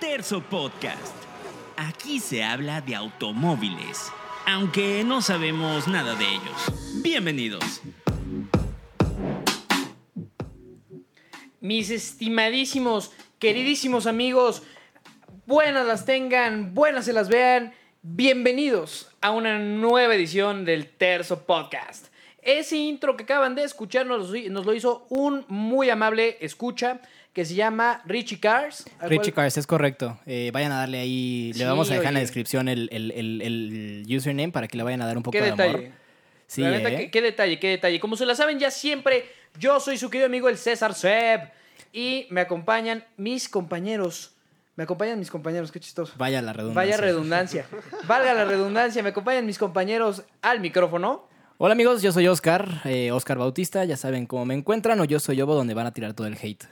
Universo Podcast. Aquí se habla de automóviles, aunque no sabemos nada de ellos. Bienvenidos. Mis estimadísimos, queridísimos amigos, buenas las tengan, buenas se las vean. Bienvenidos a una nueva edición del Terzo Podcast. Ese intro que acaban de escuchar nos, nos lo hizo un muy amable escucha que se llama Richie Cars. al Richie cual- Cars, es correcto. Eh, vayan a darle ahí. Sí, le vamos a dejar en la oye. descripción el, el- el- el username para que le vayan a dar un poco Qué de detalle. amor. Sí, La neta, eh. qué, qué detalle, qué detalle. Como se la saben ya siempre, yo soy su querido amigo el César Seb y me acompañan mis compañeros. Me acompañan mis compañeros, qué chistoso. Vaya la redundancia. Vaya redundancia. Valga la redundancia, me acompañan mis compañeros al micrófono. Hola amigos, yo soy Oscar, eh, Oscar Bautista. Ya saben cómo me encuentran o yo soy Yobo donde van a tirar todo el hate.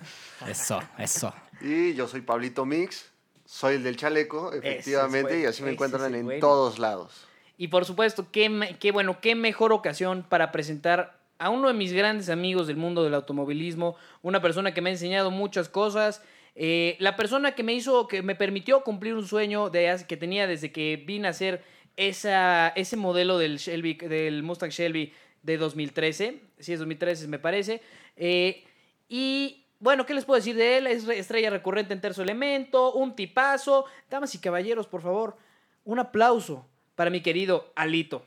Eso, eso. Y yo soy Pablito Mix, soy el del chaleco, efectivamente, güey, y así me ese encuentran es en bueno. todos lados. Y por supuesto, qué, me- qué bueno, qué mejor ocasión para presentar a uno de mis grandes amigos del mundo del automovilismo, una persona que me ha enseñado muchas cosas, eh, la persona que me hizo, que me permitió cumplir un sueño de, hace- que tenía desde que vine a hacer esa, ese modelo del, Shelby, del Mustang Shelby de 2013, si es 2013 me parece, eh, y bueno, ¿qué les puedo decir de él? Es re- estrella recurrente en terzo elemento, un tipazo. Damas y caballeros, por favor, un aplauso para mi querido Alito.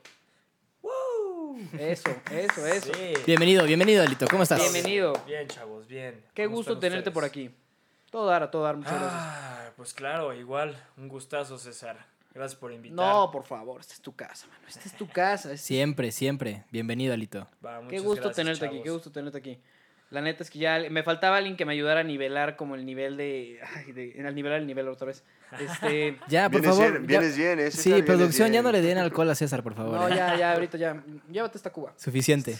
Eso, eso, eso. Bienvenido, bienvenido, Alito. ¿Cómo estás? Bienvenido. Bien, chavos, bien. Qué ¿Cómo gusto están tenerte ustedes? por aquí. Todo dar, a todo dar, muchas gracias. Ah, pues claro, igual. Un gustazo, César. Gracias por invitar. No, por favor, esta es tu casa, mano. Esta es tu casa. es- Siempre, siempre. Bienvenido, Alito. pues, Va, Qué muchas gusto gracias, tenerte aquí, chavos. qué gusto tenerte aquí. La neta es que ya me faltaba alguien que me ayudara a nivelar como el nivel de... Ay, de- al nivelar el nivel otra vez. Este... Ya, por Vienes favor. bien, ya- vienes bien, eh, Sí, César, vienes producción, ya bien. no le den alcohol a César, por favor. No, eh. ya, ya, ahorita ya. Llévate esta cuba. Suficiente.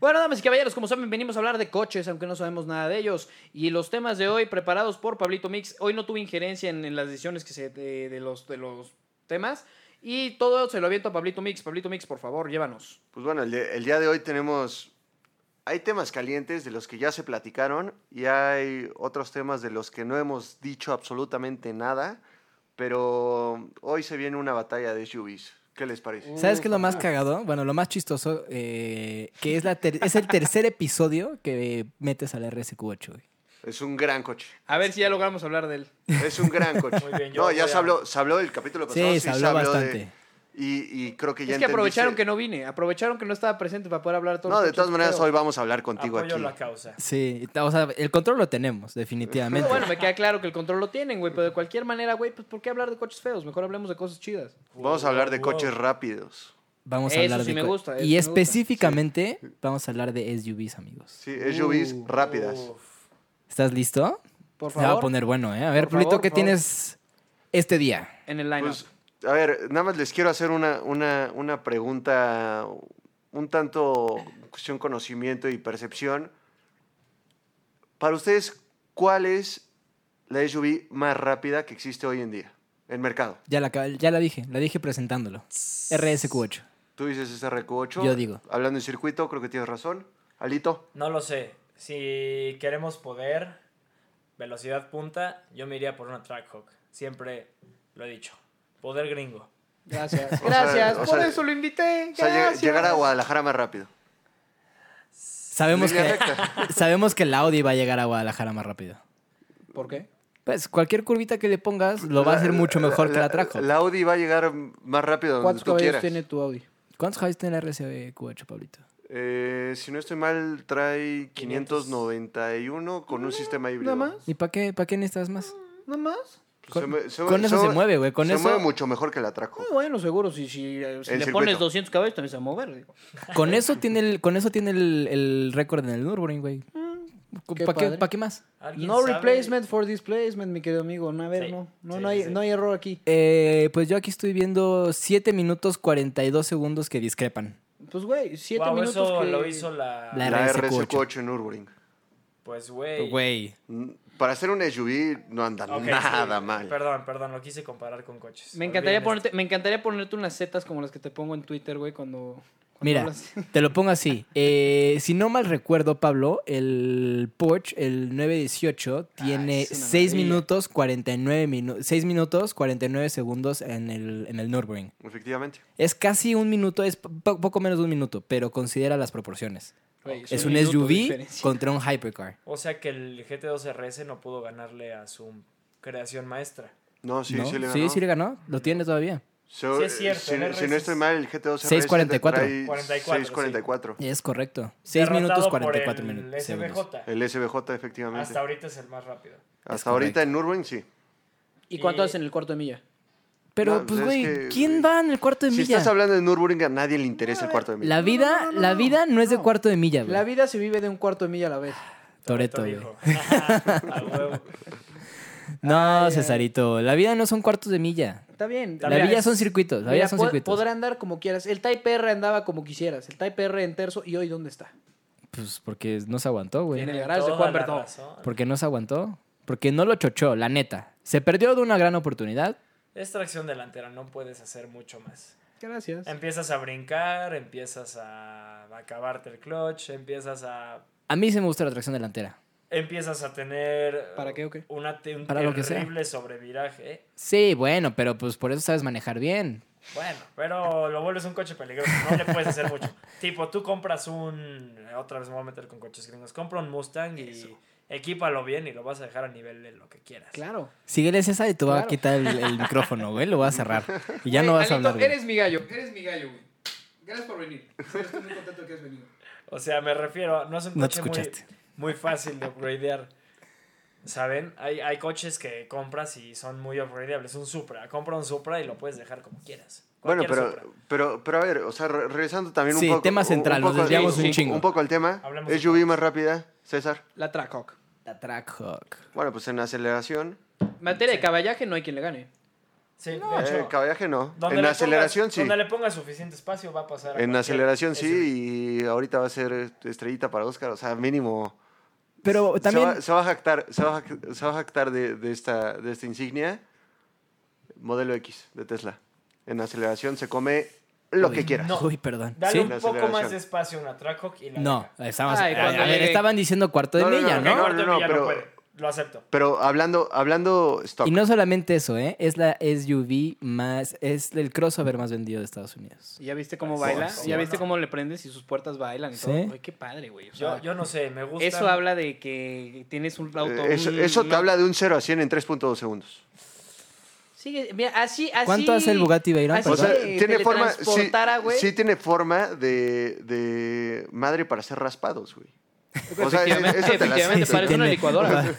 Bueno, damas y caballeros, como saben, venimos a hablar de coches, aunque no sabemos nada de ellos. Y los temas de hoy preparados por Pablito Mix. Hoy no tuve injerencia en, en las decisiones que se, de, de los, de los temas. Y todo se lo aviento a Pablito Mix. Pablito Mix, por favor, llévanos. Pues bueno, el, de- el día de hoy tenemos... Hay temas calientes de los que ya se platicaron y hay otros temas de los que no hemos dicho absolutamente nada, pero hoy se viene una batalla de SUVs. ¿Qué les parece? ¿Sabes qué es lo más cagado? Bueno, lo más chistoso, eh, que es, la ter- es el tercer episodio que metes al RSQ8. güey. Es un gran coche. A ver si ya logramos hablar de él. Es un gran coche. Muy bien, yo no, ya voy se a- habló, se habló el capítulo Sí, pasado. se habló de- bastante. y, y creo que ya es que aprovecharon entendiste- que no vine. Aprovecharon que no estaba presente para poder hablar de todo. No, de todas maneras, hoy vamos a hablar contigo Apoyo aquí. la causa. Sí, o sea, el control lo tenemos, definitivamente. Bueno, me queda claro que el control lo tienen, güey. Pero de cualquier manera, güey, pues ¿por qué hablar de coches feos? Mejor hablemos de cosas chidas. Vamos a hablar de Wow, wow. coches rápidos. Vamos a Eso hablar sí de me co- gusta, eso Y me gusta. específicamente vamos a hablar de SUVs, amigos. Sí, Uh. SUVs rápidas. Uf. ¿Estás listo? Por Se va a favor, poner bueno, ¿eh? A ver, Por favor, Pablito, ¿qué por favor. tienes este día? en el line Pues, a ver, nada más les quiero hacer una, una, una pregunta un tanto cuestión conocimiento y percepción. Para ustedes, ¿cuál es la SUV más rápida que existe hoy en día en mercado? Ya la, acab- ya la dije, la dije presentándolo. RSQ8. Tú dices SRQ8. Yo digo. Hablando en circuito, creo que tienes razón. Alito, No lo sé. Si queremos poder, velocidad punta, yo me iría por una Trackhawk. Siempre lo he dicho. Poder gringo. Gracias. sea, Gracias. o Por sea, eso lo invité. o sea, lleg- Gracias. llegar a Guadalajara más rápido. Sabemos Línea que, sabemos que el Audi va a llegar a Guadalajara más rápido. ¿Por qué? Pues cualquier curvita que le pongas lo va a hacer mucho mejor que la Trajo. La Audi va a llegar más rápido donde ¿Cuántos tú caballos quieras. tiene tu Audi? ¿Cuántos highs tiene el RSQ8, Pablito? Eh, si no estoy mal, trae 591 con un sistema híbrido. Nada más, ¿Y para qué, para qué necesitas más? nada más. Pues Con- con eso se mueve, güey, con se eso- Ah, mueve mucho mejor que la Traco. Muy bueno, seguro. Si, si, eh, si El le circuito. pones 200 caballos, también se va a mover. digo. Con eso tiene el, con eso tiene el, el récord en el Nürburgring, güey. Mm. qué ¿Para qué, padre. pa' qué más? ¿Alguien No sabe? replacement for displacement, mi querido amigo. No, a ver, Sí, no. No, sí, no, hay, sí. no hay error aquí. Eh, pues yo aquí estoy viendo 7 minutos 42 segundos que discrepan. Pues, güey, 7 Wow, minutos. eso que- lo hizo la... La- La RSQ8. RSQ8 en Nürburgring. Pues, güey. Güey. N- Para hacer un SUV no anda Ok, nada sí. mal. Perdón, perdón, lo quise comparar con coches. Me encantaría, Olviden esto. ponerte, me encantaría ponerte unas setas como las que te pongo en Twitter, güey, cuando cuando Mira, hablas. te lo pongo así. Eh, si no mal recuerdo, Pablo, el Porsche, el 918, tiene es una 6 maravilla. minutos 49 minu 6 minutos 49 segundos en el, en el Nürburgring. Efectivamente. Es casi un minuto, es po- poco menos de un minuto, pero considera las proporciones. Güey, Es un un minuto de SUV diferencia. contra un hypercar. O sea que el GT2 RS no pudo ganarle a su creación maestra. No, sí, ¿no? sí le ganó. sí, sí le ganó. Lo tiene todavía. So, Sí es cierto, si- en Si, RS. no estoy mal, el GT2 RS 6.44. 644. Es correcto. 6 minutos Derrotado 44 por el minutos. segundos. SBJ. El SBJ, efectivamente. Hasta Hasta, ahorita es el más rápido. ahorita en Nürburgring, sí. ¿Y cuánto Y- hacen el cuarto de milla? Pero, No, pues, pues, güey, es que, ¿quién güey, va en el cuarto de Si milla? estás hablando de Nürburgring, a nadie le Ah, interesa el cuarto de milla. La vida, la vida no es de cuarto de milla, güey. La vida se vive de un cuarto de milla a la vez. Toreto, güey. dijo. A huevo. No, Ay, ay. Cesarito, la vida no son cuartos de milla. Está bien. La la vida vida es- son circuitos, la Mira, vida son po- circuitos. podrá andar como quieras. El Type R andaba como quisieras. El Type R en terzo. ¿Y hoy dónde está? Pues porque no se aguantó, güey. En el Tiene garage de toda Pues Juan la Bertón. razón. Porque no se aguantó, porque no lo chochó, la neta. Se perdió de una gran oportunidad. Es tracción delantera, no puedes hacer mucho más. Gracias. Empiezas a brincar, empiezas a acabarte el clutch, empiezas a A mí se me gusta la tracción delantera. empiezas a tener ¿Para qué o qué? Una, te- un Para lo que sea. terrible sobreviraje. ¿eh? Sí, bueno, pero pues por eso sabes manejar bien. Bueno, pero lo vuelves un coche peligroso, no le puedes hacer mucho. tipo, tú compras un otra vez me voy a meter con coches gringos, compra un Mustang y equípalo bien y lo vas a dejar a nivel de lo que quieras. Claro. Síguele César y te voy a Claro. quitar el, el micrófono, güey, lo voy a cerrar. Y ya no Güey, vas a Alito, hablar. güey. Eres mi gallo, eres mi gallo, güey. Gracias por venir. Estoy muy contento de que has venido. O sea, me refiero, no es un No te coche muy, escuchaste. muy fácil de upgradear. ¿Saben? Hay, hay coches que compras y son muy upgradeables. Un Supra. Compra un Supra y lo puedes dejar como quieras. Bueno, pero, Cualquier Supra. pero, pero a ver, o sea, re- regresando también Sí, un poco. tema un- central, un nos poco- desviamos un chingo. Un poco el tema. Hablemos de SUV cosas. más rápida, César. La Trackhawk. La Trackhawk. Bueno, pues en aceleración. En materia de caballaje no hay quien le gane. Sí, eh, de hecho, caballaje no. donde en le aceleración pongas- sí. Donde le pongas suficiente espacio va a pasar. a En cualquier aceleración SUV. sí, y ahorita va a ser estrellita para Oscar, o sea, mínimo. Pero también Se va, se va a jactar, se va a, jac- se va a jactar de, de esta, de esta insignia, modelo X de Tesla. En aceleración se come lo Uy, que quieras. no. Uy, perdón. Dale ¿Sí? un La poco más aceleración. de espacio a una Trackhawk y la No, deja. estábamos, Ay, a, cuando a ver, llegue. estaban diciendo cuarto de No, no, milla, no, Ok, ¿no? Corto de no, Villa no pero- puede. Lo acepto. Pero hablando, hablando stock. Y no solamente eso, ¿eh? Es la SUV más... Es el crossover más vendido de Estados Unidos. ¿Y ya viste cómo Sí, baila? sí, ¿Y ¿Ya bueno. viste cómo le prendes y sus puertas bailan y Sí. todo? Ay, qué padre, güey. O Yo, sea, yo no sé, me gusta. eso habla de que tienes un auto. Eh, eso, un- eso te no. habla de un 0 a 100 en 3.2 segundos. Sigue, mira, así, así. ¿Cuánto hace el Bugatti Veyron, Pues, así O sea, te tiene forma, sí, teletransportara, güey. sí tiene forma de, de madre para ser raspados, güey. O sea, Efectivamente, eso te la- efectivamente, sí, parece una tiene. licuadora.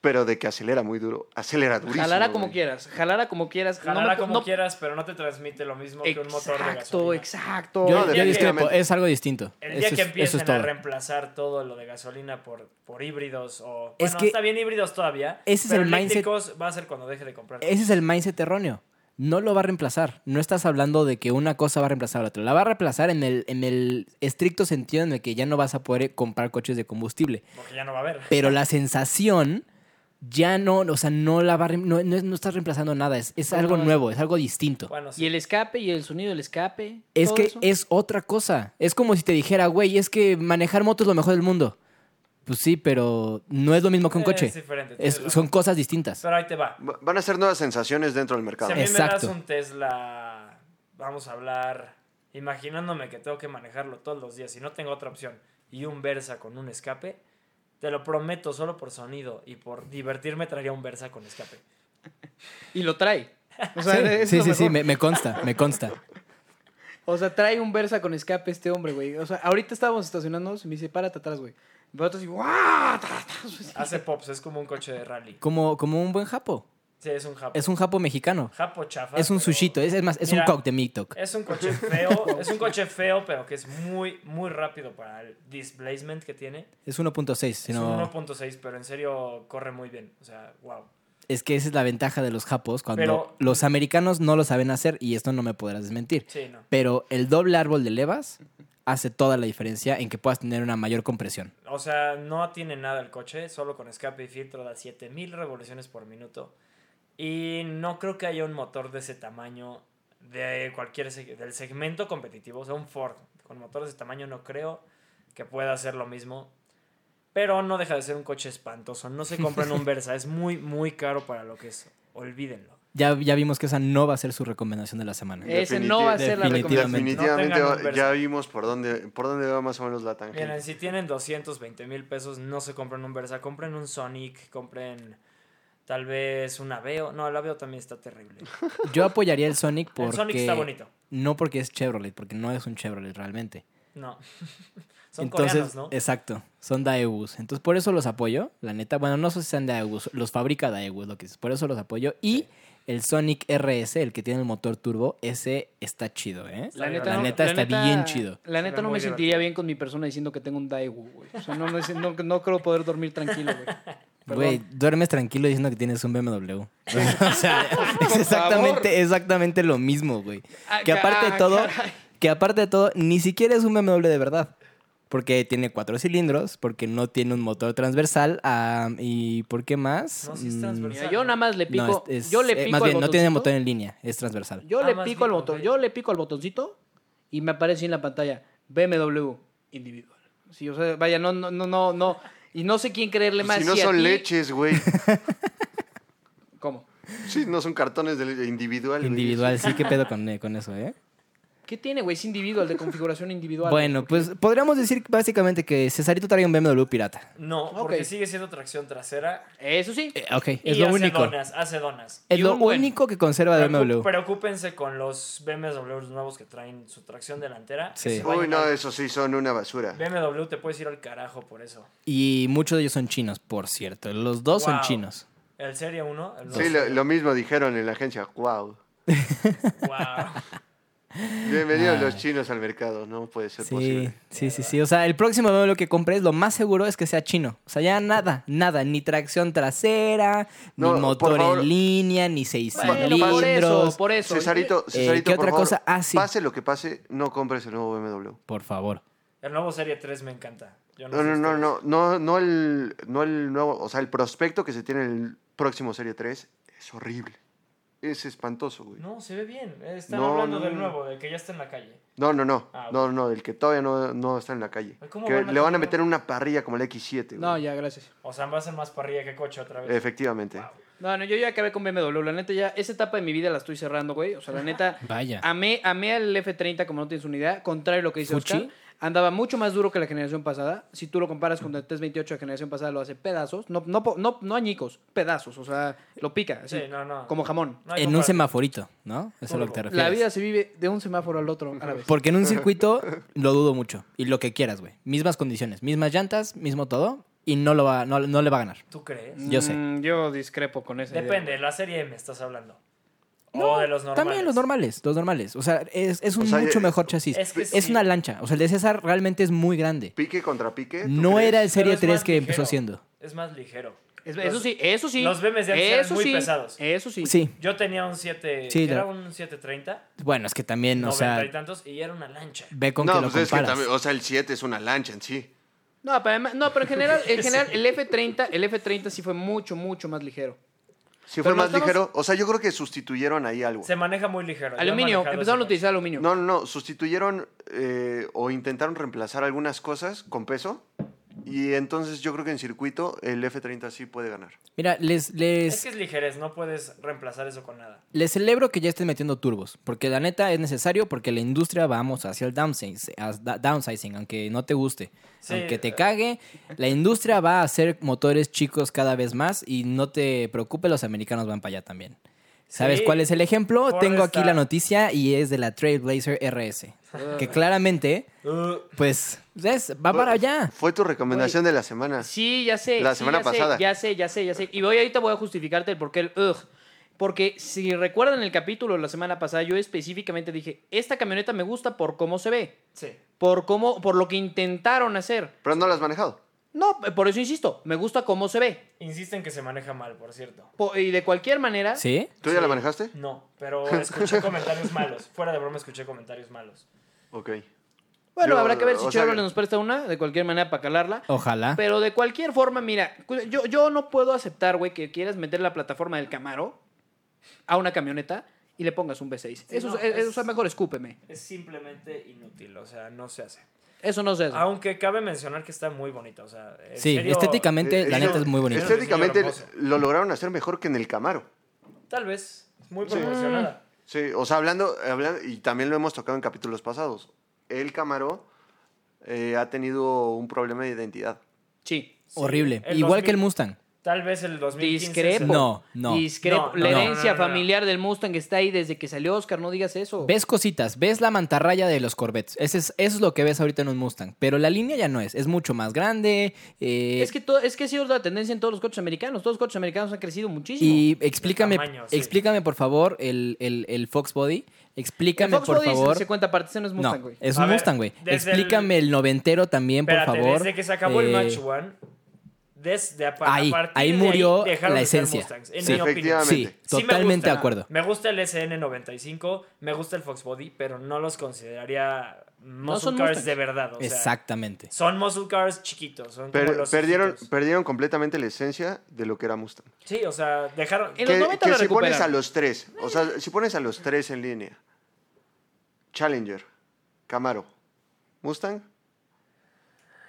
Pero de que acelera muy duro, acelera durísimo. Jalara como güey. quieras, jalara como quieras. no Jalará me- como no- quieras, pero no te transmite lo mismo que un motor de Exacto, gasolina. exacto. No, Yo, de- yo definitivamente. discrepo, es algo distinto. El día eso, que es, eso empiecen es a todo. reemplazar todo lo de gasolina por, por híbridos o... Es bueno, que- está bien híbridos todavía, ese es pero el mindset- eléctricos va a ser cuando deje de comprar. Ese es el mindset erróneo. No lo va a reemplazar. No estás hablando de que una cosa va a reemplazar a la otra. La va a reemplazar en el, en el estricto sentido en el que ya no vas a poder eh, comprar coches de combustible. Porque ya no va a haber. Pero la sensación ya no, o sea, no la va a re- no, no, es- no estás reemplazando nada. Es, es No, algo no, no. nuevo, es algo distinto. Bueno, sí. Y el escape y el sonido del escape. Es todo que eso. es otra cosa. Es como si te dijera, güey, es que manejar moto es lo mejor del mundo. Pues sí, pero no es lo mismo que un Eh, coche. Es diferente. Es- tienes razón. son cosas distintas. Pero ahí te va. Va- Van a ser nuevas sensaciones dentro del mercado. Si a mí me das Exacto. un Tesla, vamos a hablar, imaginándome que tengo que manejarlo todos los días y no tengo otra opción, y un Versa con un escape, te lo prometo, solo por sonido y por divertirme traería un Versa con escape. Y lo trae. O sea, Sí, es sí, lo sí, sí, mejor. me, me consta, me consta. O sea, trae un Versa con escape este hombre, güey. O sea, ahorita estábamos estacionándonos y me dice, párate atrás, güey. Y otro así, ¡guau! Pues, Hace pops, es como un coche de rally. Como, como un buen japo. Sí, es un japo. Es un japo mexicano. japo chafa. Es un pero- sushito. Es, es más, es Mira, un cock de TikTok. Es un coche feo, es un coche feo, pero que es muy, muy rápido para el displacement que tiene. Es 1.6. si es no- un 1.6, pero en serio corre muy bien. O sea, wow. es que esa es la ventaja de los japos cuando Pero- los americanos no lo saben hacer y esto no me podrás desmentir. Sí, no. Pero el doble árbol de levas hace toda la diferencia en que puedas tener una mayor compresión. O sea, no tiene nada el coche, solo con escape y filtro da 7000 revoluciones por minuto. Y no creo que haya un motor de ese tamaño de cualquier seg- del segmento competitivo, o sea, un Ford con motores de tamaño no creo que pueda hacer lo mismo, pero no deja de ser un coche espantoso, no se compran un Versa, es muy muy caro para lo que es, olvídenlo. Ya, ya vimos que esa no va a ser su recomendación de la semana. Eh, Ese no va a ser la recomendación. Definitivamente. Definitivamente No tengan un ya vimos por dónde, por dónde va más o menos la tangente. Miren, si tienen 220 mil pesos, no se compren un Versa, compren un Sonic, compren tal vez un Aveo, no, el Aveo también está terrible. Yo apoyaría el Sonic porque... El Sonic está bonito, No porque es Chevrolet, porque no es un Chevrolet realmente. no, son Entonces, coreanos, ¿no? Exacto, son Daewoo. Entonces, por eso los apoyo, la neta. Bueno, no sé si sean Daewoo, los fabrica Daewoo, lo que es. Por eso los apoyo. Y el Sonic RS, el que tiene el motor turbo, ese está chido, ¿eh? La neta la no- neta está bien chido. La neta ve no me muy sentiría bien con mi persona diciendo que tengo un Daewoo, güey. O sea, no, me sien- no, no creo poder dormir tranquilo, güey. Güey, duermes tranquilo diciendo que tienes un BMW. o sea, es favor. exactamente, exactamente lo mismo, güey. Que Ah, aparte de todo, que aparte de todo, ni siquiera es un BMW de verdad. Porque tiene cuatro cilindros, porque no tiene un motor transversal. ah, ¿Y por qué más? No, sí es Mm, transversal. Mira, yo nada más le pico. es- yo le eh, pico más al bien, no tiene botoncito. motor en línea, es transversal. Yo Ah, le más pico al bien, botón, ok. yo le pico al botoncito y me aparece en la pantalla BMW individual. Sí, o sea, vaya, no, no, no, no, no. Y no sé quién creerle más. Pues si no a son ti- leches, güey. ¿Cómo? si no son cartones de leche individual. güey. Individual, sí, qué pedo con, eh, con eso, ¿eh? ¿Qué tiene, güey? Es individual, de configuración individual. Bueno, pues podríamos decir básicamente que Cesarito trae un BMW pirata. No, porque Ok. sigue siendo tracción trasera Eso sí. Eh, ok, es y lo hace único. donas, hace donas. Es Y lo un buen. único que conserva de Preocu- BMW. Preocúpense con los BMW nuevos que traen su tracción delantera. que Sí. se Uy, vayan no, al- eso sí son una basura. BMW te puedes ir al carajo por eso. Y muchos de ellos son chinos, por cierto. Los dos son Wow. chinos. El Serie 1, el Sí, lo, lo mismo dijeron en la agencia. Wow. Wow. Bienvenidos Ah. los chinos al mercado. No puede ser Sí, posible. sí, sí, sí. O sea, el próximo modelo que compres, lo más seguro es que sea chino. O sea, ya nada, nada. Ni tracción trasera, No, ni por motor favor. en línea, ni seis Bueno, cilindros. por eso, por eso. ¿eh? eh, Cesarito, Cesarito, ¿qué por otra favor, cosa? Ah, sí. pase lo que pase, no compres el nuevo BMW. Por favor. El nuevo Serie 3 me encanta. Yo No, sé no, no, ustedes. no, no, no el, no el nuevo, o sea, el prospecto que se tiene en el próximo Serie 3 es horrible. Es espantoso, güey. No, se ve bien. Están No, hablando no, del no. nuevo, del que ya está en la calle. No, no, no, Ah, no, no, el que todavía no, no está en la calle. Ay, ¿cómo Que van a le van a comprar? meter una parrilla como el X7, güey. No, ya, gracias. O sea, va a ser más parrilla que coche otra vez. Efectivamente. No, no, yo ya acabé con BMW. La neta, ya, esa etapa de mi vida la estoy cerrando, güey. O sea, la neta, Vaya. amé, amé al F30 como no tienes una idea. Contrario a lo que dice Fuchi. Oscar, andaba mucho más duro que la generación pasada. Si tú lo comparas con el 328, la generación pasada lo hace pedazos. No, no, po- no, no añicos, pedazos. O sea, lo pica, así, Sí, no, no. como jamón. No hay en un comparación. semaforito, ¿no? Eso es a lo que te refieres. La vida se vive de un semáforo al otro a la vez. Porque en un circuito lo dudo mucho. Y lo que quieras, güey. Mismas condiciones, mismas llantas, mismo todo. Y no, lo va, no, no le va a ganar. ¿Tú crees? Yo sé. Mm, yo discrepo con esa idea. Depende, la Serie M estás hablando. No, o de los normales. También los normales, los normales. O sea, es, es un O sea, mucho eh, mejor chasis. es Es, que sí. una lancha. O sea, el de César realmente es muy grande. Pique contra pique. ¿tú No crees? era el Pero Serie es más 3 que empezó ligero. siendo. Es más ligero. Es- Los- eso sí, eso sí. los BMWs de antes eran Eso muy sí, pesados. Eso sí. Sí. Yo tenía un 7, Sí, que era la- un 730, Bueno, es que también, o 90 sea, y tantos, y era una lancha. ve con No, que lo pues es que comparas. también, o sea, el 7 es una lancha en sí. No, pero, además- no, pero en general, en general el F30, el F30 sí fue mucho, mucho más ligero. Sí Pero fue no más estamos- ligero. O sea, yo creo que sustituyeron ahí algo. Se maneja muy ligero. Yo he Aluminio, manejado empezaron a ese coche. utilizar aluminio. No, no, no. Sustituyeron eh, o intentaron reemplazar algunas cosas con peso. Y entonces yo creo que en circuito el F30 sí puede ganar. Mira, les, les, Es que es ligerez, no puedes reemplazar eso con nada. les celebro que ya estén metiendo turbos. Porque la neta es necesario porque la industria vamos hacia el downsizing, as- da- downsizing aunque no te guste. Sí, aunque eh. te cague, la industria va a hacer motores chicos cada vez más y no te preocupes, los americanos van para allá también. ¿Sabes Sí. cuál es el ejemplo? Ford Tengo aquí está- la noticia y es de la Trailblazer RS. que claramente, Uh, pues, ¿ves? va para allá. Fue tu recomendación de la semana. Sí, ya sé. La sí, semana ya sé, pasada. ya sé, ya sé, ya sé. Y voy ahorita voy a justificarte el porqué el ugh. Porque si recuerdan el capítulo la semana pasada, yo específicamente dije, esta camioneta me gusta por cómo se ve, sí. por cómo, por lo que intentaron hacer. Pero no lo has manejado. No, por eso insisto, me gusta cómo se ve. Insisten que se maneja mal, por cierto. Po- y de cualquier manera, ¿Sí? ¿Tú ya la manejaste? No, pero escuché comentarios malos. Fuera de broma, escuché comentarios malos. Ok. bueno, Yo, habrá que ver si o sea, Chevrolet nos presta una, de cualquier manera para calarla. Ah. Ojalá. Pero de cualquier forma, mira, cu- yo, yo no puedo aceptar, güey, que quieras meter la plataforma del Camaro a una camioneta y le pongas un B6. Sí, eso, no, es, es- eso es mejor escúpeme. Es simplemente inútil, o sea, no se hace. Eso no se hace. Aunque cabe mencionar que está muy bonita, o sea, en Sí, serio, estéticamente, Eh, la eso- neta es muy bonito. este- Estéticamente Hermoso. lo lograron hacer mejor que en el Camaro. Tal vez, muy proporcionada. Sí, o sea, hablando, hablando, y también lo hemos tocado en capítulos pasados, el Camaro eh, ha tenido un problema de identidad. Sí. Sí, Horrible. el Igual 2000. que el Mustang. Tal vez el 2015. Discrepo. se- No, no. Discrepo. No, no, la no, herencia no, no, no. familiar del Mustang que está ahí desde que salió Oscar, no digas eso. Ves cositas, ves la mantarraya de los Corvettes. Ese es, eso es lo que ves ahorita en un Mustang. Pero la línea ya no es. Es mucho más grande. eh, Es que, todo, es que ha sido la tendencia en todos los coches americanos. Todos los coches americanos han crecido muchísimo. Y explícame, tamaño, sí. explícame por favor el, el, el Fox Body. El Explícame Fox por Body se- favor. se cuenta aparte, ese no es Mustang, no, güey. es A un ver, Mustang, güey. desde el- Explícame el... noventero también, por Espérate, favor. Desde que se acabó el Eh, Match One, desde a, pa- ahí, a partir ahí de murió ahí dejaron la de ser esencia. Mustangs, en Sí. mi opinión. Efectivamente. Sí, Sí me totalmente gusta. de acuerdo. Me gusta el SN95, me gusta el Fox Body, pero no los consideraría muscle son cars Mustangs. de verdad. O sea, Exactamente. Son muscle cars chiquitos. Son Per- como los perdieron, hijitos. perdieron completamente la esencia de lo que era Mustang. Sí, o sea, dejaron. En los que 90 que lo si pones a recuperaron. los tres, o sea, si pones a los tres en línea, Challenger, Camaro, Mustang,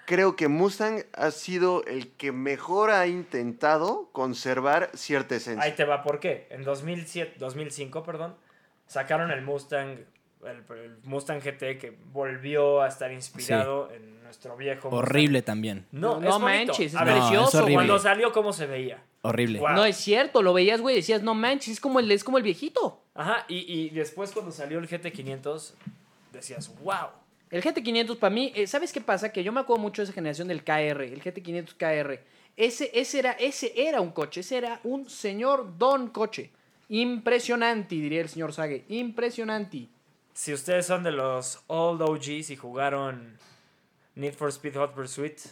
creo que Mustang ha sido el que mejor ha intentado conservar cierta Ahí esencia. te va, ¿por qué? En 2007, 2005, perdón, sacaron el Mustang, el, el Mustang GT que volvió a estar inspirado en nuestro viejo. Mustang. Horrible también. No, No es bonito. manches, es A ver, precioso, horrible. güey. Cuando salió, ¿cómo se veía? Horrible. Guau. No es cierto, lo veías, güey, decías, no manches, es como el, es como el viejito. Ajá, y, y después cuando salió el GT500, decías, wow. El GT500 para mí, eh, ¿sabes qué pasa? Que yo me acuerdo mucho de esa generación del KR, el GT500 KR. Ese, ese, era, ese era un coche, ese era un señor don coche. Impresionante, diría el señor Sage. Impresionante. Si ustedes son de los old OGs y jugaron Need for Speed Hot Pursuit, se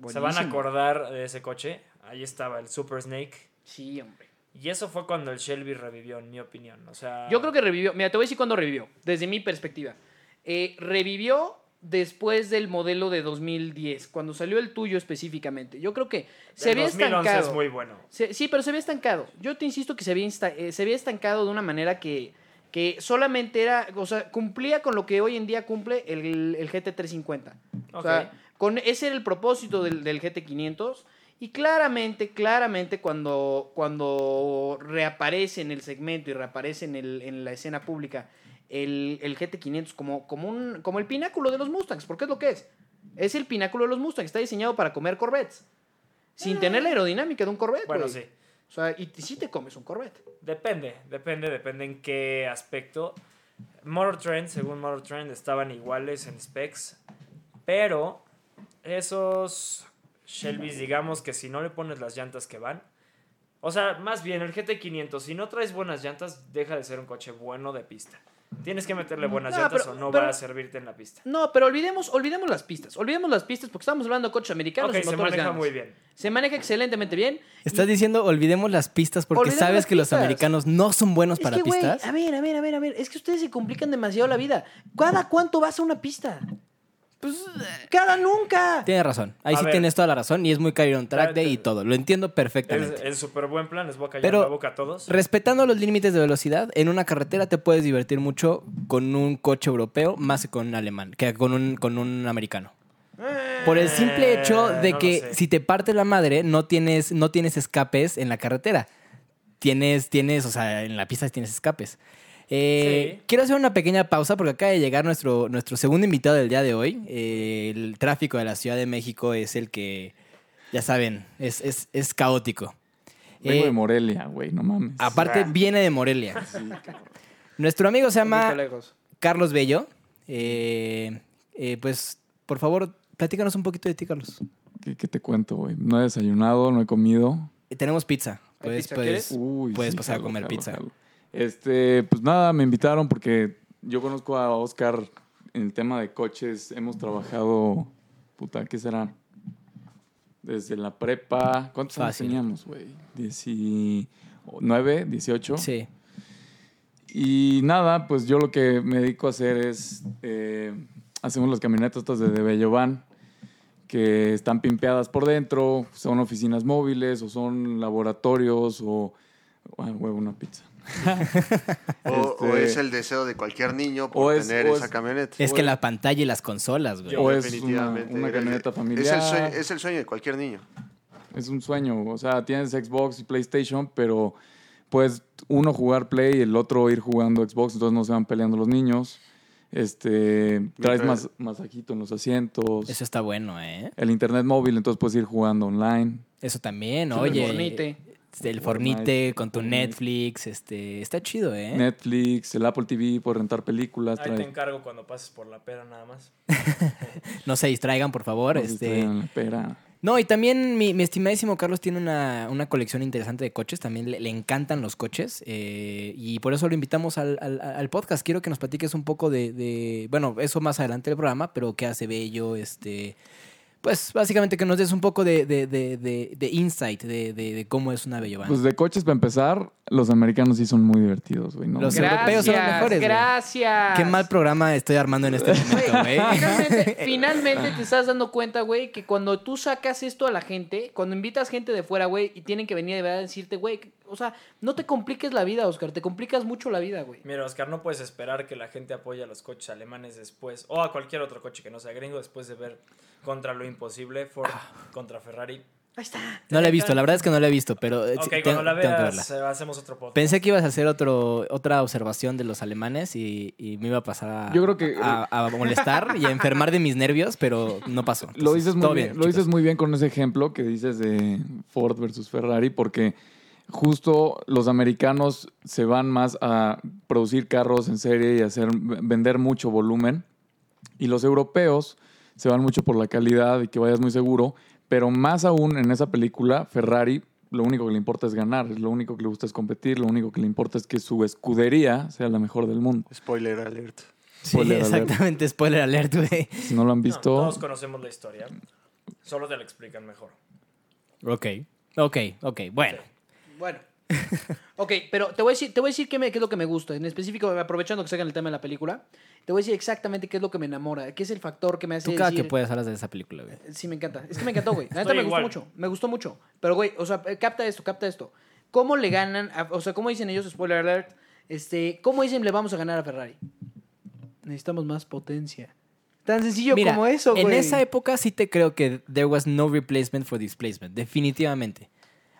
van a Buenísimo. acordar de ese coche. Ahí estaba el Super Snake. Sí, hombre. Y eso fue cuando el Shelby revivió, en mi opinión. O sea, Yo creo que revivió. Mira, te voy a decir cuándo revivió, desde mi perspectiva. Eh, revivió después del modelo de 2010, cuando salió el tuyo específicamente. Yo creo que se el había 2011 estancado. es muy bueno. Se- sí, pero se había estancado. Yo te insisto que se había, insta- eh, se había estancado de una manera que, que solamente era, o sea, cumplía con lo que hoy en día cumple el, el GT350. O sea, con, ese era el propósito del, del GT500. Y claramente, claramente, cuando, cuando reaparece en el segmento y reaparece en, el- en la escena pública el, el GT500 como, como, un, como el pináculo de los Mustangs, porque es lo que es. Es el pináculo de los Mustangs, está diseñado para comer Corvettes. Sin tener la aerodinámica de un Corvette. Ah. Bueno, güey. sí. O sea, y t- sí te comes un Corvette. Depende, depende, depende en qué aspecto. Motor Trend, según Motor Trend, estaban iguales en specs, pero esos Shelby's, digamos que si no le pones las llantas que van, o sea, más bien el GT500, si no traes buenas llantas, deja de ser un coche bueno de pista. Tienes que meterle buenas No, llantas pero- o no pero- va a servirte en la pista. No, pero olvidemos, olvidemos las pistas. Olvidemos las pistas porque estamos hablando de coches americanos. Ok, y se motores maneja grandes. muy bien. Se maneja excelentemente bien. Estás diciendo, olvidemos las pistas porque Olvidemos las sabes que pistas. los americanos no son buenos para es que, güey, pistas. a ver, a ver, a ver, a ver. Es que ustedes se complican demasiado la vida. ¿Cada cuánto vas a una pista? Pues, cada nunca. Tienes razón. Ahí A sí ver. tienes toda la razón y es muy Cairo on Track Espérate. Day y todo. Lo entiendo Es perfectamente. el súper buen plan, les voy a callar Pero- la boca a todos. Respetando los límites de velocidad, en una carretera te puedes divertir mucho con un coche europeo más que con un alemán, que con un, con un americano. Por el simple hecho de Eh, no lo que sé. si te parte la madre, no tienes, no tienes escapes en la carretera. Tienes, tienes, o sea, en la pista tienes escapes. Eh, Sí. Quiero hacer una pequeña pausa porque acaba de llegar nuestro, nuestro segundo invitado del día de hoy. Eh, el tráfico de la Ciudad de México es el que, ya saben, es, es, es caótico. Vengo Eh, ah, de Morelia, güey, no mames. Aparte, viene de Morelia. Nuestro amigo se Un poquito llama lejos. Carlos Bello. Eh, eh, pues, por favor, platícanos un poquito de ti, Carlos. ¿Qué, qué te cuento, güey? No he desayunado, no he comido. Eh, Tenemos pizza. ¿Hay Puedes, pizza, puedes- quieres? Uy, puedes sí, pasar jalo, a comer jalo, pizza. jalo. Este, pues nada, me invitaron porque yo conozco a Oscar en el tema de coches. Hemos trabajado, puta, ¿qué será? Desde la prepa. ¿Cuántos Fácil. años teníamos, güey? ¿19? ¿18? Sí. Y nada, pues yo lo que me dedico a hacer es. eh, hacemos las camionetas estas de, de Bellovan, que están pimpeadas por dentro, son oficinas móviles o son laboratorios o Ah, huevo, una pizza. O, o Este- es el deseo de cualquier niño por o es- tener o esa es- camioneta. Es que la pantalla y las consolas, güey. O es una, una camioneta Es el, familiar. sueño, es el sueño de cualquier niño. es un sueño. O sea, tienes Xbox y PlayStation, pero puedes uno jugar Play y el otro ir jugando Xbox, entonces no se van peleando los niños. Este, Mientras- traes mas- masajito en los asientos. Eso está bueno, ¿eh? El internet móvil, entonces puedes ir jugando online. Eso también, Sí, oye. el Fornite. El Fortnite, Fornite con tu Fortnite. Netflix, este, está chido, ¿eh? Netflix, el Apple TV, puedes rentar películas. Ahí te traes encargo cuando pases por la pera nada más. No se distraigan, por favor, no, este. en la pera. No, y también mi, mi estimadísimo Carlos tiene una, una colección interesante de coches, también le, le encantan los coches eh, y por eso lo invitamos al, al- al podcast. Quiero que nos platiques un poco de, de- bueno, eso más adelante del programa, pero qué hace Bello, este, pues básicamente que nos des un poco de, de, de- de- de insight de, de- de cómo es una Bello Van. Pues de coches, para empezar, los americanos sí son muy divertidos, güey. ¿no? Los Gracias. europeos son los mejores, güey. Gracias. qué mal programa estoy armando en este momento, Güey, güey. Finalmente, finalmente te estás dando cuenta, güey, que cuando tú sacas esto a la gente, cuando invitas gente de fuera, güey, y tienen que venir de verdad a decirte, güey, o sea, no te compliques la vida, Oscar, te complicas mucho la vida, güey. Mira, Oscar, no puedes esperar que la gente apoye a los coches alemanes después, o a cualquier otro coche que no sea gringo, después de ver Contra lo Imposible, Ford Ah. contra Ferrari. Ahí está. No la he visto, la verdad es que no la he visto, pero eh, Ok, tengo- cuando la tengo que veas, verla. eh, hacemos otro podcast. Pensé que ibas a hacer otro, otra observación de los alemanes y, y me iba a pasar a, Yo creo que- eh, a, a molestar y a enfermar de mis nervios, pero no pasó. Lo dices, todo muy bien, lo chicos. dices muy bien con ese ejemplo que dices de Ford versus Ferrari, porque justo los americanos se van más a producir carros en serie y hacer, vender mucho volumen, y los europeos se van mucho por la calidad y que vayas muy seguro, pero más aún en esa película, Ferrari lo único que le importa es ganar, lo único que le gusta es competir, lo único que le importa es que su escudería sea la mejor del mundo. Spoiler alert. Sí, Spoiler alert. exactamente, spoiler alert, güey. Si no lo han No, visto... todos conocemos la historia, solo te la explican mejor. Ok, ok, ok, bueno. Bueno. Ok, pero te voy a decir, te voy a decir qué, me- qué es lo que me gusta. En específico, aprovechando que sacan el tema de la película, te voy a decir exactamente qué es lo que me enamora, qué es el factor que me hace Tú cada decir- que puedas hablas de esa película, güey. Sí, me encanta. Es que me encantó, güey. La neta Estoy me igual. gustó mucho. Me gustó mucho. Pero, güey, o sea, eh, capta esto, capta esto. ¿Cómo le ganan? a- o sea, ¿cómo dicen ellos, spoiler alert? Este, ¿Cómo dicen le vamos a ganar a Ferrari? Necesitamos más potencia. Tan sencillo Mira, como eso, güey. en esa época sí te creo que there was no replacement for displacement, definitivamente.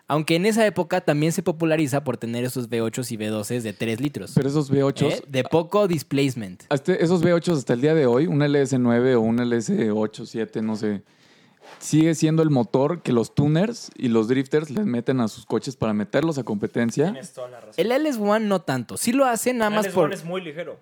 Aunque en esa época también se populariza por tener esos V8s y V12s de 3 litros. Pero esos V8 ¿eh? De poco displacement. Hasta- esos V8 hasta el día de hoy, un LS9 o un LS8, 7, no sé, sigue siendo el motor que los tuners y los drifters les meten a sus coches para meterlos a competencia. Tienes toda la razón. El LS1 no tanto. Sí lo hacen ¿Ah? nada El más Alex por. Bond es muy ligero.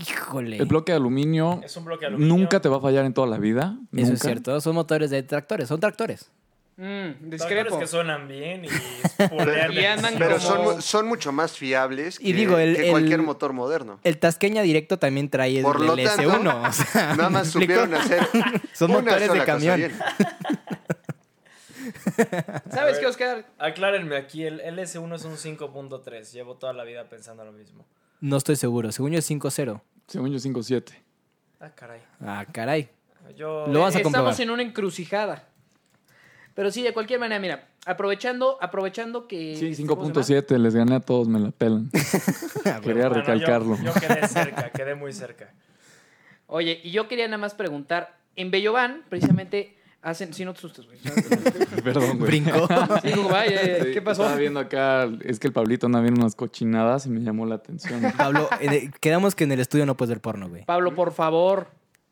Híjole. El bloque de aluminio, Es un bloque de aluminio. nunca te va a fallar en toda la vida. Eso es nunca. cierto. Son motores de tractores. Son tractores. Mm, Discrepo. discrepo. que suenan bien y Y andan Pero como- son, mu- son mucho más fiables que, Y digo, el- que el- cualquier motor moderno. El Tasqueña directo también trae el Por lo LS1. tanto, o sea, Nada más ¿me explico? supieron hacer Son una motores sola de cosa camión. bien. A ¿Sabes ver. qué, Oscar? Aclárenme aquí, el LS1 es un 5.3. Llevo toda la vida pensando lo mismo. No estoy seguro. Según yo es 5-0. Según yo, 5.7. Ah, caray. Ah, caray. Yo. Lo vas a Estamos comprobar. en una encrucijada. Pero sí, de cualquier manera, mira, aprovechando, aprovechando que... Sí, este, ¿cómo se llama? 5.7, les gané a todos, me la pelan. Quería Bueno, yo- recalcarlo. Yo, quedé cerca, quedé muy cerca. Oye, y yo quería nada más preguntar, en Bellovan, precisamente, hacen... Sí, no te asustes, güey. Perdón, güey. Brincó. Sí, como, vaya, Sí, ¿qué pasó? Estaba viendo acá, es que el Pablito anda viendo unas cochinadas y me llamó la atención. Pablo, en el- quedamos que en el estudio no puedes ver porno, güey. Pablo, por favor.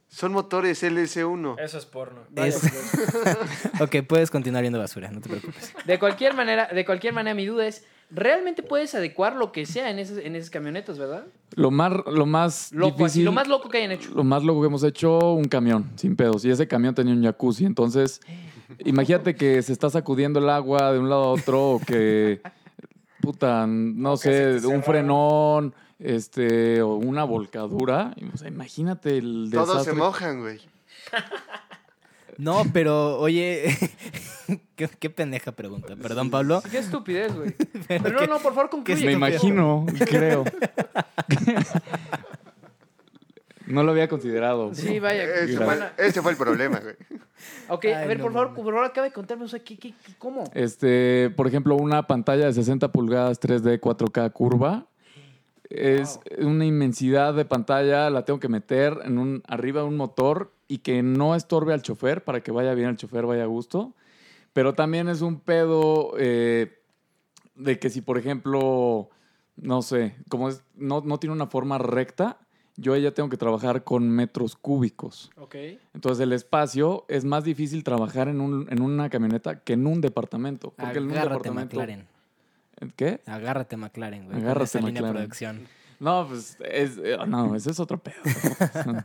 Son motores LS1. Eso es porno. pues, Es- ok, puedes continuar viendo basura, no te preocupes. De cualquier manera, de cualquier manera, mi duda es, ¿realmente puedes adecuar lo que sea en esas, en esas camionetas, verdad? Lo más, lo más Loco, así, difícil... lo más loco que hayan hecho. Lo más loco que hemos hecho, un camión, sin pedos. Y ese camión tenía un jacuzzi. Entonces, imagínate que se está sacudiendo el agua de un lado a otro o que, puta, no se sé, te un cerraron. frenón, este, o una volcadura. Y, O sea, imagínate el desastre. Todos se mojan, güey. No, pero oye, qué, qué pendeja pregunta. Perdón, Pablo. Qué estupidez, güey. Pero no, no, por favor, concluye. Me imagino, creo. No lo había considerado. Sí, vaya. Gracias. Este fue, este fue el problema, güey. Ok, a Ay, ver, no, por no, favor, no. por favor, acaba de contarme, o sea, ¿qué, qué, qué- cómo Este, por ejemplo, una pantalla de 60 pulgadas 3D 4K curva. Es una inmensidad de pantalla, la tengo que meter en un, arriba de un motor y que no estorbe al chofer para que vaya bien el chofer, vaya a gusto. Pero también es un pedo eh, de que si, por ejemplo, no sé, como es- no, no tiene una forma recta, yo ahí ya tengo que trabajar con metros cúbicos. Ok. Entonces el espacio es más difícil trabajar en, un- en una camioneta que en un departamento. Porque en un Agárrate, departamento... McLaren. ¿Qué? Agárrate, McLaren, güey. con Agárrate, esa línea de McLaren. producción. No, pues es, eh, no, ese es otro pedo.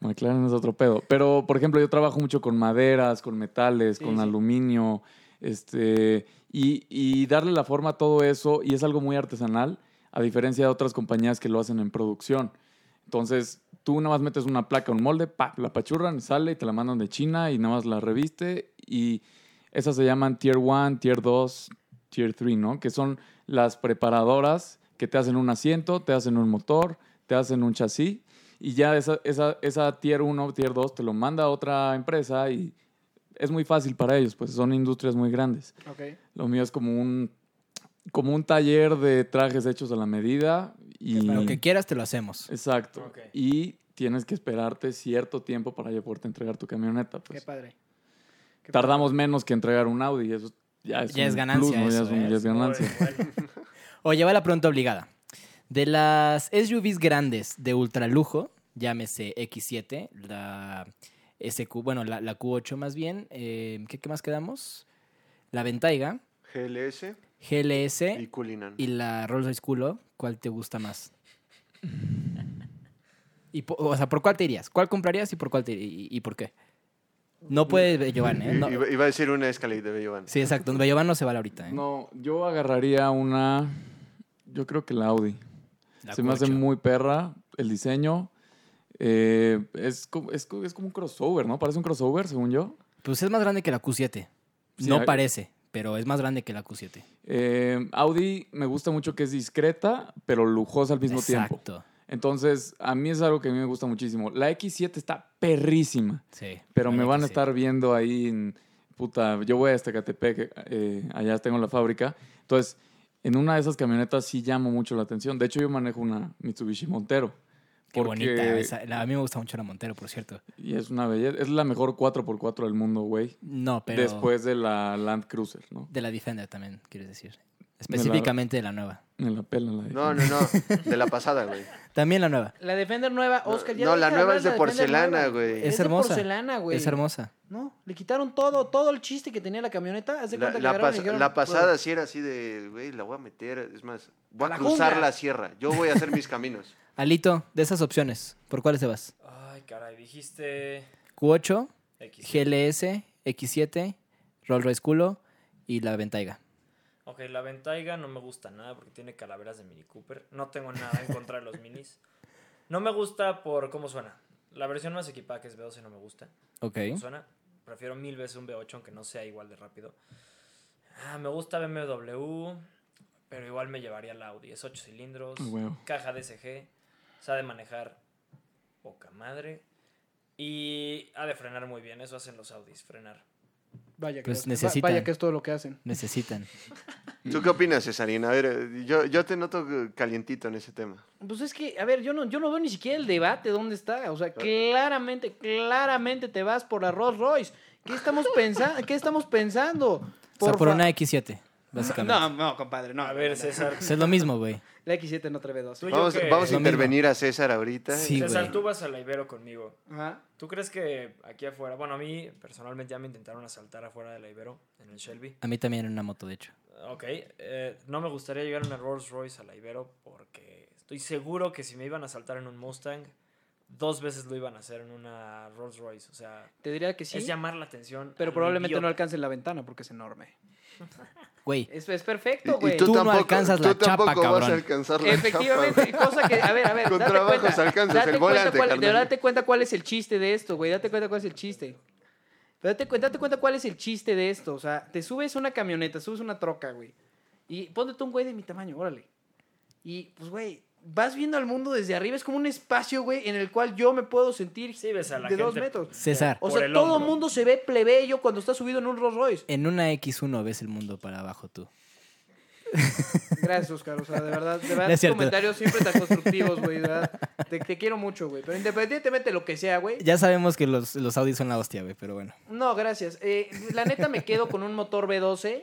McLaren es otro pedo. Pero, por ejemplo, yo trabajo mucho con maderas, con metales, con sí. aluminio, este, y, y darle la forma a todo eso, y es algo muy artesanal, a diferencia de otras compañías que lo hacen en producción. Entonces, tú nada más metes una placa, un molde, pa, la pachurran, sale y te la mandan de China y nada más la reviste. Y esas se llaman Tier 1, Tier 2, Tier 3, ¿no? Que son las preparadoras que te hacen un asiento, te hacen un motor, te hacen un chasis. Y ya esa, esa, esa Tier 1, Tier 2 te lo manda a otra empresa y es muy fácil para ellos, pues son industrias muy grandes. Ok. Lo mío es como un, como un taller de trajes hechos a la medida. Y Lo que quieras te lo hacemos. Exacto. Ok. Y tienes que esperarte cierto tiempo para ya poderte entregar tu camioneta. Qué pues. padre. Qué Tardamos menos que entregar un Audi. Eso ya es, Ya un es ganancia plus, ¿no? ya, eso, es un- ¿eh? ya es ganancia. Muy bueno. O llevar la pregunta obligada. De las SUVs grandes de ultralujo, llámese X7, la SQ, bueno, la, la Q8 más bien, eh, ¿qué, qué más quedamos? La Ventaiga, GLS GLS y ¿Eh? y, Cullinan. la Rolls Royce Culo, ¿cuál te gusta más? Y po- o sea, ¿por cuál te irías? ¿Cuál comprarías y por cuál te y, y por qué? No puede Bellovan, ¿eh? No. Iba, iba a decir una Escalade de Bellovan. Sí, exacto. Bellovan no se vale ahorita, ¿eh? No, yo agarraría una. Yo creo que la Audi. La Se me hace Q8. muy perra el diseño. Eh, es, co- es co- es como un crossover, ¿no? Parece un crossover, según yo. Pues es más grande que la Q7. Sí, no hay- parece, pero es más grande que la Q7. Eh, Audi me gusta mucho que es discreta, pero lujosa al mismo tiempo. Exacto. Entonces, a mí es algo que a mí me gusta muchísimo. La X7 está perrísima, Sí. pero me la van a neta, sí. estar viendo ahí en... Puta, yo voy a Estecatepec, eh, allá tengo la fábrica. Entonces, en una de esas camionetas sí llamo mucho la atención. De hecho, yo manejo una Mitsubishi Montero. Qué porque- bonita. esa- la- a mí me gusta mucho la Montero, por cierto. Y es una belleza. Es la mejor 4x4 del mundo, güey. No, pero. Después de la Land Cruiser, ¿no? De la Defender también, quieres decir. Específicamente de la nueva. Me la pela la No, no, no. De la pasada, güey. También la nueva. padre. La Defender nueva, Oscar. ya No, deja la de nueva hablar es de la Defender porcelana, nueva. güey. Es, Es de hermosa. porcelana, güey. Es hermosa. No, le quitaron todo, todo el chiste que tenía la camioneta. Haz de La, cuenta que la agarraron y pas- dijeron, la pasada "Brother, sí era así de, güey, la voy a meter. Es más, voy A a, la cruzar jungla. la sierra. Yo voy a hacer mis caminos. Alito, de esas opciones, ¿por cuáles te vas? Ay, caray, dijiste Q8, X. GLS, X7, Rolls Royce Culo y la Ventaiga. Ok, la Ventaiga no me gusta nada porque tiene calaveras de Mini Cooper. No tengo nada en contra de los minis. No me gusta por cómo suena. La versión más equipada que es B12 no me gusta. Ok. ¿Cómo suena? Prefiero mil veces un V8 aunque no sea igual de rápido. Ah, me gusta BMW, pero igual me llevaría la Audi. Es 8 cilindros, Ah, huevo. caja DSG, sabe manejar poca madre y ha de frenar muy bien. Eso hacen los Audis, frenar. Vaya que, Pues es, va- necesitan. vaya que es todo lo que hacen. Necesitan. ¿Tú qué opinas, Cesarina? A ver, eh, yo, yo te noto eh, calientito en ese tema. Pues es que, a ver, yo no, yo no veo ni siquiera el debate dónde está. O sea, claramente, claramente te vas por la Rolls Royce. ¿Qué estamos, pensa ¿qué estamos pensando? o sea, por fa- una X7, básicamente. No, no, compadre, no. A ver, no, no. César. Pues es lo mismo, güey. La X7 no trae dos. Tú- Yo Vamos, que- vamos a Lo mismo. intervenir a César ahorita. Sí, César, güey. tú vas a la Ibero conmigo. Ajá. ¿Tú crees que aquí afuera, bueno, a mí personalmente ya me intentaron asaltar afuera de la Ibero, en el Shelby? A mí también en una moto, de hecho. Ok, eh, no me gustaría llegar en una Rolls Royce a la Ibero porque estoy seguro que si me iban a asaltar en un Mustang, dos veces lo iban a hacer en una Rolls Royce. O sea, Te diría que sí. es llamar la atención. a Pero lo probablemente no idiota. alcance la ventana porque es enorme. Güey, Es, es Y- perfecto, Y, güey. tú, Tú no tampoco, alcanzas tú la chapa, tampoco vas cabrón. a alcanzar la Efectivamente, chapa. cosa que, a ver, a ver. Con date trabajos cuenta, alcanzas date el cuenta volante, cuál- de verdad, carnal. date cuenta cuál es el chiste de esto, güey. Date cuenta cuál es el chiste. Pero date, cuen- date cuenta cuál es el chiste de esto. O sea, te subes a una camioneta, subes a una troca, güey. Y ponte tú un güey de mi tamaño, órale. Y pues, güey, vas viendo al mundo desde arriba. Es como un espacio, güey, en el cual yo me puedo sentir Sí, ves a la de dos gente. metros. César, O Por sea, el todo el hombro. mundo se ve plebeyo cuando está subido en un Rolls Royce. en una X1 ves el mundo para abajo tú. Gracias, Oscar. O sea, de verdad, de No verdad, es tus cierto. comentarios siempre tan constructivos, güey. de verdad. Te, te quiero mucho, güey. Pero independientemente de lo que sea, güey. Ya sabemos que los, los Audis son la hostia, güey, pero bueno. No, gracias. Eh, la neta me quedo con un motor B12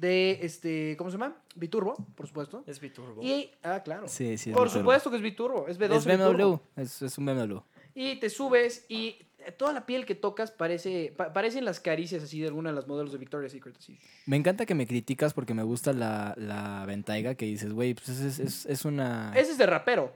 de este, ¿cómo se llama? Biturbo, por supuesto. Es biturbo. Y ah, claro. Sí, sí. es por BMW. supuesto que es biturbo, es B12 Es BMW, biturbo. es, es un BMW. Y te subes y toda la piel que tocas parece pa- parecen las caricias así de alguna de las modelos de Victoria's Secret así. Me encanta que me criticas porque me gusta la, la ventaiga que dices, güey, pues es, es, es una... Ese es de rapero.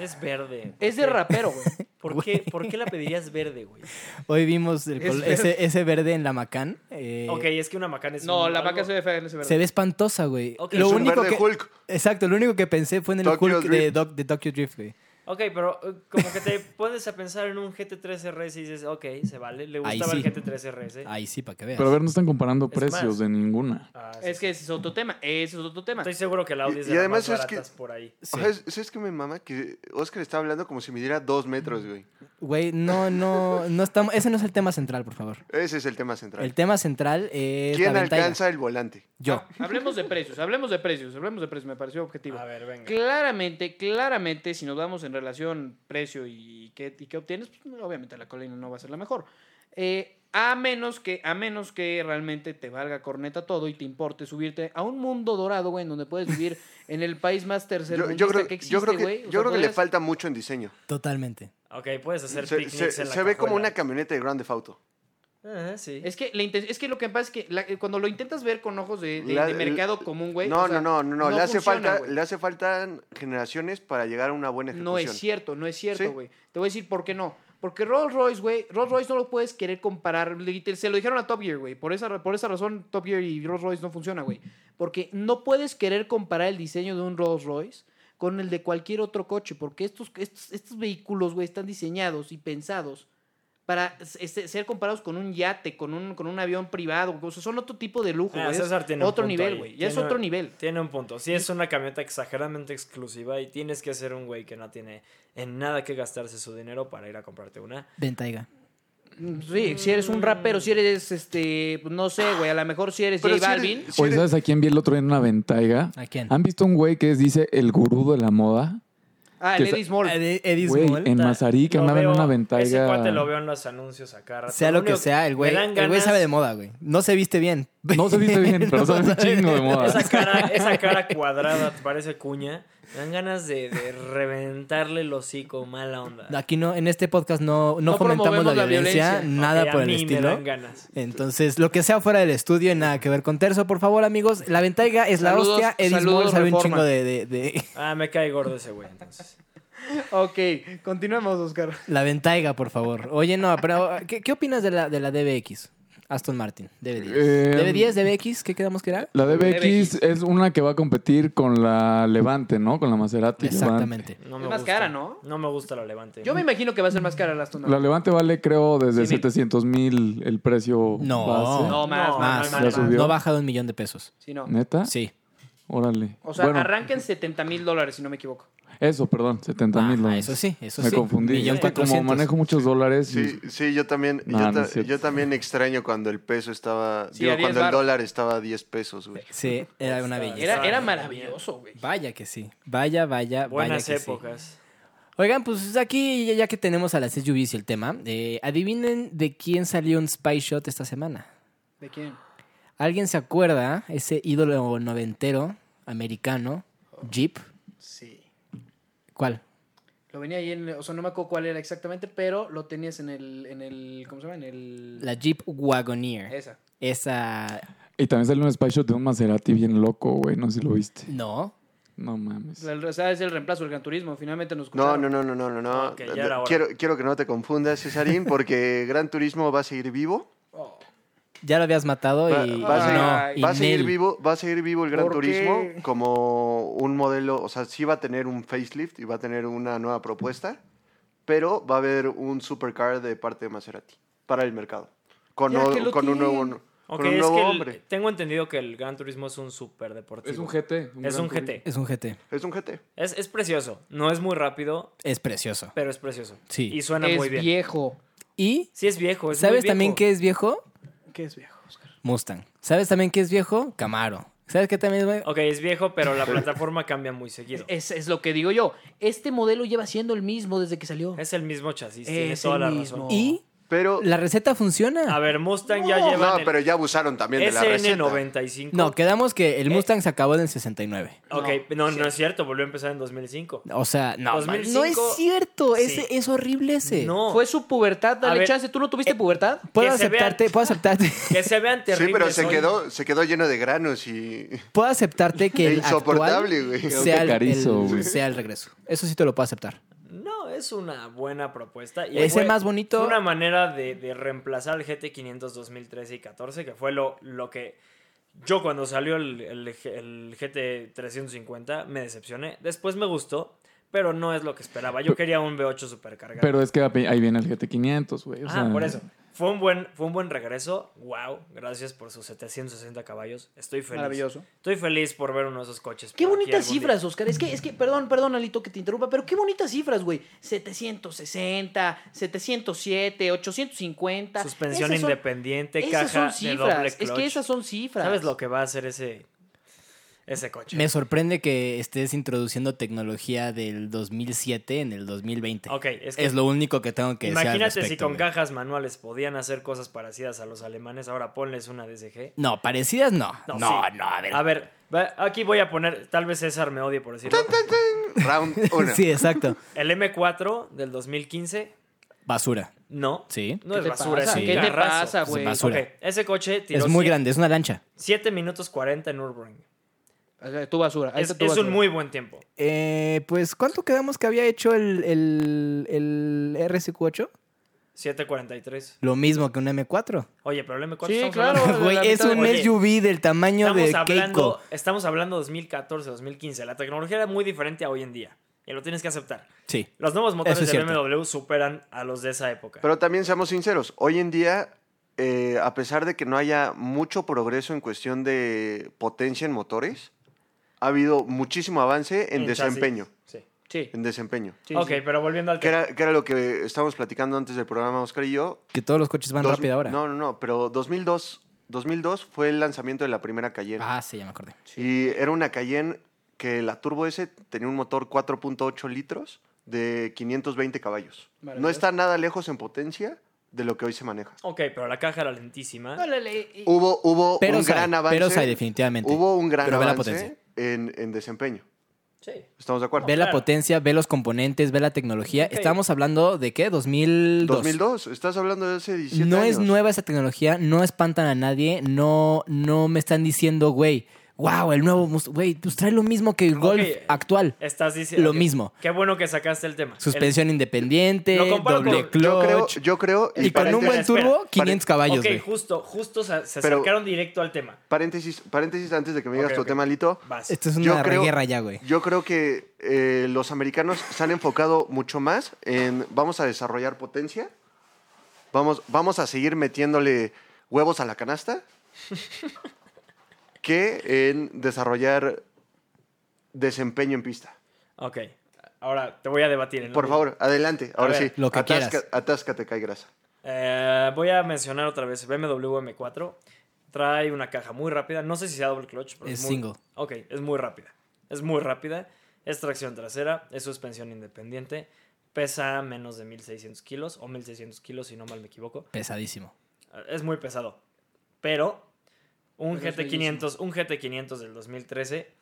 Es verde. Es de rapero, güey. ¿Por qué, ¿Por qué la pedirías verde, güey? Hoy vimos el Es col- verde. ese, ese verde en la Macán. eh, ok, es que una macana es No, un- la algo- vaca se ve fea en ese verde. Se ve espantosa, güey. Ok, lo es un único verde que Hulk. Exacto, lo único que pensé fue en el Tokyo Hulk de, Drift. Doc- de Tokyo Drift, güey. Ok, pero eh, como que te pones a pensar en un GT3 RS y dices, ok, se vale, le Ahí gustaba sí. el GT3 RS. Ahí sí, para que veas. Pero a ver, no están comparando Es precios más. de ninguna. Ah, sí, Es que ese es otro tema, ese es otro tema. Estoy seguro que el Audi es Y- de y las además más es que- baratas por ahí. Sí. Ajá, es- ¿Sabes qué me mama? Que Oscar está hablando como si midiera dos metros, güey. Güey, no, no, no estamos... Ese no es el tema central, por favor. Ese es el tema central. El tema central es ¿Quién la ventaiga. alcanza el volante? Yo. Ah, Hablemos de precios, hablemos de precios, hablemos de precios, me pareció objetivo. A ver, venga. Claramente, claramente, si nos vamos en relación precio y qué, y qué obtienes, pues, obviamente la colina no va a ser la mejor. Eh, a, menos que, a menos que realmente te valga corneta todo y te importe subirte a un mundo dorado, güey, en donde puedes vivir en el país más Yo, tercermundista yo creo, que existe, yo creo que, güey. O yo sea, creo que le podrías- falta mucho en diseño. Totalmente. Ok, puedes hacer Se, se- picnics en la se ve como cajuela. una camioneta de Grand Theft Auto. Ajá, sí. Es que, la inten- es que lo que pasa es que la- cuando lo intentas ver con ojos de, de- La- de mercado común, güey. No, o sea, no, no, no, no, Le hace funciona, falta, güey. le hace faltan generaciones para llegar a una buena ejecución. No es cierto, no es Sí. cierto, güey. Te voy a decir por qué no. Porque Rolls Royce, güey, Rolls Royce no lo puedes querer comparar. Literal, Se lo dijeron a Top Gear, güey. Por esa, por esa razón Top Gear y Rolls Royce no funciona, güey. Porque no puedes querer comparar el diseño de un Rolls Royce con el de cualquier otro coche. Porque estos, estos, estos vehículos, güey, están diseñados y pensados para se- se- ser comparados con un yate, con un, con un avión privado. O sea, son otro tipo de lujo, Ah, güey. Es César tiene un otro punto nivel, ahí. güey. Ya es Tiene- otro nivel. Tiene un punto. Si es una camioneta exageradamente exclusiva y tienes que ser un güey que no tiene en nada que gastarse su dinero para ir a comprarte una. Ventaiga. Sí, si eres un rapero, si eres este, pues, no sé, güey, a lo mejor si eres Pero J si eres- Balvin. si Oye, eres- ¿sabes a quién vi el otro día en una ventaiga? ¿A quién? ¿Han visto un güey que es, dice, el gurú de la moda? Ah, que el sa- Eddie Small. Ed- Eddie Güey, Small. en Mazarik Lo andaba en veo- una Ese ventaiga. cuate lo veo en los anuncios acá. rato. Sea lo que único sea, el me güey, dan el güey ganas- sabe de moda, güey. No se viste bien. No se viste bien, pero No sabe un sabe chingo de moda. Esa cara, esa cara cuadrada parece cuña. Me dan ganas de, de reventarle el hocico, mala onda. Aquí no, en este podcast no, no, No fomentamos la promovemos la violencia, violencia. nada Ok, a por el mí Me estilo. dan ganas. Entonces, lo que sea fuera del estudio y nada que ver con Terzo, por favor, amigos. La ventaiga es la Saludos, hostia. Eddie saludos, Small sabe un Reforma. chingo de, de- de- Ah, me cae gordo ese güey, entonces. Ok, continuemos, Oscar. La ventaiga, por favor. Oye, no, pero ¿qué, qué opinas de la, de la DBX? Aston Martin, DB10. Eh, ¿DB10, DBX? ¿Qué quedamos que era? La DBX. DBX es una que va a competir con la Levante, ¿no? Con la Maserati. Levante. Exactamente. No me Es más gusta. cara, ¿no? No me gusta la levante. Yo me imagino que va a ser más cara la Aston La Martin. Levante vale, creo, desde Sí, mil. 700 mil el precio No. base. No, más, más, No, Más, no, ya no, no. subió. ¿Ah? no baja de un millón de pesos. Sí, no. ¿Neta? Sí. Órale. O sea, Bueno, arranca en 70 mil dólares, si no me equivoco. Eso, perdón, 70 mil Ah, dólares. eso sí, eso Me sí. confundí. Millón Es que como cuatrocientos. manejo muchos dólares. Sí, sí, yo también, No, yo, no ta- es cierto. yo también extraño cuando el peso estaba, Sí, digo, a 10 cuando el varos. dólar estaba a 10 pesos, güey. Sí, era una belleza. Era, era maravilloso, güey. Vaya que sí. Vaya, vaya, Buenas vaya que sí. épocas. Oigan, pues aquí, ya- ya que tenemos a las SUVs y el tema, eh, adivinen de quién salió un spy shot esta semana. ¿De quién? ¿Alguien se acuerda? Ese ídolo noventero americano, Jeep. Sí. ¿Cuál? Lo venía ahí en. O sea, no me acuerdo cuál era exactamente, pero lo tenías en el. En el ¿Cómo se llama? En el. La Jeep Wagoneer. Esa. Esa. Y también salió un spy shot de un Maserati bien loco, güey. No sé si lo viste. No. No mames. La- o sea, es el reemplazo del Gran Turismo. Finalmente nos No, escucharon. no, no, no, no, no, no. Ok, ya era hora. Quiero, quiero que no te confundas, Cesarín, porque Gran Turismo va a seguir vivo. Oh, Ya lo habías matado Va, y. va a seguir, no, y va a seguir Nel. vivo, va a seguir vivo el Gran ¿Por Turismo qué? como un modelo, o sea, sí va a tener un facelift y va a tener una nueva propuesta, pero va a haber un supercar de parte de Maserati para el mercado con, Ya o- que lo con un nuevo tienen. Ok, con un es nuevo que el- hombre. tengo entendido que el Gran Turismo es un super deportivo. Es un GT. Es un Gran GT. Es un GT. Es un GT. Es, es precioso. No es muy rápido, Es precioso. pero es precioso. Sí. Y suena es muy bien. viejo. Y, Sí, es viejo. es Pues muy ¿sabes también viejo. qué es viejo? ¿Qué es viejo, Oscar? Mustang. ¿Sabes también qué es viejo? Camaro. ¿Sabes qué también es viejo? Ok, es viejo, pero la plataforma cambia muy seguido. Es, es lo que digo yo. Este modelo lleva siendo el mismo desde que salió. Es el mismo Es chasis, tiene toda el la mismo. razón. Y Pero. la receta funciona. A ver, Mustang ya no, lleva. pero ya abusaron también de la receta. SN95. No, quedamos que Eh. el Mustang se acabó en el 69. Ok, no, no es cierto, volvió a empezar en 2005. O sea, no. 2005 no es cierto. sí. Ese, es horrible ese. No. Fue su pubertad, dale ver. eh, chance. ¿Tú no tuviste pubertad? Puedo que se aceptarte, vean- puedo aceptarte, Que se vean Sí, terribles. pero se hoy. quedó, se quedó lleno de granos y. puedo aceptarte que el Insoportable, actual güey. sea el, Carizo, el- güey. sea el regreso. Eso sí te lo puedo aceptar. No, es una buena propuesta. Y Es fue- el más bonito. fue una manera de, de reemplazar el GT500 2013 y 14, que fue lo, lo que yo cuando salió el, el, el GT350 me decepcioné. Después me gustó, pero no es lo que esperaba. Yo Pero- quería un V8 supercargado. Pero es que ahí viene el GT500, Ah, güey. o Ajá, sea, Ah, por eso. Fue un, buen, fue un buen regreso. Wow, gracias por sus 760 caballos. Estoy feliz. Maravilloso. Estoy feliz por ver uno de esos coches. Qué por aquí bonitas algún día. cifras, Oscar. Es que, es que, perdón, perdón, Alito, que te interrumpa, pero qué bonitas cifras, güey. 760, 707, 850. Suspensión Esas son- independiente, esas caja son de doble cifras. Es clutch. que esas son cifras. ¿Sabes lo que va a hacer ese, ese coche? Me sorprende que estés introduciendo tecnología del 2007 en el 2020. Ok, es que Es lo único que tengo que decir. al imagínate si respecto, con güey. cajas manuales podían hacer cosas parecidas a los alemanes, ahora ponles una DSG. No, parecidas no. No, no, sí. a ver. A ver, va- aquí voy a poner, tal vez César me odie por decirlo. Round 1. sí, exacto. El M4 del 2015, Basura. no. Sí. No ¿Qué es te basura, pasa? es un ¿Qué te carrazo. pasa, Es güey? basura. Ok, ese coche tiró Es muy cien- grande, es una lancha. 7 minutos 40 en Nürburgring. O sea, Tu basura. Ahí Es, está tu es basura. un muy buen tiempo. Eh, pues, ¿cuánto quedamos que había hecho el, el, el RSQ8? 7.43. Lo mismo que un M4. Oye, pero el M4 Sí, estamos claro. hablando- la Güey, es mitad- un Oye, SUV del tamaño de Estamos Keiko. hablando, estamos hablando 2014, 2015. La tecnología era muy diferente a hoy en día. Y lo tienes que aceptar. Sí. Los nuevos motores Eso es de cierto. BMW superan a los de esa época. Pero también seamos sinceros, hoy en día, eh, a pesar de que no haya mucho progreso en cuestión de potencia en motores, ha habido muchísimo avance en, chasis. desempeño. Sí. Sí. En desempeño. sí, ok, sí. pero volviendo al Que tema. era, que era lo que estábamos platicando antes del programa, Oscar y yo. Que todos los coches van Dos- rápido ahora. No, no, no, pero 2002, 2002 fue el lanzamiento de la primera Cayenne. Ah, sí, ya me acordé. Y era una Cayenne que la Turbo S tenía un motor 4.8 litros de 520 caballos. No Maravilloso. está nada lejos en potencia de lo que hoy se maneja. Ok, pero la caja era lentísima. No, le- le- y- Hubo, hubo Pero un sí, gran avance. pero sí, definitivamente. Hubo un gran Pero ve la avance potencia. en, en desempeño. Sí. ¿Estamos de acuerdo? Ve la claro. potencia, ve los componentes, ve la tecnología. Ok. Estamos hablando de qué? 2002. 2002, estás hablando de hace 17 No años. es nueva esa tecnología, no espantan a nadie, no, no me están diciendo, güey, wow, el nuevo, Must- güey, pues trae lo mismo que el Golf Ok. actual. Estás diciendo. Lo ok, mismo. Qué bueno que sacaste el tema. Suspensión independiente, Lo comparo doble con- clutch. Yo creo, yo creo y con un Espera, buen espera. turbo, Pare- 500 El- caballos, ok, güey. justo, justo se, se Pero- acercaron directo al tema. Paréntesis, paréntesis antes de que me digas Ok, tu ok. tema, Lito. Vas. Esto es Yo una creo- guerra ya, güey. Yo creo que eh, los americanos se han enfocado mucho más en vamos a desarrollar potencia, vamos, vamos a seguir metiéndole huevos a la canasta, que en desarrollar desempeño en pista. Ok. Ahora te voy a debatir. en lo Por mismo. favor, adelante. A Ahora ver, sí. lo que Atasca- quieras. Atáscate, cae grasa. Eh, voy a mencionar otra vez BMW M4. Trae una caja muy rápida. No sé si sea doble clutch. Pero Es muy- single. Ok, es muy rápida. Es muy rápida. Es tracción trasera. Es suspensión independiente. Pesa menos de 1600 kilos o 1600 kilos, si no mal me equivoco. Pesadísimo. Es muy pesado. Pero un Pero es GT500, un GT500 del 2013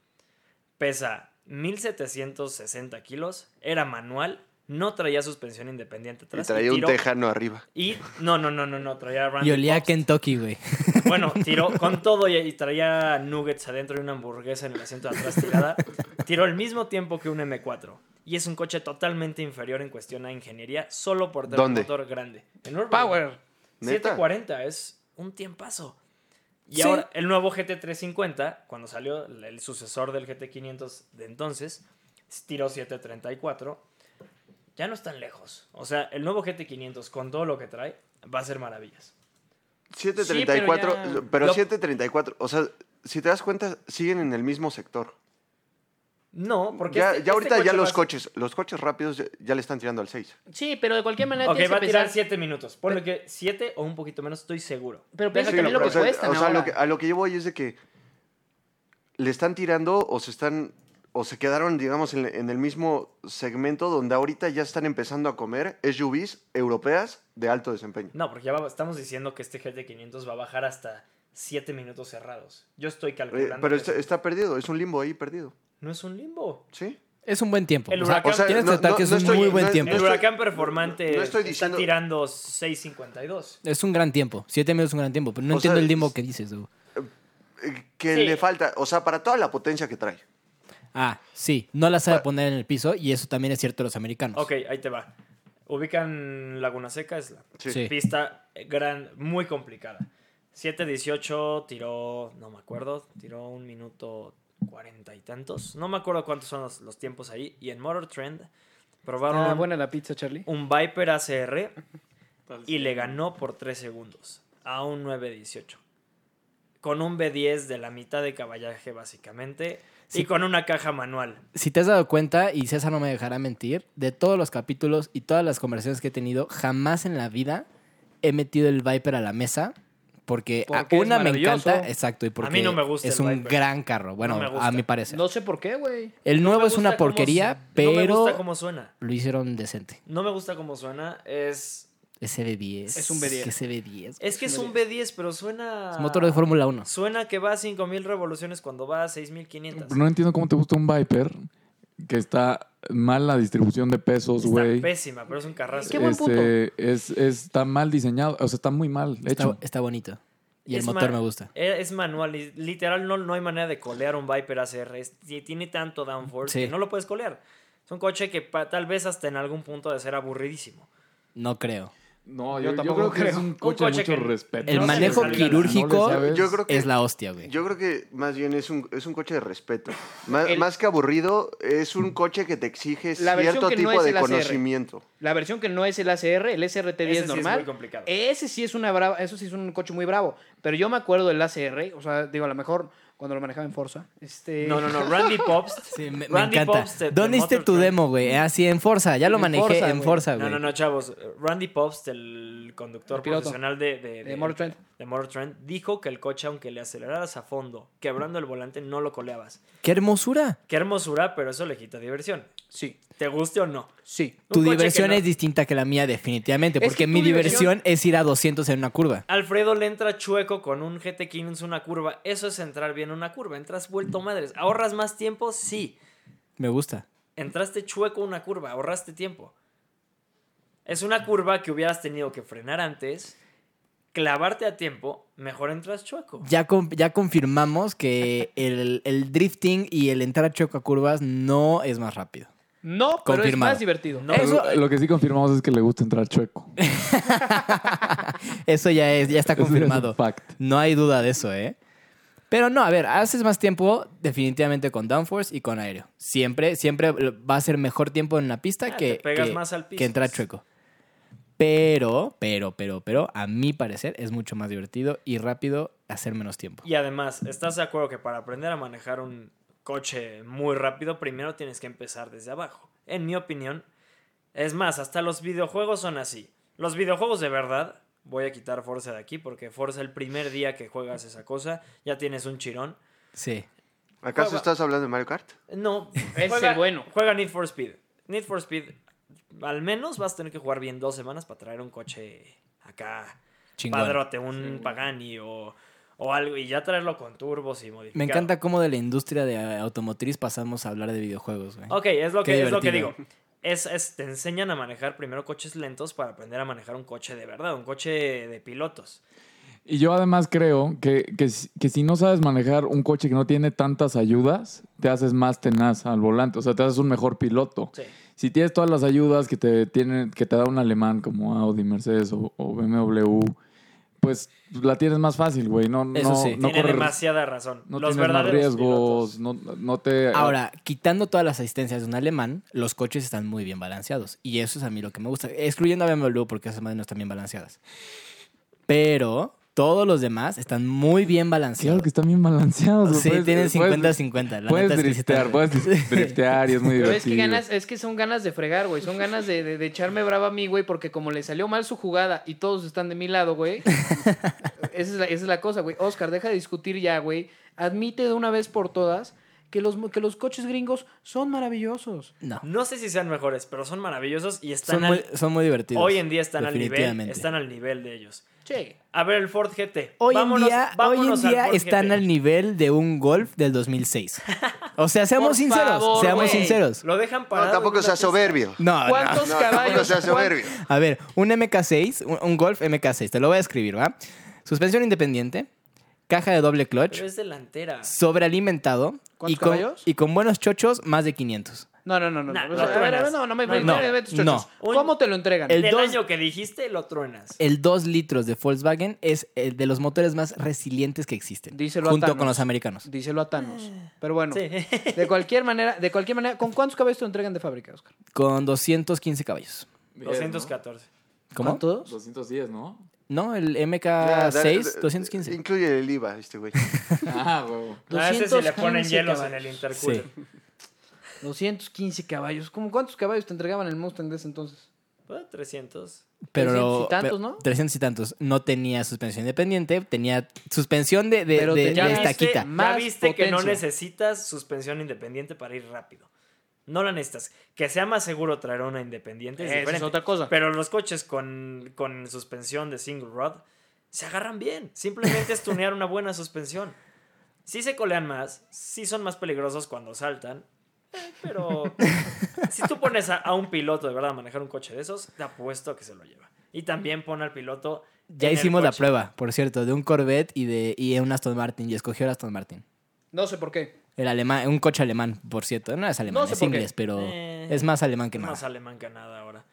pesa 1760 kilos. Era manual. No traía suspensión independiente. Y atrás, traía un tiró- tejano arriba. y no, no, no, no, no, traía Randy Y olía a Pops. Kentucky, güey. Bueno, tiró con todo y, y traía nuggets adentro y una hamburguesa en el asiento de atrás tirada. Tiró al mismo tiempo que un M4. Y es un coche totalmente inferior en cuestión a ingeniería, solo por tener un ¿Dónde? motor grande. En Urban. Power. ¿Neta? 740 es un tiempazo. Y Sí. ahora el nuevo GT350, cuando salió el, el sucesor del GT500 de entonces, tiró 734. Ya no están lejos. O sea, el nuevo GT500 con todo lo que trae va a ser maravillas. 734, Sí, pero, pero ya- 734, o sea, si te das cuenta, siguen en el mismo sector. No, porque ya, este- este ya ahorita coche ya va los a- coches, los coches rápidos ya, ya le están tirando al 6. Sí, pero de cualquier manera Ok, tienes va a que tirar pensar. 7 minutos. Ponle que 7 o un poquito menos, estoy seguro. Pero piensa Sí, también no, lo que o sea, cuestan o sea, ahora. lo que- a lo que yo voy es de que le están tirando o se están o se quedaron, digamos, en, en el mismo segmento donde ahorita ya están empezando a comer SUVs europeas de alto desempeño. No, porque ya va- estamos diciendo que este GT500 va a bajar hasta 7 minutos cerrados. Yo estoy Eh, calculando. pero que está, eso está perdido, es un limbo ahí perdido. No es un limbo. ¿Sí? Es un buen tiempo. El O sea, huracán- O sea, tienes no- que aceptar no- que es no un estoy- muy buen no- tiempo. El estoy- huracán performante no estoy está diciendo- tirando 6.52. Es un gran tiempo. Siete minutos es un gran tiempo. Pero no O entiendo sea, el limbo es- que dices, Hugo. Eh, Que Sí. le falta, o sea, para toda la potencia que trae. Ah, sí. No la sabe poner en el piso y eso también es cierto de los americanos. Ok, ahí te va. Ubican Laguna Seca, es la Sí. Sí. pista gran, muy complicada. 7.18 tiró, no me acuerdo, tiró un minuto cuarenta y tantos. No me acuerdo cuántos son los, los tiempos ahí. Y en Motor Trend probaron Ah, buena la pizza, Charlie. un Viper ACR y le ganó por 3 segundos a un 9.18. Con un B10 de la mitad de caballaje, básicamente. Sí. Y con una caja manual. Si te has dado cuenta, y César no me dejará mentir, de todos los capítulos y todas las conversaciones que he tenido, jamás en la vida he metido el Viper a la mesa. Porque, a- Porque es una me maravilloso. encanta, exacto, y porque mí no me gusta es el un Viper. gran carro. Bueno, me gusta. a mi parecer. No sé por qué, güey. el nuevo Me es una gusta cómo porquería, su- pero No me gusta cómo suena. lo hicieron decente. No me gusta cómo suena. Es, Ese B10. Es un B10. Que ese B10. es que es un B10, pero suena. Es motor de Fórmula 1. Suena que va a 5000 revoluciones cuando va a 6500. Pero no entiendo cómo te gusta un Viper que está mal la distribución de pesos, Está pues, güey. Este, pésima, pero es un carrasco. Qué buen punto. es, es- está mal diseñado, o sea, está muy mal Está, hecho. está bonito. Y el Es motor ma- me gusta. Eh, Es manual, y literal, no, no hay manera de colear un Viper ACR. Es- ti- tiene tanto downforce Sí. que no lo puedes colear. Es un coche que pa- tal vez hasta en algún punto ha de ser aburridísimo. No creo. No, yo tampoco creo que es creo. un Un coche, de coche mucho que- respeto. El No se manejo le salga la- quirúrgico no le sabes. Yo creo que es la hostia, güey. Yo creo que más bien es un, es un coche de respeto. Más, El- más que aburrido, es un coche que te exige La versión cierto que no es tipo de el ACR. conocimiento. La versión que no es el ACR, el Este SRT10 Ese sí es normal. muy complicado. Eh, Ese sí es una brava, eso sí es un coche muy bravo. Pero yo me acuerdo del ACR, o sea, digo, a lo mejor cuando lo manejaba en Forza. Este, No, no, no. Randy Pops. Sí, me, me encanta. Popstead de ¿Dónde hiciste tu Motortrend. demo, güey? Así en Forza. Ya lo En manejé Forza, en güey. Forza, güey. No, no, no, chavos. Randy Pops, el conductor El piloto. profesional de, de, De Motor Trend. de Motor Trend, dijo que el coche, aunque le aceleraras a fondo, quebrando el volante, no lo coleabas. ¡Qué hermosura! Qué hermosura, pero eso le quita diversión. Sí, ¿Te guste o no? sí. Un Tu coche que diversión no- es distinta que la mía, definitivamente. Es que Porque tu mi diversión diversión- es ir a 200 en una curva. Alfredo le entra chueco con un GT500 una curva. Eso es entrar bien una curva. Entras vuelto madres. ¿Ahorras más tiempo? Sí. Me gusta. Entraste chueco una curva. Ahorraste tiempo. Es una curva que hubieras tenido que frenar antes, clavarte a tiempo. Mejor entras chueco. Ya, con- ya confirmamos que el, el drifting y el entrar a choque a curvas no es más rápido. No, pero es Confirmado. más divertido. No, Eso- Pero Lo que sí confirmamos es que le gusta entrar chueco. Eso ya es, ya está Eso ya es un confirmado. fact. No hay duda de eso, ¿eh? Pero no, a ver, haces más tiempo definitivamente con downforce y con aéreo. Siempre, siempre va a ser mejor tiempo en la pista Ah, que, te pegas que- más al piso. que entrar chueco. Pero, pero, pero, pero, a mi parecer es mucho más divertido y rápido hacer menos tiempo. Y además, ¿estás de acuerdo que para aprender a manejar un coche muy rápido, primero tienes que empezar desde abajo? En mi opinión, es más, hasta los videojuegos son así. Los videojuegos de verdad, voy a quitar Forza de aquí porque Forza el primer día que juegas esa cosa, ya tienes un chirón. Sí. ¿Acaso Juega- estás hablando de Mario Kart? No, Es el bueno. Juega Need for Speed. Need for Speed, al menos vas a tener que jugar bien dos semanas para traer un coche acá, Chingón. padrote, un Pagani o, o algo, y ya traerlo con turbos y modificarlo. Me encanta cómo de la industria de eh, automotriz pasamos a hablar de videojuegos, güey. Ok, es lo Qué que, es lo que divertido. digo. Es, es- te enseñan a manejar primero coches lentos para aprender a manejar un coche de verdad, un coche de pilotos. Y yo además creo que, que, si- que si no sabes manejar un coche que no tiene tantas ayudas, te haces más tenaz al volante, o sea, te haces un mejor piloto. Sí. Si tienes todas las ayudas que te, tienen, que te da un alemán como Audi, Mercedes o, o BMW, pues la tienes más fácil, güey. No, Eso no, sí. no Tiene corres- demasiada razón. no Los tienes más verdaderos riesgos, pilotos. no, no te... Ahora, quitando todas las asistencias de un alemán, los coches están muy bien balanceados. Y eso es a mí lo que me gusta. Excluyendo a BMW porque esas madres no están bien balanceadas. Pero Todos los demás están muy bien Claro balanceados. que están bien balanceados. güey. Sí, Puedes- tienen puedes- 50-50. la Puedes neta es que sí driftear, están- puedes driftear y es muy Pero divertido. es que ganas, es que son ganas de fregar, güey. Son ganas de, de- de echarme brava a mí, güey, porque como le salió mal su jugada y todos están de mi lado, güey. esa, es la, esa es la cosa, güey. Oscar, deja de discutir ya, güey. Admite de una vez por todas que los, que los coches gringos son maravillosos. No. No sé si sean mejores, pero son maravillosos y están Son al- muy, son muy divertidos. hoy en día están al nivel, definitivamente. están al nivel de ellos. Che. A ver el Ford GT. Hoy en vámonos, día, vámonos hoy en día al Ford están GT. al nivel de un Golf del 2006. O sea, seamos Por sinceros, favor, seamos güey. sinceros. Lo dejan No, parado. tampoco en una sea pista. soberbio. Ah, No, no. ¿Cuántos No, tampoco caballos? sea cuán- soberbio. A ver, un MK6, un, un Golf MK6, te lo voy a escribir, ¿va? Suspensión independiente, caja de doble clutch, Pero es delantera. sobrealimentado y ¿Cuántos con, caballos? y con buenos chochos más de 500. No, no, no, no. Nah, O no sea, a ver, a ver, truenas. no, no me No, me- no, me- me- tus no. chochos. ¿Cómo te lo entregan? El El dos- año que dijiste lo truenas. El 2 litros de Volkswagen es el de los motores más resilientes que existen. Díselo a junto Thanos. con los americanos. Díselo a Thanos. Pero bueno, Eh, Sí. de cualquier manera, de cualquier manera, ¿con cuántos caballos te lo entregan de fábrica, Oscar? Con 215 caballos. 214. ¿Cómo? ¿Todos? 210, ¿no? No, el Ya, da- MK6, da- 215. Incluye el IVA, este güey. Ah, huevo. A veces si le ponen 215 hielos en caballos. el intercooler. 215 caballos. ¿Cómo cuántos caballos te entregaban el Mustang de ese entonces? Bueno, 300. 300 Pero, y tantos, pero- ¿no? 300 y tantos. No tenía suspensión independiente, tenía suspensión de, de, Pero de- tenía- este Ya de viste, estaquita. ya Más viste que no potencia. necesitas suspensión independiente para ir rápido. No la necesitas. Que sea más seguro traer una independiente es Esa es diferente. otra cosa. Pero los coches con, con suspensión de single rod se agarran bien. Simplemente es tunear una buena suspensión. Sí se colean más, sí son más peligrosos cuando saltan, eh, pero si tú pones a, a un piloto de verdad a manejar un coche de esos, te apuesto que se lo lleva. Y también pone al piloto... Ya en el hicimos la coche. prueba, por cierto, de un Corvette y de y un Aston Martin. Y escogió el Aston Martin. No sé por qué. El alemán, un coche alemán, por cierto. No es alemán, No sé es por qué. inglés, pero Eh, es más alemán que nada. Más alemán que nada ahora.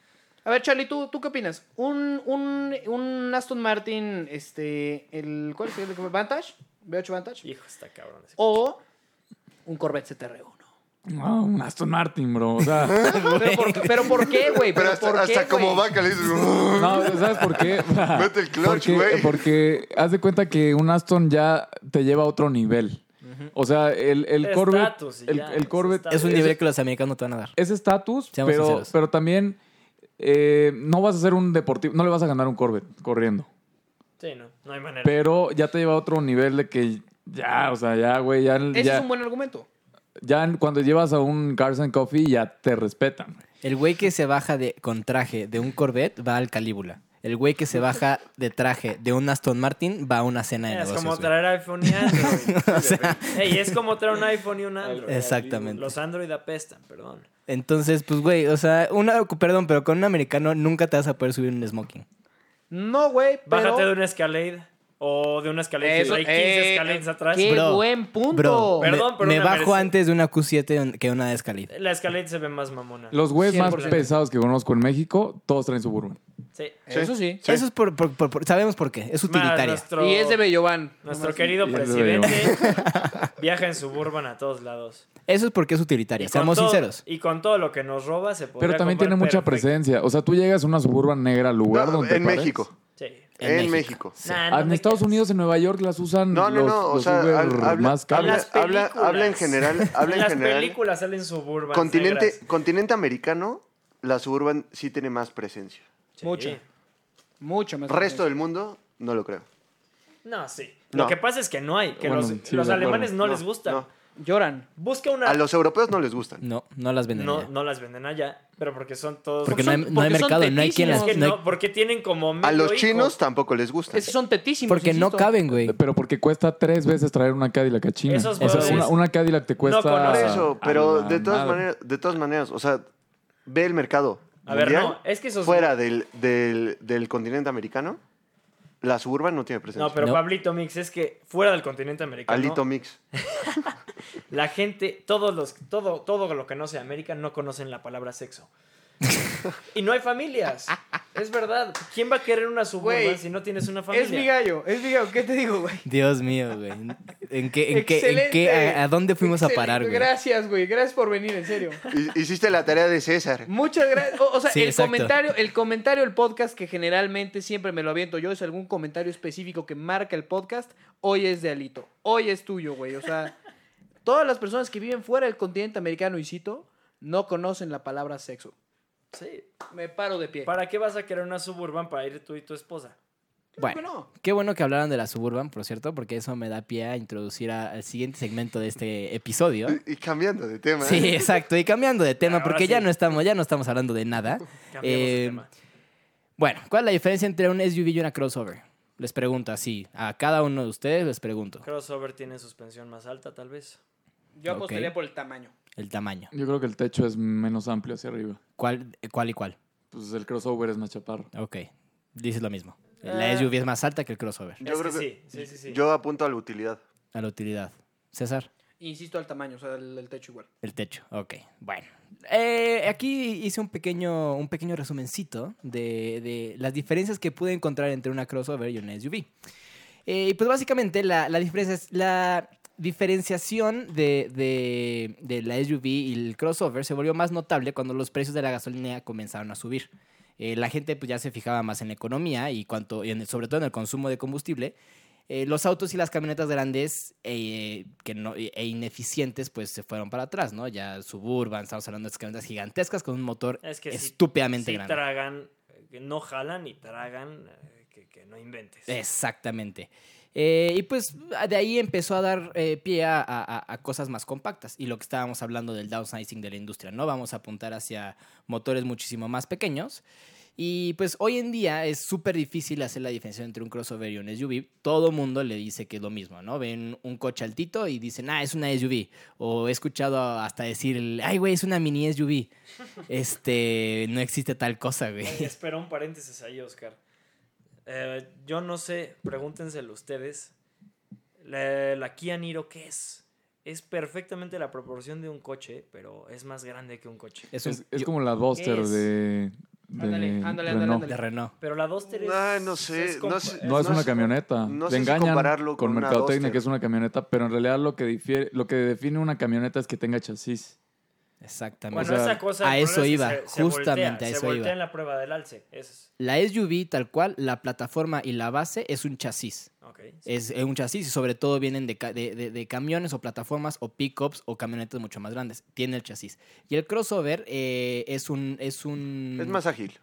A ver, Charlie, ¿tú, tú qué opinas? Un, un, un Aston Martin, este, el, ¿cuál es el Vantage? ¿V8 Vantage? Hijo, está cabrón. ese O un Corvette CTR1. No, un Aston Martin, bro. O sea, ¿Pero por, pero por qué, güey? Pero por hasta, qué, hasta como güey? vaca le dices. "Ugh". no, ¿sabes por qué? Mete el clutch, Porque- güey. Porque, haz de cuenta que un Aston ya te lleva a otro nivel. O sea, el, el Es Corvette. status y el, ya, el es Corvette status. Es un nivel que los americanos no te van a dar. es estatus, Seamos pero, sinceros. pero también eh, no vas a ser un deportivo, no le vas a ganar un Corvette corriendo. Sí, no, no hay manera. Pero ya te lleva a otro nivel de que ya, o sea, ya, güey, ya, Ese ya, es un buen argumento. ya en- cuando llevas a un Cars and Coffee ya te respetan. El güey que se baja de, con traje de un Corvette va al Calíbula. El güey que se baja de traje de un Aston Martin va a una cena de es negocios. como güey. traer iPhone y Android. Ey, es como traer un iPhone y un Android. Exactamente. Los Android apestan, perdón. Entonces, pues, güey, o sea, una, perdón, pero con un americano nunca te vas a poder subir un smoking. No, güey, pero... Bájate de un Escalade o de un Escalade. Eso, hay 15 eh, Escalades atrás. ¿qué? Bro, buen punto! Bro, me- Perdón, me, pero una bajo merece. antes de una Q7 que una de Escalade. La Escalade se ve más mamona. Los güeyes más 100%. pesados que conozco en México, todos traen Suburban. Sí. Eso sí. Eso es por, por- por- por- sabemos por qué, es Más utilitaria. nuestro, Y es de Bellovan. nuestro querido Y es de presidente viaja en Suburban a todos lados. Eso es porque es Y utilitaria, con seamos todo- sinceros. Y con todo lo que nos roba se puede. Pero también tiene mucha presencia. O sea, tú llegas a una Suburban negra al lugar No, donde en pares. México. Sí. En, En México. Sí. Nah, no Ah, En te Estados creas. Unidos, en Nueva York, las usan No, no, los, no. O los sea, Uber hab- habla, más En caros. las habla, habla, películas. habla en general. Habla en, las general. películas salen Suburban. Continente, continente americano, la Suburban sí tiene más presencia. Mucha. Mucho más. Resto del mundo, no lo creo. No, sí. No. Lo que pasa es que no hay. Que Bueno, los, sí, los de acuerdo. alemanes no, les gusta. no. Lloran. Busca una. A los europeos no les gustan. No, no las venden. No, allá. no las venden allá, pero porque son todos. porque no hay, no porque hay son mercado, no hay quien es las. que no hay- no, porque tienen como. medio A los hijo. chinos tampoco les gustan. Esos son tetísimos. porque no insisto. caben, güey. Pero porque cuesta tres veces traer una Cadillac a China. Esos O sea, güeyes una, una Cadillac te cuesta. Por conocen. eso, Ah, a pero la de todas madre. maneras, de todas maneras, o sea, ve el mercado. A ver, mundial, no, es que esos- fuera del, del, del continente americano, la Suburban no tiene presencia. No, pero No. Pablito Mix, es que fuera del continente americano, Alito Mix. la gente, todos los, todo, todo lo que no sea América, no conocen la palabra sexo. Y no hay familias. Es verdad. ¿Quién va a querer una suburban Güey, si no tienes una familia? Es mi gallo, es mi gallo. ¿Qué te digo, güey? Dios mío, güey. ¿En qué, en qué, en qué, Excelente. a, a dónde fuimos a Excelente, parar, güey? Gracias, güey. Gracias por venir, en serio. Hi- Hiciste la tarea de César. Muchas gracias. O, o sea, Sí, el exacto. comentario, el comentario del podcast que generalmente siempre me lo aviento yo es algún comentario específico que marca el podcast. Hoy es de Alito. Hoy es tuyo, güey. O sea, todas las personas que viven fuera del continente americano y cito no conocen la palabra sexo. Sí. Me paro de pie. ¿Para qué vas a querer una suburban para ir tú y tu esposa? Bueno, Bueno, qué bueno que hablaran de la Suburban, por cierto, porque eso me da pie a introducir a- al siguiente segmento de este episodio. Y, y cambiando de tema. ¿eh? Sí, exacto. Y cambiando de tema, Ah, Ahora porque ya sí. no estamos, ya no estamos hablando de nada. Cambiamos de Eh, tema. Bueno, ¿cuál es la diferencia entre un SUV y una crossover? Les pregunto así, a cada uno de ustedes les pregunto Crossover tiene suspensión más alta, tal vez. yo Ok. apostaría por el tamaño. el tamaño. Yo creo que el techo es menos amplio hacia arriba. ¿Cuál, cuál y cuál? Pues el crossover es más chaparro. Ok, dices lo mismo. La Eh. SUV es más alta que el crossover, Yo Es creo que que- sí, sí, sí, sí. Yo apunto a la utilidad. a la utilidad. César, Insisto, al tamaño, o sea, el, el techo igual. el techo. Ok, bueno. Eh, aquí hice un pequeño, un pequeño resumencito de, de las diferencias que pude encontrar entre una crossover y una SUV. Eh, y pues básicamente la, la diferencia es- la diferenciación de, de- de la SUV y el crossover se volvió más notable cuando los precios de la gasolina comenzaron a subir. Eh, la gente pues, ya se fijaba más en la economía y cuanto, y en- sobre todo en el consumo de combustible. Eh, los autos y las camionetas grandes eh, que no, e ineficientes pues se fueron para atrás, ¿no? Ya Suburban, estamos hablando de esas camionetas gigantescas con un motor Es que sí- estúpidamente Sí grande. tragan, eh, no jalan y tragan eh, que, que no inventes. Exactamente. Eh, y pues de ahí empezó a dar eh, pie a, a- a cosas más compactas y lo que estábamos hablando del downsizing de la industria, ¿no? Vamos a apuntar hacia motores muchísimo más pequeños. Y pues hoy en día es súper difícil hacer la diferencia entre un crossover y un SUV. Todo mundo le dice que es lo mismo, ¿no? Ven un coche altito y dicen, ah, es una SUV. O he escuchado hasta decir, el, ay, güey, es una mini SUV. Este, no existe tal cosa, güey. Oye, espera un paréntesis ahí, Oscar. Eh, yo no sé, pregúntenselo ustedes. La, la Kia Niro, ¿qué es? Es perfectamente la proporción de un coche, pero es más grande que un coche. Es, un, Es, es como la Duster es? de, de Ándale, ándale, ándale, Renault. ándale. de Renault. Pero la Duster es... Ay, no sé, compa- no sé. es- No es, No una es- camioneta. no Te sé si engañan compararlo con, con una mercadotecnia Duster. que es una camioneta, pero en realidad lo que difiere, lo que define una camioneta es que tenga chasis. Exactamente. Bueno, o sea, esa cosa... el a eso problema iba, es que se- se voltea, justamente a eso Se voltea iba. en la prueba del alce. Eso es... La SUV, tal cual, la plataforma y la base es un chasis. Ok. Es eh, un chasis y sobre todo vienen de, ca- de- de- de camiones o plataformas o pickups o camionetas mucho más grandes. Tiene el chasis. Y el crossover eh, es un... Es un Mm. Es más ágil.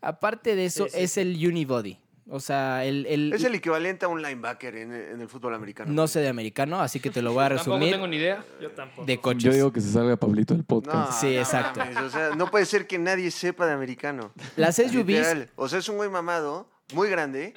Aparte de eso, Sí, sí, es sí. el unibody. O sea, el... el- Es el equivalente a un linebacker en, en el fútbol americano. No sé de americano, así que te lo voy a Tampoco resumir tengo ni idea. Yo tampoco. de coches. Yo digo que se salga Pablito del No, podcast. Sí, no exacto. mames, o sea, no puede ser que nadie sepa de americano. Las SUVs... Literal. O sea, es un güey mamado, muy grande,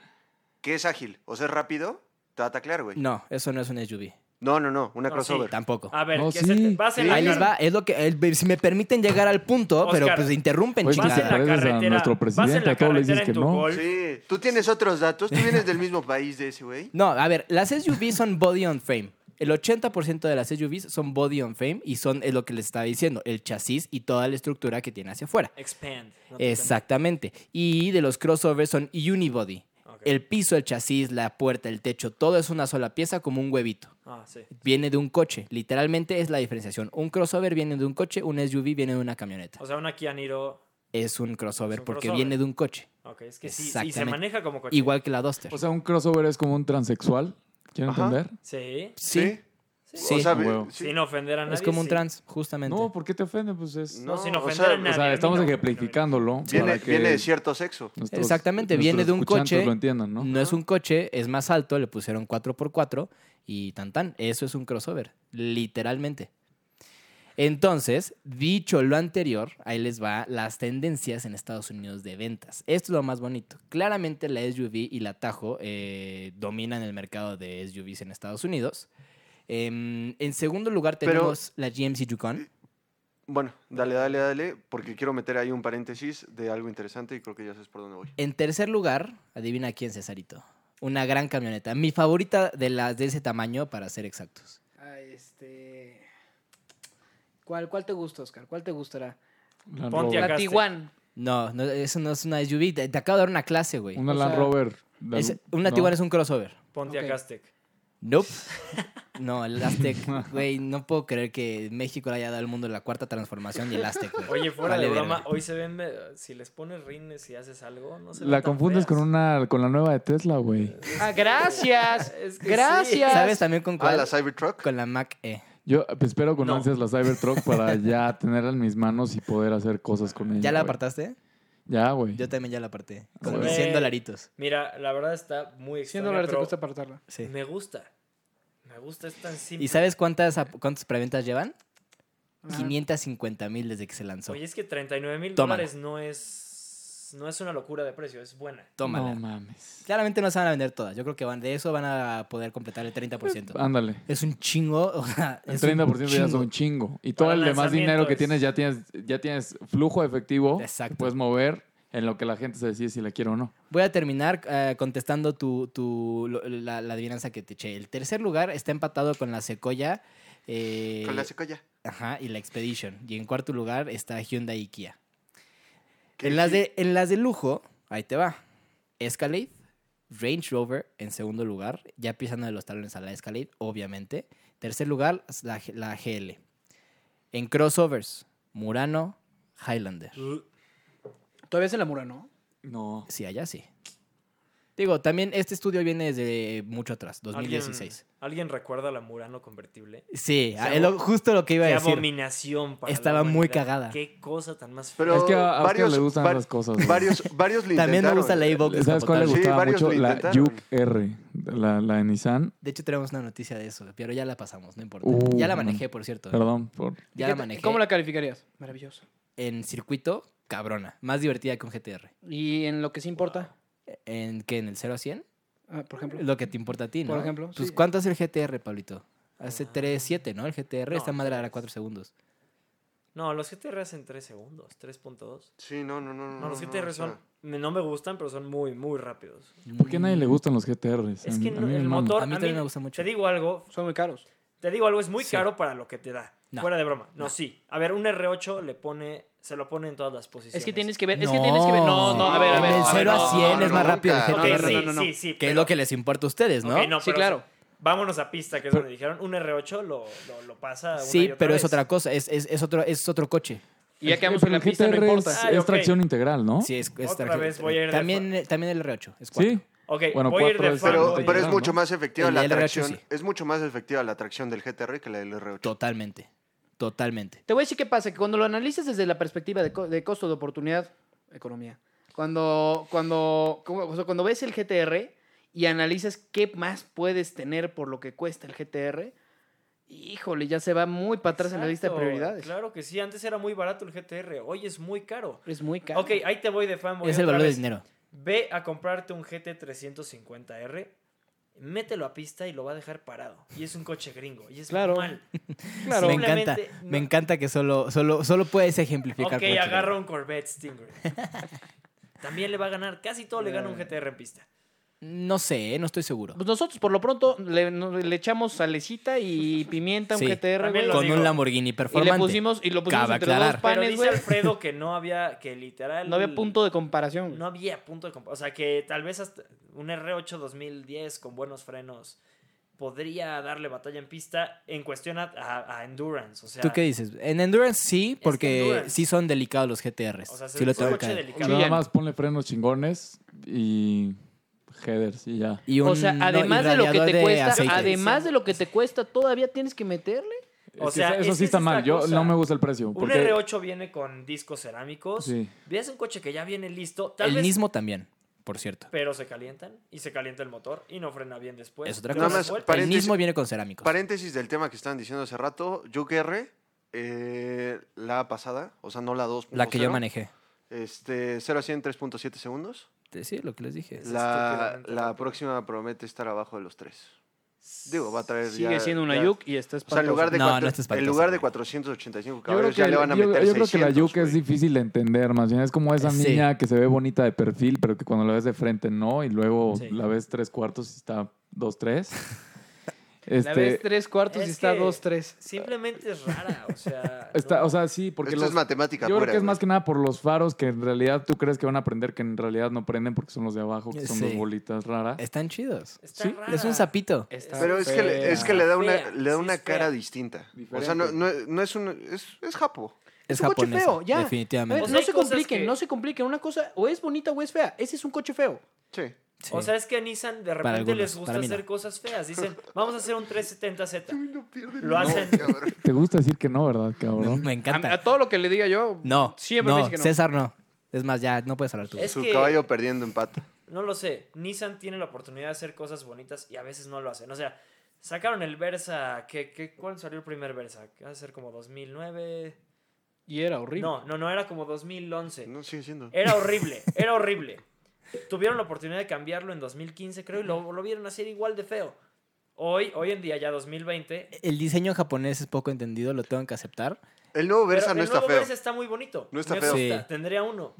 que es ágil. O sea, es rápido, te va a taclear, güey. No, eso no es un SUV. No, no, no, una No, crossover. Tampoco. Ah, A ver, No, que se te- sí. vas en la Ahí les car- va, es lo que... el- si me permiten llegar al punto, pero Oscar, pues interrumpen, Oye, Vas Chingada. en chingada. la Pareces a carretera. nuestro vas en presidente, la a todo le dices carretera en que tu no. Golf. Sí. Tú tienes otros datos, tú vienes del mismo país de ese güey. No, a ver, las SUVs son body on frame. El 80% de las SUVs son body on frame y son es lo que les estaba diciendo, el chasis y toda la estructura que tiene hacia afuera. Expand. no pues, te Exactamente. Y de los crossovers son unibody. Ok. El piso, el chasis, la puerta, el techo, todo es una sola pieza como un huevito. cambia. Ah, sí. Viene de un coche, literalmente es la diferenciación. Un crossover viene de un coche, un SUV viene de una camioneta. O sea, una Kia Niro... Es un crossover Es un porque crossover. viene de un coche, Ok, es que sí, y se Exactamente. maneja como coche. igual que la Duster. O sea, un crossover es como un transexual. ¿Quieren Ajá. entender? Sí, sí, sí. O sea, Huevo. sí. sin ofender a nadie. es como un sí. trans, justamente. No, ¿por qué te ofende? Pues es. No, No, sin o ofender sea, a o nadie. o a sea, mí estamos no. ejemplificándolo. Viene, para que viene de cierto sexo. nuestros- Exactamente, nuestros viene de un escuchantes coche. lo entiendan, ¿no? No es un coche, es más alto, le pusieron 4x4 y tan tan. Eso es un crossover, literalmente. Entonces, dicho lo anterior, ahí les va las tendencias en Estados Unidos de ventas. Esto es lo más bonito. Claramente la SUV y la Tajo dominan el mercado de SUVs en Estados Unidos. Em, en segundo lugar Pero- tenemos la GMC Yukon. Bueno, dale, dale, dale, porque quiero meter ahí un paréntesis de algo interesante y creo que ya sabes por dónde voy. En tercer lugar, adivina quién, Cesarito. Una gran camioneta. Mi favorita de las de ese tamaño, para ser exactos. Ay, Ah, este. ¿Cuál, ¿Cuál te gusta, Oscar? ¿Cuál te gustará? Land Pontiac. La Rover. Viajaste. Tiguan. No, no, eso no es una SUV. Te, te acabo de dar una clase, güey. Una O Land sea, Rover. la- Es- una no. Tiguan es un crossover. Pontiac Ok. Aztec. Nope. No, el Aztec, güey, no puedo creer que México le haya dado al mundo la cuarta transformación y el Aztec, güey. Oye, fuera Vale de broma, verga. hoy se ven, eh, si les pones rines y haces algo, no se ven La tan confundes con feas. una con la nueva de Tesla, güey. Ah, gracias. Es que sí. gracias. ¿Sabes también con Ah, cuál? la Cybertruck. Con la Mac E. Yo pues, espero con No. ansias la Cybertruck para ya tenerla en mis manos y poder hacer cosas con ella. ¿Ya la güey. apartaste? Ya, güey. Yo también ya la aparté. Con Güey. mis 100 dolaritos. Mira, la verdad está muy 100 extraña, dólares te pero cuesta apartarla. Sí. me gusta. Me gusta, es tan simple. ¿Y sabes cuántas, ap- cuántas preventas llevan? 550 mil desde que se lanzó. Oye, es que 39 mil Tómala. dólares no es, no es una locura de precio, es buena. Tómala. No mames. Claramente no se van a vender todas. Yo creo que van de eso van a poder completar el 30%. Ándale. Es un chingo. O sea, Ah. El es un 30% ya es chingo. un chingo. Y todo Para el demás dinero que lanzamientos. tienes ya tienes ya tienes flujo de efectivo. que Exacto. Puedes mover en lo que la gente se decide si la quiere o no. Voy a terminar eh, contestando tu, tu- lo- la, la adivinanza que te eché. El tercer lugar está empatado con la Sequoia. eh, Con la secoya. Ajá, y la Expedition. Y en cuarto lugar está Hyundai y Kia. En las, de, en las de lujo, ahí te va. Escalade, Range Rover en segundo lugar, ya pisando de los talones a la Escalade, obviamente. Tercer lugar, la, G- la GL. En crossovers, Murano, Highlander. Todavía es en la mura, ¿no? No. Sí, allá sí. Digo, también este estudio viene desde mucho atrás, 2016. ¿Alguien, ¿alguien recuerda la Murano convertible? Sí, Se ah, es lo- justo lo que iba a Qué decir. abominación para la Estaba muy humanidad. cagada. Qué cosa tan más fea. Pero Es que a- a Oscar varios, le gustan va- esas cosas, güey. Varios, varios lo También me intentaron. ¿eh? gusta la Evoque ¿Sabes cuál le Sí, gustaba varios mucho? lo La intentaron. Juke R, la, la de Nissan. De hecho, tenemos una noticia de eso, pero ya la pasamos, no importa. Uh, ya la man. manejé, por cierto. Perdón por... Ya ¿Qué la te- manejé ¿Cómo la calificarías? Maravillosa. en circuito, cabrona. Más divertida que un GTR. ¿Y en lo que sí importa? ¿En qué? ¿En el 0 a 100? Ah, por ejemplo. Lo que te importa a ti, ¿no? Por ejemplo, Pues, sí. ¿cuánto hace el GTR, Pablito? Hace Ah. 3, 7, ¿no? El GTR, No, esta madre era 4 segundos. No, los GTR hacen 3 segundos, 3.2. Sí, no, no, no. No, No, los no, GTR o sea, son... No me gustan, pero son muy, muy rápidos. ¿Por qué a nadie le gustan los GTRs? Es A mí- que a no- mí me el maman. motor... A mí también me gusta mucho. Te digo algo, Son muy caros. Te digo algo, es muy Sí. caro para lo que te da. No. Fuera de broma. No, sí. A ver, un R8 le pone, se lo pone en todas las posiciones. Es que tienes que ver, es que tienes que ver. No, no, a ver, a ver. Del a ver, 0 no, a 100 no, es más no, rápido el nunca. Ok, No, GTR. sí, no, no, no. sí, sí. Que es lo que les importa a ustedes, ¿no? Ok, no, Sí, pero claro. Vámonos a pista, que es donde dijeron un R8 lo, lo, lo pasa. una y Sí, otra pero vez. es otra cosa, es, es, es otro, es otro coche. Y ya Es- quedamos en pero la el pista, no GTR importa. Es, Ay, es Ah, ok. tracción integral, ¿no? Sí, es, es Otra tarjeta. vez voy a ir de también, también el R8, es 4. Sí. Ok, Bueno, voy a ir cuatro de es- fanboy. Pero, Claro, pero es ¿no? mucho más efectiva El la LRH tracción. sí. Es mucho más efectiva la tracción del GTR que la del R8. Totalmente, totalmente. Te voy a decir qué pasa, que cuando lo analizas desde la perspectiva de, co- de costo de oportunidad, economía, cuando, cuando, como- o sea, cuando ves el GTR y analizas qué más puedes tener por lo que cuesta el GTR, híjole, ya se va muy para atrás en la lista de Exacto, prioridades. Claro que sí, antes era muy barato el GTR, hoy es muy caro. Es muy caro. Ok, ahí te voy de fanboy. es el otra valor del vez. dinero. Ve a comprarte un GT350R, mételo a pista y lo va a dejar parado. Y es un coche gringo, y es Claro. mal. Me encanta, Simplemente no- me encanta que solo, solo, solo puedes ejemplificar. Ok, con el agarra GTR. un Corvette Stingray. También le va a ganar, casi todo le gana un GTR en pista. No sé, eh, no estoy seguro. Pues nosotros por lo pronto le, no- le echamos salecita y pimienta a un Sí. GTR, También güey. lo Con digo. un Lamborghini Y le performante. pusimos, y lo pusimos Cabe entre aclarar. dos Pero panes, dice güey. Alfredo que no había, que literal... No había punto de comparación. No había punto de comparación. O sea, que tal vez hasta un R8 2010 con buenos frenos podría darle batalla en pista en cuestión a, a- a Endurance. O sea, ¿Tú qué dices? En Endurance sí, que porque Endurance- sí son delicados los GTRs. o sea, sí lo es un tengo coche que delicado. Nada Chillan. más ponle frenos chingones y headers y ya. Y o sea, un- no, además de lo que irradiador te cuesta, aceite. además de lo que te cuesta, todavía tienes que meterle. O Es que sea, eso- eso es sí que esa está es mal. la Yo cosa. no me gusta el precio. Un Porque R8 viene con discos cerámicos. Sí. Ves un coche que ya viene listo. Tal El vez mismo también, por cierto. pero se calientan y se calienta el motor y no frena bien después. Es otra Te das cosa. Nada más, vuelta. El paréntesis- mismo viene con cerámicos. Paréntesis del tema que estaban diciendo hace rato. Juke R, eh, la pasada, o sea, no la 2. La que yo manejé. Este, 0 a 100 en 3.7 segundos. Sí, lo que les dije. Es La, estúpidamente la rápido. próxima promete estar abajo de los tres. Digo, va a traer Sigue ya- siendo una ya- Yuk y está O sea, en espantoso. lugar de, No, cuatro- no está espantoso, en lugar güey. de 485 Yo creo, caballos, que, ya le van a yo- meter yo creo que la 600, Yuke es güey. difícil de entender, más bien es como esa Sí. niña que se ve bonita de perfil, pero que cuando la ves de frente no, y luego Sí. la ves tres cuartos y está dos, tres. La ves Este, tres cuartos Es y está que- dos, tres. Simplemente es rara, o sea. está, no. o sea, sí, porque Esto los- es matemática yo pura. creo que es güey. más que nada por los faros que en realidad tú crees que van a prender, que en realidad no prenden porque son los de abajo, que son Sí. dos bolitas raras. Están chidos. Está sí, rara. Es un sapito. Está Pero es que, le, es que le da una, Fea, le da sí una es cara fea. distinta. O Diferente. sea, no, no- no es un. Es, es japo. Es un coche japonés. feo, ya. Definitivamente. O sea, Pues no hay se cosas compliquen, que- no se compliquen. Una cosa o es bonita o es fea. Ese es un coche feo. Sí. Sí. O sea, es que a Nissan de repente algunos, les gusta para mí no. hacer cosas feas. Dicen, vamos a hacer un 370Z. Lo hacen. Te gusta decir que no, ¿verdad, me, cabrón? me A, encanta. a todo lo que le diga yo. No, Siempre me no, dice que no. César no. Es más, ya no puedes hablar tú. Es Su que- caballo perdiendo en pata. No lo sé. Nissan tiene la oportunidad de hacer cosas bonitas y a veces no lo hacen. O sea, sacaron el Versa. ¿qué, qué, ¿Cuándo salió el primer Versa? Va a ser como 2009. Y era horrible. No, no, no, era como 2011. No, sigue siendo. Era horrible, era horrible. Tuvieron la oportunidad de cambiarlo en 2015, creo, y lo, lo vieron hacer igual de feo. Hoy, hoy en día, ya 2020. El diseño japonés es poco entendido, lo tengo que aceptar. El nuevo pero Versa no el está nuevo feo. Versa está muy bonito. No está Me feo. gusta, Sí. Tendría uno.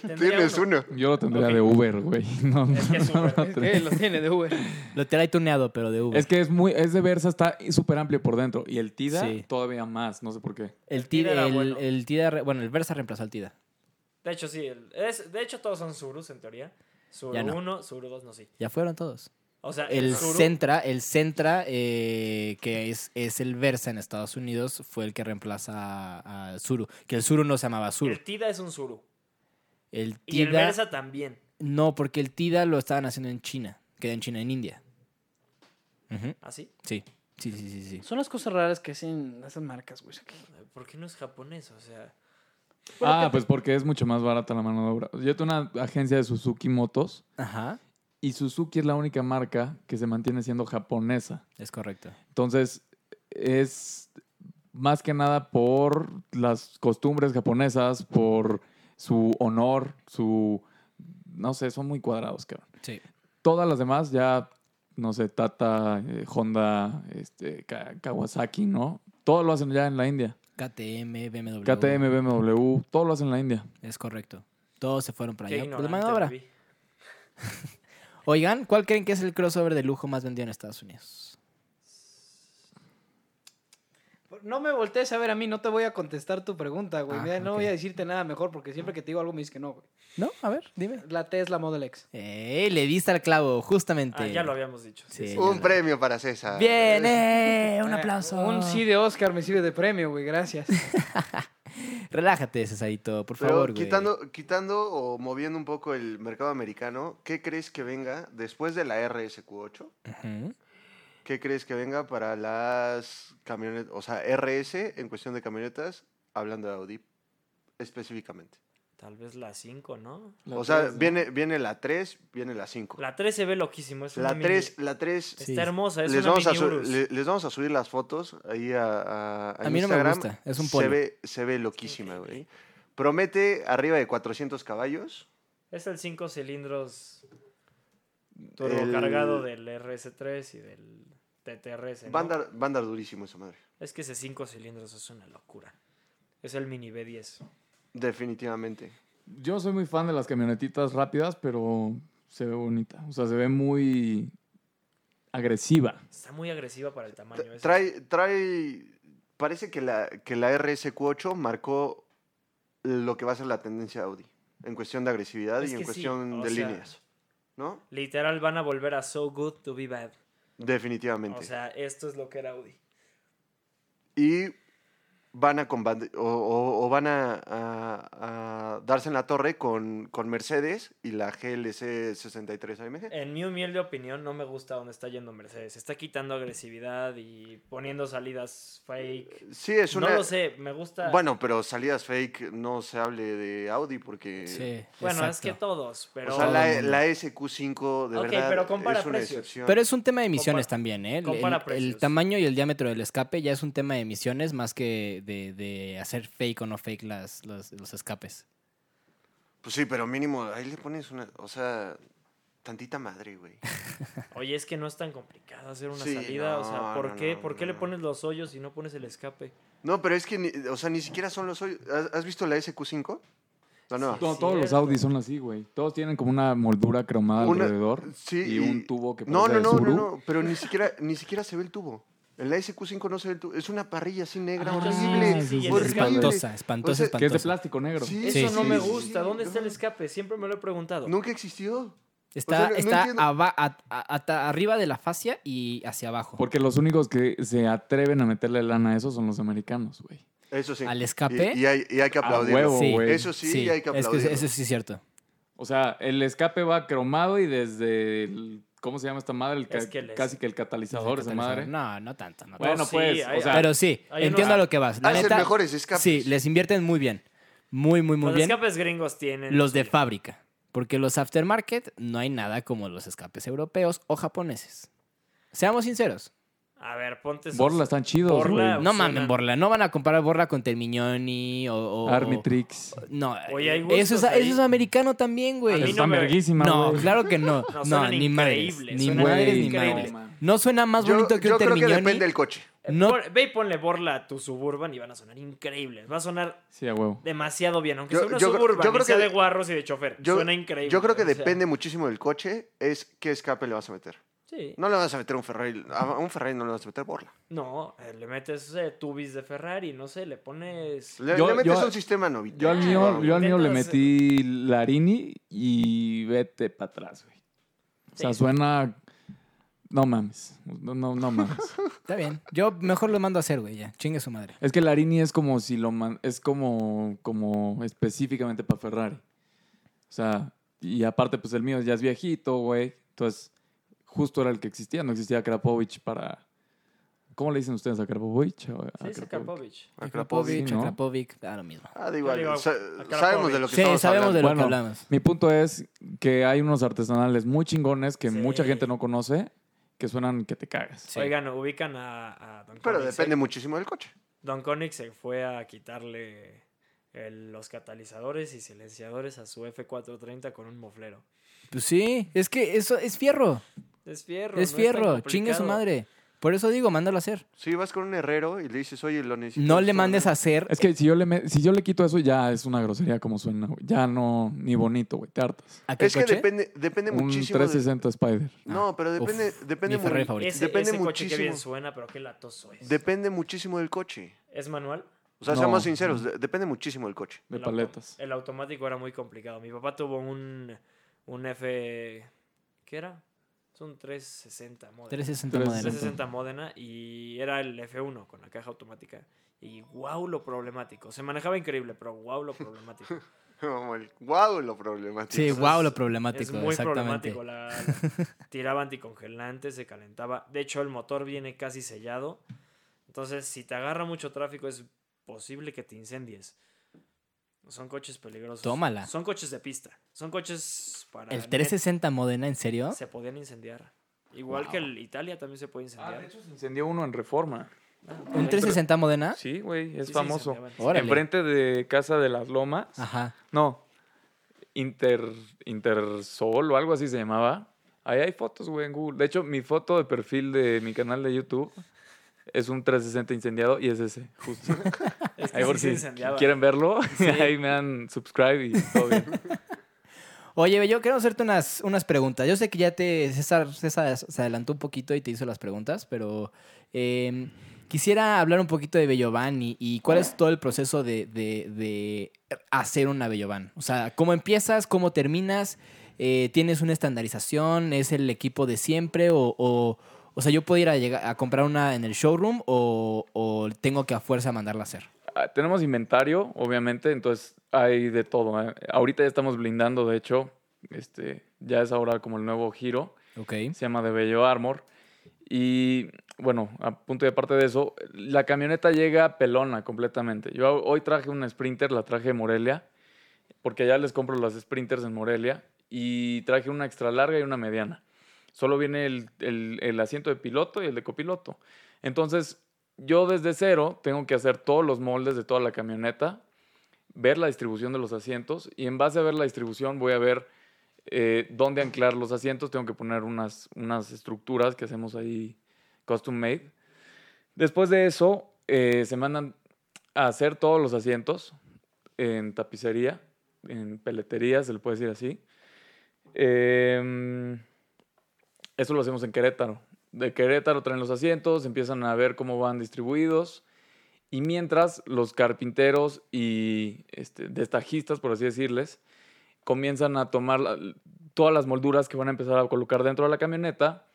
Tendría Tienes uno. Yo lo tendría Ok. de Uber, güey. No, Es que es no, no Uber. lo Es tendría. que lo tiene de Uber. Lo trae tuneado, pero de Uber. Es que es muy, es de Versa, está súper amplio por dentro. Y el Tida Sí. todavía más, no sé por qué. el Tida Tida, era el, bueno. el Tida re- bueno, el Versa reemplazó al Tida. De hecho, sí. el- es- de hecho, todos son Surus, en teoría. Suru Ya no. 1, Suru 2, no, sí. Ya fueron todos. O sea, El Suru- Centra, el Centra, eh, que es, es el Versa en Estados Unidos, fue el que reemplaza a, a Zuru. Que el Zuru no se llamaba Zuru. El Tida es un Suru. El Y el Tida. Versa también. No, porque el Tida lo estaban haciendo en China. Queda en China, en India. Ujú, ¿Así? Sí. Sí, sí, sí, sí. Son las cosas raras que hacen esas marcas, güey. ¿Por qué no es japonés? O sea, ah, pues porque es mucho más barata la mano de obra. Yo tengo una agencia de Suzuki Motos Ajá. y Suzuki es la única marca que se mantiene siendo japonesa. Es correcto. Entonces, es más que nada por las costumbres japonesas, por su honor, su... No sé, son muy cuadrados, cabrón. Sí. Todas las demás ya, no sé, Tata, eh, Honda, este, Ka- Kawasaki, ¿no? Todo lo hacen ya en la India. KTM, BMW. KTM, BMW, todo lo hacen en la India. Es correcto. Todos se fueron para qué allá. por la ignorante mano de obra. me vi. Oigan, ¿cuál creen que es el crossover de lujo más vendido en Estados Unidos? No me voltees a ver a mí, no te voy a contestar tu pregunta, güey. Ah, Mira, no ok. Ah. voy a decirte nada mejor porque siempre que te digo algo me dices que no, güey. No, a ver, dime. La Tesla Model X. ¡Ey! Le diste al clavo, justamente. Ah, ya lo habíamos dicho. Sí, ya Un lo- premio para César. Bien, ¡eh! Un Eh, aplauso. Un sí de Oscar me sirve de premio, güey. Gracias. Relájate, Cesadito, por Pero favor, güey. quitando, quitando o moviendo un poco el mercado americano, ¿qué crees que venga después de la RSQ8? Ujú. ¿Qué crees que venga para las camionetas? O sea, RS en cuestión de camionetas, hablando de Audi específicamente. Tal vez la 5, ¿no? o sea, viene, viene la 3, viene la 5. La, La 3 se ve loquísimo. Es una mini- 3, la 3. Está Sí. hermosa, es Les una vamos, a mini su- Urus. le- les vamos a subir las fotos ahí a, a, A mí no me Instagram. gusta, es un Se polo. ve, se ve loquísima, güey. Promete arriba de 400 caballos. Es el 5 cilindros turbocargado del RS3 y del TTRS. ¿no? Va a andar, va a andar durísimo esa madre. Es que ese 5 cilindros es una locura. Es el mini B10. Definitivamente. Yo soy muy fan de las camionetitas rápidas, pero se ve bonita. O sea, se ve muy agresiva. Está muy agresiva para el tamaño. Tra- esa. Trae, trae, parece que la, que la RSQ8 marcó lo que va a ser la tendencia Audi en cuestión de agresividad Es y en que sí, cuestión o de sea- líneas, ¿no? Literal van a volver a So Good to Be Bad. Definitivamente. O sea, esto es lo que era Audi. y van a combatir o, o- o van a, a- a darse en la torre con, con Mercedes y la GLC 63 AMG. En mi humilde opinión, no me gusta dónde está yendo Mercedes. Está quitando agresividad y poniendo salidas fake. Sí, es una. No lo sé, me gusta. Bueno, pero salidas fake no se hable de Audi porque. Sí, Bueno, es exacto. que todos, pero. o sea, Todo la, el mundo. la SQ5 de Ok, verdad pero compara es una precios. excepción. Pero es un tema de emisiones Compara- también, ¿eh? El, compara el- el precios. tamaño y el diámetro del escape ya es un tema de emisiones más que de, de hacer fake o no fake las, las- los escapes. Pues sí, pero mínimo ahí le pones una, o sea, tantita madre, güey. Oye, es que no es tan complicado hacer una Sí, salida. o no, sea, ¿por no, qué? no, ¿Por qué le no. pones los hoyos y no pones el escape? No, pero es que, ni- o sea, ni siquiera son los hoyos. ¿Has, has visto la SQ5? La nueva. No, todos los Audis son así, güey. Todos tienen como una moldura cromada Una- alrededor sí, y un tubo que No, no, parece de no, no, Subaru. no, pero ni siquiera, ni siquiera se ve el tubo. En la SQ5 no se ve el tubo. Es una parrilla así negra, Ah, horrible. sí, horrible. Espantosa, espantosa, O sea, Que es de espantosa. plástico negro. Sí, Eso Sí, no sí, me sí, gusta. sí, ¿Dónde está no. el escape? Siempre me lo he preguntado. Nunca existió. Está, O sea, no- no está entiendo. aba- a- a- hasta arriba de la fascia y hacia abajo. Porque los únicos que se atreven a meterle lana a eso son los americanos, güey. Eso sí. Al escape. Y, y hay, y hay que A aplaudir. huevo, Sí. güey. Eso sí, y hay que es aplaudir. que eso sí es cierto. O sea, el escape va cromado y desde el- ¿Cómo se llama esta madre? El ca- Es que el- casi que el catalizador, esa madre. No, no tanto. no Bueno, No, sí, pues, hay- o sea, Pero sí, Hay entiendo a unos- lo que vas. La Hacen neta, mejores escapes. Sí, les invierten muy bien. Muy, muy, muy los bien. escapes gringos tienen. Los de fábrica. Porque los aftermarket no hay nada como los escapes europeos o japoneses. Seamos sinceros. A ver, ponte. esos- Borla están chidos, Borla, güey. Pues No suena- mamen Borla. No van a comparar Borla con Termignoni o... o- Armitrix. o- No, eh, Oye, hay eso es, gustos ahí. eso es americano también, A mí güey. no Están me- verguísima, No, güey. claro que no. No, No, suenan ni madres. increíbles, Ni suenan madres, ni increíbles. madres. No suena más Yo, bonito que yo un creo que Termignoni. depende del coche. Eh, No- pon- ve y ponle borla a tu suburban y van a sonar increíbles. Va a sonar Sí, a huevo. demasiado bien, aunque Yo- sea una yo creo- suburban, yo creo y sea que- de guarros y de chofer. Yo, Suena increíble. Yo creo que o sea, depende muchísimo del coche, es qué escape le vas a meter. sí. No le vas a meter un Ferrari, a un Ferrari no le vas a meter borla. No, eh, le metes eh, tubis de Ferrari, no sé, le pones. Le, Yo- le metes yo- un sistema novito. Yo al mío, yo al mío le Intentas- metí Larini y vete para atrás, güey. O sea, Sí. suena. No mames. No, no, no mames. Está bien. Yo mejor lo mando a hacer, güey, ya. Chingue su madre. es que Larini es como si lo man- es como, como específicamente para Ferrari. O sea, y aparte, pues el mío ya es viejito, güey. Entonces, justo era el que existía, no existía Krapovich para. ¿Cómo le dicen ustedes a Krapovich? A- Ah, a Sí, sí, Karpovich. Akrapovic. Pues ¿no? Akrapovic, da lo mismo. Ah, da igual. Yo digo, Sa- Akrapovic. sabemos de lo que Sí, estamos sabemos de hablando. lo que Bueno, hablamos. Mi punto es que hay unos artesanales muy chingones que Sí. mucha gente no conoce que suenan que te cagas. Sí. Oigan, ubican a, a Don Pero Koenigsegg. depende muchísimo del coche. Don Koenig se fue a quitarle el- los catalizadores y silenciadores a su F430 con un moflero. Pues sí, es que eso es fierro. Es fierro. Es no tan fierro. complicado. Chingue su madre. Por eso digo, mándalo a hacer. Si vas con un herrero y le dices, oye, lo necesito. No le mandes a hacer. Es que si yo le me- si yo le quito eso ya es una grosería como suena, güey. Ya no ni bonito, güey, te hartas. ¿A qué Es que coche? Ah, depende, depende Un muchísimo. de- 360 Spider. No, pero depende, Uf, depende, mi Ferrari mu- favorito. Ese, Depende ese coche que bien muchísimo. suena, pero qué latoso es. depende muchísimo del coche. ¿Es manual? O sea, No. seamos sinceros, de- depende muchísimo del coche. De El auto- paletas. el automático era muy complicado. Mi papá tuvo un, un F... ¿Qué era? Es un 360 Modena. 360 Tres- modelo. 360 Modena y era el F1 con la caja automática. Y wow lo problemático. Se manejaba increíble, pero wow lo problemático. wow, lo problemático. Sí, wow, lo es problemático, muy exactamente. problemático. La, la- tiraba anticongelante, se calentaba. De hecho, el motor viene casi sellado. Entonces, si te agarra mucho tráfico, es posible que te incendies. Son coches peligrosos. Tómala. Son coches de pista. Son coches para... El net. 360 Modena, ¿en serio? Se podían incendiar. Igual que el Italia también se puede Ah, incendiar. Ah, de hecho se incendió uno en Reforma. ¿Un 360 Modena? Sí, güey, Sí, es se famoso. Oh, incendiaban. Órale. Enfrente de Casa de las Lomas. Ajá. No. Inter Intersol o algo así se llamaba. Ahí hay fotos, güey, en Google. De hecho, mi foto de perfil de mi canal de YouTube es un 360 incendiado y es ese, justo. Es que Ahí por sí se si incendiaba. quieren verlo, ahí me dan subscribe y todo bien. Oye, yo quiero hacerte unas, unas preguntas. Yo sé que ya te. César, César se adelantó un poquito y te hizo las preguntas, pero eh, quisiera hablar un poquito de Bellovan y, y cuál es todo el proceso de, de- de hacer una Bellovan. O sea, ¿cómo empiezas? ¿Cómo terminas? Eh, ¿Tienes una estandarización? ¿Es el equipo de siempre? ¿O, o, o sea, yo puedo ir a, llegar- a comprar una en el showroom o, o tengo que a fuerza mandarla a hacer? Ah, Tenemos inventario, obviamente, entonces hay de todo. ¿eh? Ahorita ya estamos blindando, de hecho, este, ya es ahora como el nuevo giro. Ok. se llama De Bello Armor. Y bueno, a punto y aparte de eso, la camioneta llega pelona completamente. Yo hoy traje una Sprinter, la traje de Morelia, porque ya les compro las Sprinters en Morelia, y traje una extra larga y una mediana. Solo viene el, el- el asiento de piloto y el de copiloto. Entonces, yo desde cero tengo que hacer todos los moldes de toda la camioneta, ver la distribución de los asientos, y en base a ver la distribución voy a ver eh, dónde anclar los asientos. Tengo que poner unas, unas estructuras que hacemos ahí custom made. Después de eso, eh, se mandan a hacer todos los asientos en tapicería. en peleterías, se le puede decir así. Eh, eso lo hacemos en Querétaro. De Querétaro traen los asientos, empiezan a ver cómo van distribuidos. Y mientras los carpinteros y este, destajistas, por así decirles, comienzan a tomar la- todas las molduras que van a empezar a colocar dentro de la camioneta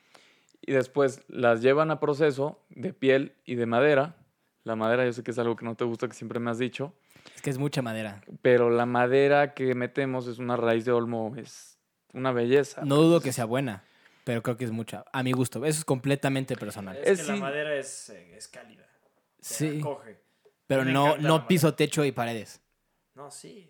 y después las llevan a proceso de piel y de madera. La madera yo sé que es algo que no te gusta, que siempre me has dicho, Es que es mucha madera. pero la madera que metemos es una raíz de olmo, es una belleza. No dudo que sea buena, pero creo que es mucha. A mi gusto. Eso es completamente personal. Es, Es que sí. la madera es, eh, es cálida. Sí. Sí. Coge. Pero me no, encanta la no madera. piso, techo y paredes. No, sí.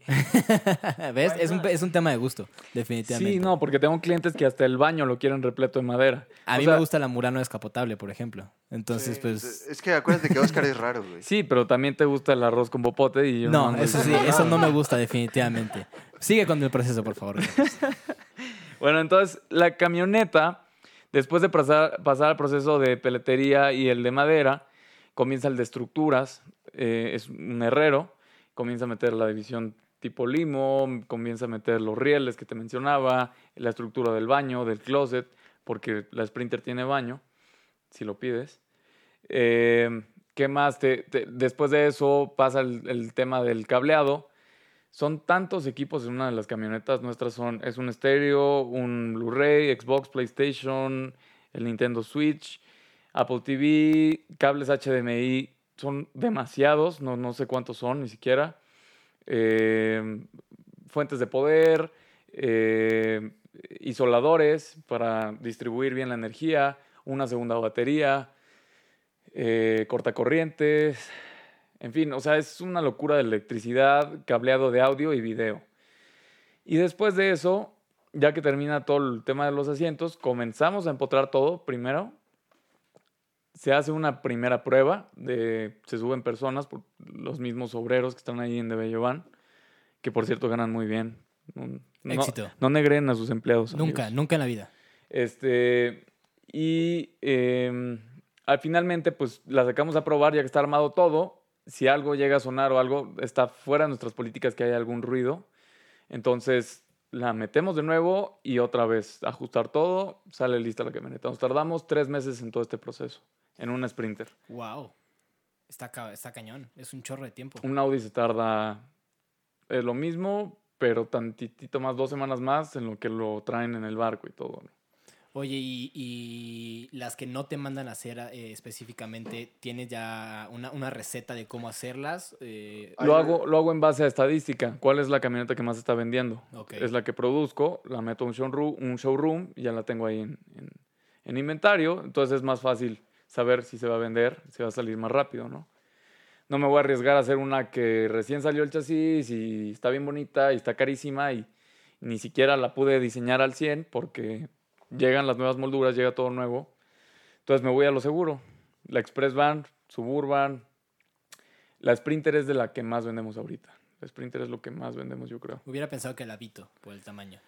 ¿Ves? Ay, Es un, no. es un tema de gusto, definitivamente. Sí, no, porque tengo clientes que hasta el baño lo quieren repleto de madera. A O mí sea, me gusta la Murano descapotable, por ejemplo. Entonces, Sí, pues... Es que acuérdate que Oscar es raro, güey. Sí, pero también te gusta el arroz con popote y yo No, ando eso sí, diciendo eso no nada. me gusta definitivamente. Sigue con el proceso, por favor. Bueno, entonces la camioneta, después de pasar, pasar al proceso de peletería y el de madera, comienza el de estructuras, eh, es un herrero, comienza a meter la división tipo limo, comienza a meter los rieles que te mencionaba, la estructura del baño, del closet, porque la Sprinter tiene baño, si lo pides. Eh, ¿Qué más? Te- te- después de eso pasa el, el tema del cableado. Son tantos equipos en una de las camionetas nuestras. Son, es un estéreo, un Blu-ray, Xbox, PlayStation, el Nintendo Switch, Apple TV, cables HDMI. Son demasiados, no, no sé cuántos son ni siquiera. Eh, fuentes de poder, eh, isoladores para distribuir bien la energía, una segunda batería, eh, cortacorrientes, en fin, o sea, es una locura de electricidad, cableado de audio y video. Y después de eso, ya que termina todo el tema de los asientos, comenzamos a empotrar todo primero. Se hace una primera prueba, de, se suben personas, por los mismos obreros que están ahí en Debellovan, que por cierto ganan muy bien. No, no- Éxito. No negren a sus empleados. amigos. nunca, nunca en la vida. Este, y eh, al finalmente, pues la sacamos a probar ya que está armado todo. Si algo llega a sonar o algo está fuera de nuestras políticas que haya algún ruido, entonces la metemos de nuevo y otra vez ajustar todo, sale lista la camioneta. Nos tardamos tres meses en todo este proceso, en un sprinter. Wow. Está, ca- está cañón. Es un chorro de tiempo. Un Audi se tarda eh, lo mismo, pero tantitito más, dos semanas más en lo que lo traen en el barco y todo. ¿no? Oye, y, y las que no te mandan a hacer eh, específicamente, ¿tienes ya una, una receta de cómo hacerlas? Eh, Ay, Lo no. hago, lo hago en base a estadística. ¿Cuál es la camioneta que más está vendiendo? Ok. Es la que produzco, la meto a un showroom, un showroom y ya la tengo ahí en, en- en inventario. Entonces es más fácil saber si se va a vender, si va a salir más rápido, ¿no? No me voy a arriesgar a hacer una que recién salió el chasis y está bien bonita y está carísima y ni siquiera la pude diseñar al 100 porque llegan las nuevas molduras, llega todo nuevo. Entonces me voy a lo seguro. La Express Van, Suburban, la Sprinter es de la que más vendemos ahorita. La Sprinter es lo que más vendemos, yo creo. Hubiera pensado que la Vito, por el tamaño.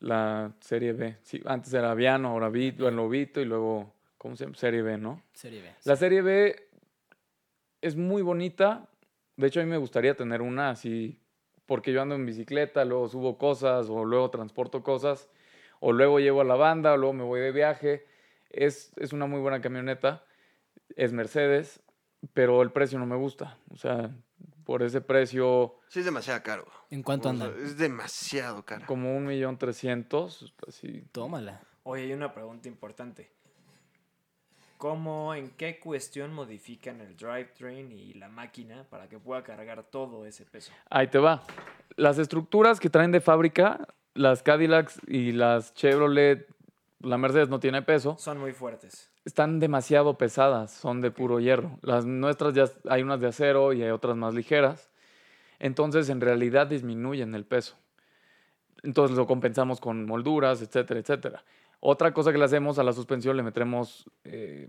La serie B. Sí, antes era Viano, ahora Vito, el Lobito y luego, ¿cómo se llama? Serie B, ¿no? Serie B. La serie B es muy bonita. De hecho, a mí me gustaría tener una así, porque yo ando en bicicleta, luego subo cosas, o luego transporto cosas, o luego llevo a la banda, o luego me voy de viaje. Es, es una muy buena camioneta, es Mercedes, pero el precio no me gusta. O sea, por ese precio, Sí, es demasiado caro. ¿En cuánto O sea, eh, andan? Es demasiado caro. como un millón trescientos, pues así. Tómala. Oye, hay una pregunta importante. ¿Cómo, en qué cuestión modifican el drivetrain y la máquina para que pueda cargar todo ese peso? Ahí te va. Las estructuras que traen de fábrica, las Cadillacs y las Chevrolet, la Mercedes no tiene peso. Son muy fuertes. están demasiado pesadas, son de puro hierro. Las nuestras ya hay unas de acero y hay otras más ligeras. Entonces, en realidad disminuyen el peso. Entonces lo compensamos con molduras, etcétera, etcétera. Otra cosa que le hacemos a la suspensión, le metemos eh,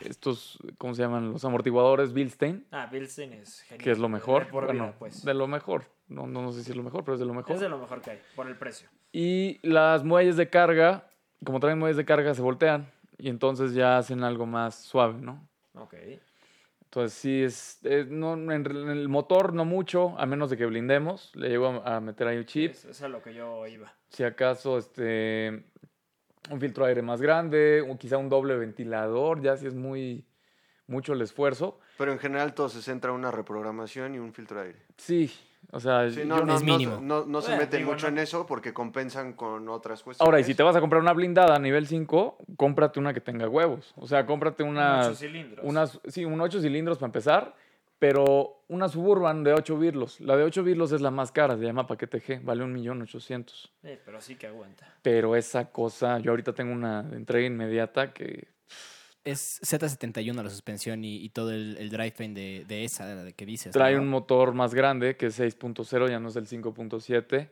estos, ¿cómo se llaman? Los amortiguadores Bilstein, Ah, Bilstein es genial. que es lo mejor. De Por bueno, vida, pues. de lo mejor. No, no, no sé si es lo mejor, pero es de lo mejor. Es de lo mejor que hay, por el precio. Y las muelles de carga, como traen muelles de carga, se voltean y entonces ya hacen algo más suave, ¿no? Ok. Entonces sí, es, es- no, en, re- en el motor no mucho, a menos de que blindemos. Le llevo a, a meter ahí un chip. Eso, es a lo que yo iba. Si acaso, este, un filtro de aire más grande, o quizá un doble ventilador, ya si es muy mucho el esfuerzo. Pero en general todo se centra en una reprogramación y un filtro de aire. Sí, o sea, Sí, yo- no, no, es no- mínimo. no- no se Bueno, meten digo, mucho no. en eso porque compensan con otras cuestiones. Ahora, y si te vas a comprar una blindada a nivel 5, cómprate una que tenga huevos. O sea, cómprate una... Ocho cilindros. Unas, sí, un 8 cilindros para empezar, pero una Suburban de 8 virlos. La de 8 virlos es la más cara, se llama paquete G, vale 1.800.000. Eh, pero sí que aguanta. Pero esa cosa, yo ahorita tengo una de entrega inmediata que... Es Z71 la suspensión y, y todo el, el drivetrain de, de esa, de la que dices. Trae ¿no? un motor más grande, que es 6.0, ya no es el 5.7.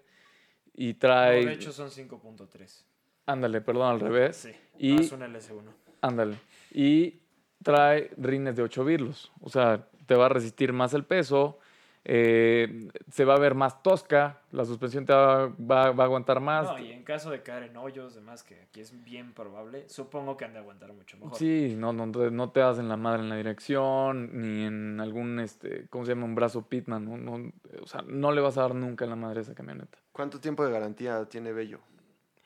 Y trae... No, de hecho son 5.3. Ándale, perdón, al revés. Sí. Y- no es un LS1. Ándale. Y trae rines de 8 virlos. O sea, te va a resistir más el peso. eh, se va a ver más tosca. La suspensión te va, va- va a aguantar más. No, y en caso de caer en hoyos, demás, que aquí es bien probable, supongo que han de aguantar mucho mejor. Sí, no, no, te- no te das en la madre en la dirección, ni en algún, este, ¿cómo se llama? Un brazo pitman. No, no, o sea, no le vas a dar nunca en la madre a esa camioneta. ¿Cuánto tiempo de garantía tiene Bello?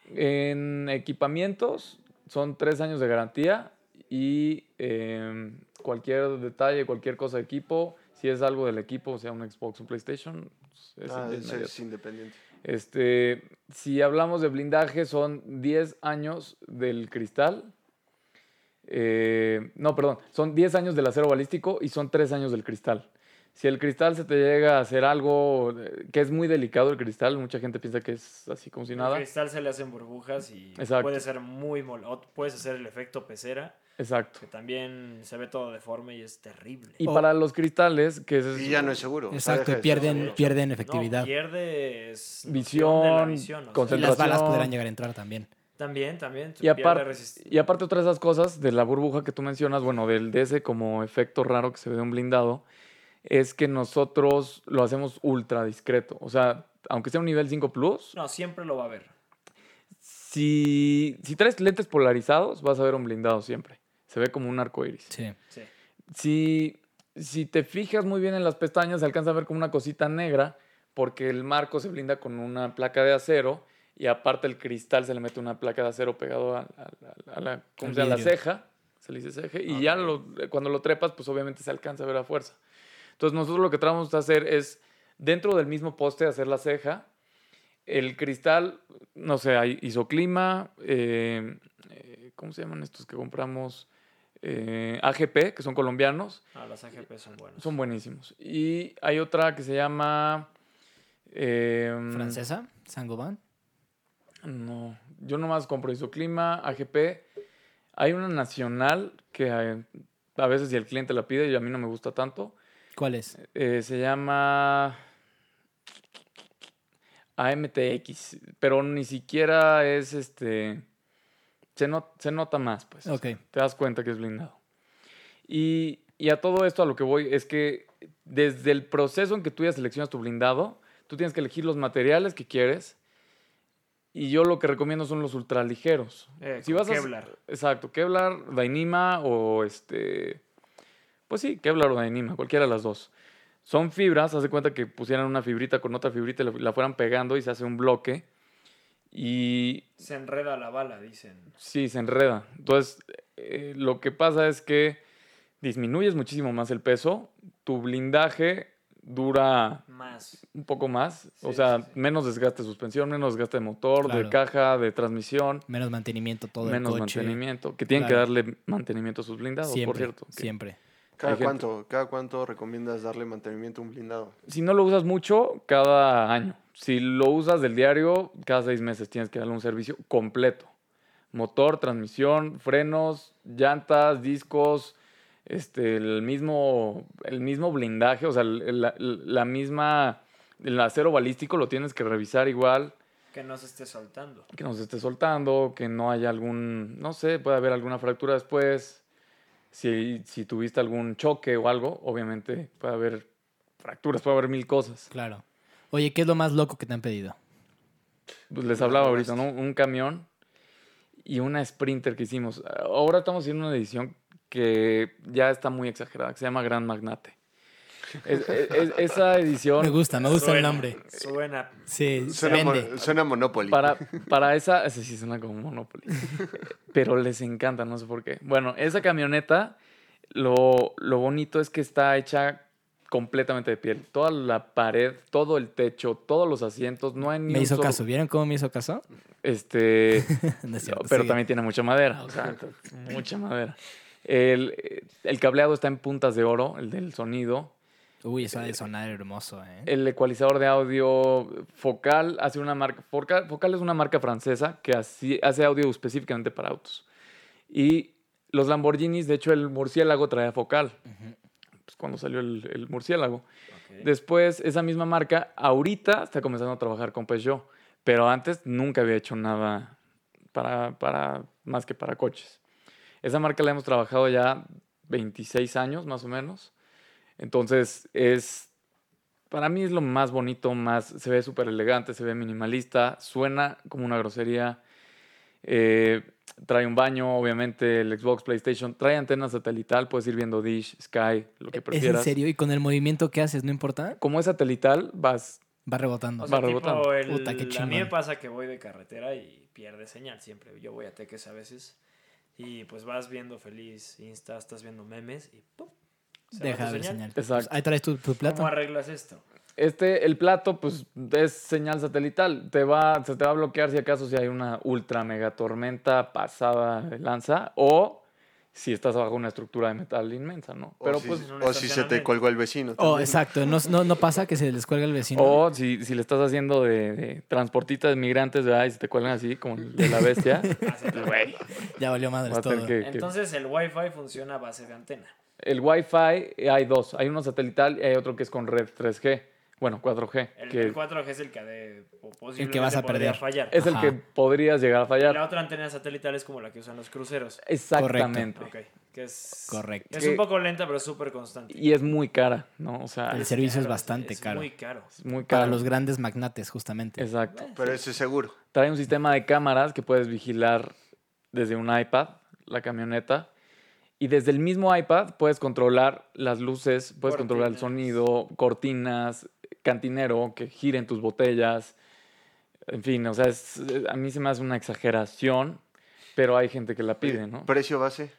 En equipamientos son tres años de garantía y eh, cualquier detalle, cualquier cosa de equipo, si es algo del equipo, o sea un Xbox, un PlayStation, pues, es Ah, de ese inmediato. es independiente. Este, si hablamos de blindaje, son 10 años del cristal. Eh, no, perdón, son 10 años del acero balístico y son 3 años del cristal. Si el cristal se te llega a hacer algo eh, que es muy delicado, el cristal, mucha gente piensa que es así como si Al nada. cristal se le hacen burbujas y Exacto. puede ser muy mol- o Puedes hacer el efecto pecera, Exacto. que también se ve todo deforme y es terrible. Y O- para los cristales, que ese es, Y ya no es seguro. o sea, deja Exacto, de ser pierden, seguro. pierden No, efectividad. pierdes noción de la Visión, visión, o sea, y las balas concentración. podrán llegar a entrar también. también, también. Y aparte- resistencia. Y aparte otra de esas cosas de la burbuja que tú mencionas, bueno, del de ese como efecto raro que se ve de un blindado, es que nosotros lo hacemos ultra discreto. O sea, aunque sea un nivel 5 Plus, No, siempre lo va a ver. si, si traes lentes polarizados, vas a ver un blindado siempre. Se ve como un arco iris. Sí. Sí. Si, si te fijas muy bien en las pestañas, se alcanza a ver como una cosita negra, porque el marco se blinda con una placa de acero y aparte el cristal se le mete una placa de acero pegado a, a- a- a la, ¿cómo Al se llama? la vidrio. ceja, se le dice ceja, y ya lo- cuando lo trepas, pues obviamente se alcanza a ver a fuerza. Entonces nosotros lo que tratamos de hacer es, dentro del mismo poste, hacer la ceja, el cristal, no sé, hay isoclima, eh, eh, ¿cómo se llaman estos que compramos? Eh, AGP, que son colombianos, Ah, las AGP son buenas. son buenísimos. Y hay otra que se llama... eh, ¿Francesa? ¿Sangoban? No, yo nomás compro isoclima, AGP. Hay una nacional que eh, a veces si el cliente la pide y a mí no me gusta tanto. ¿Cuál es? Eh, se llama AMTX, pero ni siquiera es este. Se, not- se nota más, pues. Ok. Te das cuenta que es blindado. Y, y a todo esto a lo que voy es que desde el proceso en que tú ya seleccionas tu blindado, tú tienes que elegir los materiales que quieres. Y yo lo que recomiendo son los ultraligeros. Eh, Si con vas a- Kevlar. Exacto, Kevlar, Dainima o este. Pues sí, Kevlar o Dainima, cualquiera de las dos. Son fibras, hace cuenta que pusieran una fibrita con otra fibrita y la- la fueran pegando y se hace un bloque. Y Se enreda la bala, dicen. Sí, se enreda. Entonces, eh, lo que pasa es que disminuyes muchísimo más el peso, tu blindaje dura Más. un poco más, o Sí, sea, sí, sí. menos desgaste de suspensión, menos desgaste de motor, de Claro. caja, de transmisión, Menos mantenimiento todo menos el coche. mantenimiento, que tienen Claro. que darle mantenimiento a sus blindados, Siempre, por cierto. que siempre. ¿Cada Hay gente- cuánto, ¿Cada cuánto recomiendas darle mantenimiento a un blindado? Si no lo usas mucho, cada año. Si lo usas del diario, cada seis meses tienes que darle un servicio completo. Motor, transmisión, frenos, llantas, discos, este, el, mismo, el mismo blindaje, o sea, el- el- la, la misma... El acero balístico lo tienes que revisar igual, Que no se esté soltando. que no se esté soltando, que no haya algún... No sé, puede haber alguna fractura después. Si, si tuviste algún choque o algo, obviamente puede haber fracturas, puede haber mil cosas. Claro. Oye, ¿qué es lo más loco que te han pedido? Pues les hablaba ahorita, ¿no? Un camión y una sprinter que hicimos. Ahora estamos haciendo una edición que ya está muy exagerada, que se llama Gran Magnate. Es- es- es- esa edición... Me gusta, me gusta el Suena. nombre. Suena. Sí, se Suena, vende. mon- suena Monopoly. Para, para esa, esa sí suena como Monopoly. Pero les encanta, no sé por qué. Bueno, esa camioneta, lo, lo bonito es que está hecha completamente de piel. Toda la pared, todo el techo, todos los asientos, no hay ni Me un hizo solo- caso. ¿Vieron cómo me hizo caso? Este, No es cierto, pero sigue. también tiene mucha madera, o sea, mucha madera. El, el cableado está en puntas de oro, el del sonido. Uy, eso ha de sonar hermoso, ¿eh? El ecualizador de audio Focal hace una marca. Focal, Focal es una marca francesa que así- hace audio específicamente para autos. Y los Lamborghinis, de hecho, el murciélago traía Focal. Pues cuando salió el, el murciélago. Después, esa misma marca, ahorita está comenzando a trabajar con Peugeot. Pero antes nunca había hecho nada para, para más que para coches. Esa marca la hemos trabajado ya 26 años, más o menos. Entonces, es. Para mí es lo más bonito, más. Se ve súper elegante, se ve minimalista, suena como una grosería. eh, trae un baño, obviamente, el Xbox, PlayStation. Trae antena satelital, puedes ir viendo Dish, Sky, lo ¿Es que en prefieras. serio? ¿Y con el movimiento que haces no importa? Como es satelital, vas. Va rebotando. O sea, Va rebotando. tipo el- Puta, qué a chingón. mí me pasa que voy de carretera y pierde señal siempre. Yo voy a teques a veces y pues vas viendo feliz Insta, estás viendo memes y ¡pum! se va Deja tu de ver señal. Exacto. Ahí traes tu, tu plato. ¿Cómo arreglas esto? Este, el plato, pues es señal satelital. Te va, se te va a bloquear si acaso si hay una ultra mega tormenta pasada de lanza o si estás bajo una estructura de metal inmensa, ¿no? O Pero si- pues. en un o si se te estacionamiento. colgó el vecino. Oh, también. exacto. No, no, no pasa que se les cuelga el vecino. O si, si le estás haciendo de, de transportistas migrantes, ¿verdad? Y se te cuelgan así, como el de la bestia. pues, güey, Ya valió madre vas a tener todo. que- que- Ah, Entonces el wifi funciona a base de antena. El Wi-Fi eh, hay dos. Hay uno satelital y hay otro que es con red 3G. Bueno, 4G. El, que el 4G es el que de, o posiblemente vas a podría perder. fallar. es el Ajá. que podrías llegar a La fallar. otra antena satelital es como la que usan los cruceros. Exactamente. Ok, que es Correcto. Es Que- un poco lenta, pero súper constante. Y es muy cara, ¿no? O sea, El Ah, es servicio es Claro, bastante caro. Muy caro. es muy cara. Para los grandes magnates, justamente. Exacto. Pero eso es seguro. Trae un sistema de cámaras que puedes vigilar desde un iPad, la camioneta. Y desde el mismo iPad puedes controlar las luces, puedes controlar el Cortinas. sonido, cortinas, cantinero, que giren tus botellas. En fin, o sea, es- a mí se me hace una exageración, pero hay gente que la pide, ¿no? Precio base.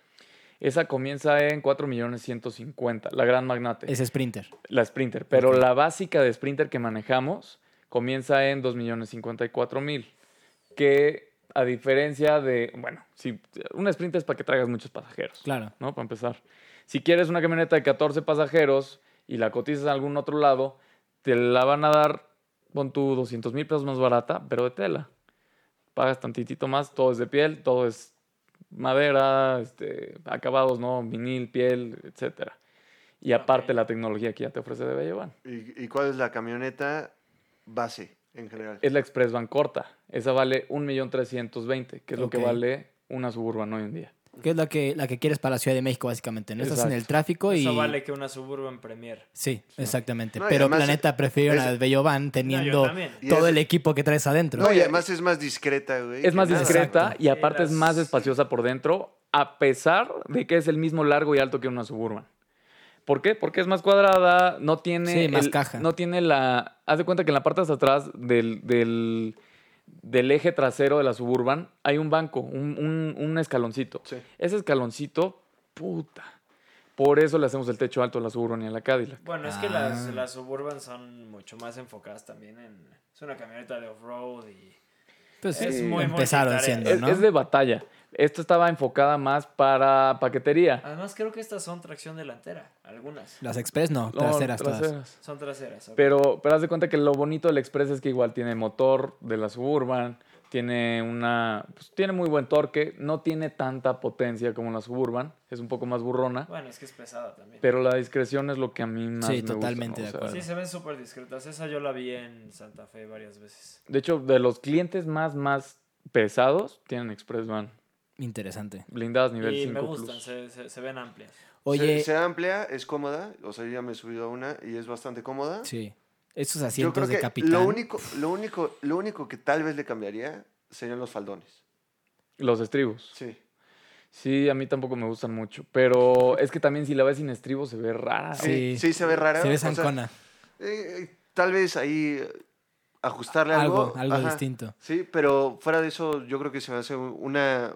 Esa comienza en 4 millones 150, la gran magnate. Es Sprinter. La Sprinter. Pero la básica de Sprinter que manejamos comienza en 2.054.000. Que a diferencia de. Bueno, si una Sprinter es para que traigas muchos pasajeros. Claro. ¿No? Para empezar. Si quieres una camioneta de 14 pasajeros y la cotizas a algún otro lado, te la van a dar con tu 200 mil pesos más barata, pero de tela. Pagas tantitito más, todo es de piel, todo es madera, este, acabados, ¿no? Vinil, piel, etcétera. Y aparte la tecnología que ya te ofrece de llevar. ¿Y, y cuál es la camioneta base en general? Es la Express Van Corta. Esa vale 1.320.000, que es lo que Ok. vale una Suburban hoy en día. Que es la que, la que quieres para la Ciudad de México, básicamente. No estás en el Exacto. tráfico y. Eso vale que una Suburban Premier. Sí, exactamente. No, y Pero además, Planeta prefiero es- una Bello Van No, teniendo yo también. Y todo es- el equipo que traes adentro. No, y además es más discreta, güey. Es que más nada. discreta Exacto. y aparte es las- más espaciosa por dentro, a pesar de que es el mismo largo y alto que una Suburban. ¿Por qué? Porque es más cuadrada, no tiene... Sí, más el- caja. No tiene la... Haz de cuenta que en la parte hasta atrás del, del, del eje trasero de la Suburban hay un banco, un, un- un escaloncito. Sí. Ese escaloncito, puta. Por eso le hacemos el techo alto a la Suburban y a la Cadillac. Bueno, es que las, las Suburban son mucho más enfocadas también en... Es una camioneta de off-road y... Pues, eh, Es muy eh. empezaron multitarea. siendo, Es, ¿no? es de batalla. Esta estaba enfocada más para paquetería. Además, creo que estas son tracción delantera, algunas. Las Express no, No, traseras, todas. traseras. Son traseras. ok. Pero, pero haz de cuenta que lo bonito del Express es que igual tiene motor de la Suburban, tiene una, pues, tiene muy buen torque, no tiene tanta potencia como la Suburban, es un poco más burrona, Bueno, es que es pesada también. pero la discreción es lo que a mí más Sí, me gusta, totalmente ¿no? de O sea, acuerdo. Sí, se ven súper discretas. Esa yo la vi en Santa Fe varias veces. De hecho, de los clientes más más pesados tienen Express Van, Interesante. blindadas nivel y 5 me gustan, plus. se, se- se ven amplias. Oye, Se, se amplia, es cómoda. O sea, yo ya me he subido a una y es bastante cómoda. sí. Esos yo creo asientos que de capitán. Lo, único, lo, único, lo único que tal vez le cambiaría serían los faldones. Los estribos. Sí. Sí, a mí tampoco me gustan mucho. Pero es que también si la ves sin estribo se ve rara. Sí, Ah, Sí. sí se ve rara. Se o ve sea, zancona. eh, eh, tal vez ahí eh, ajustarle algo. Algo, algo Ajá. distinto. Sí, pero fuera de eso, yo creo que se me hace una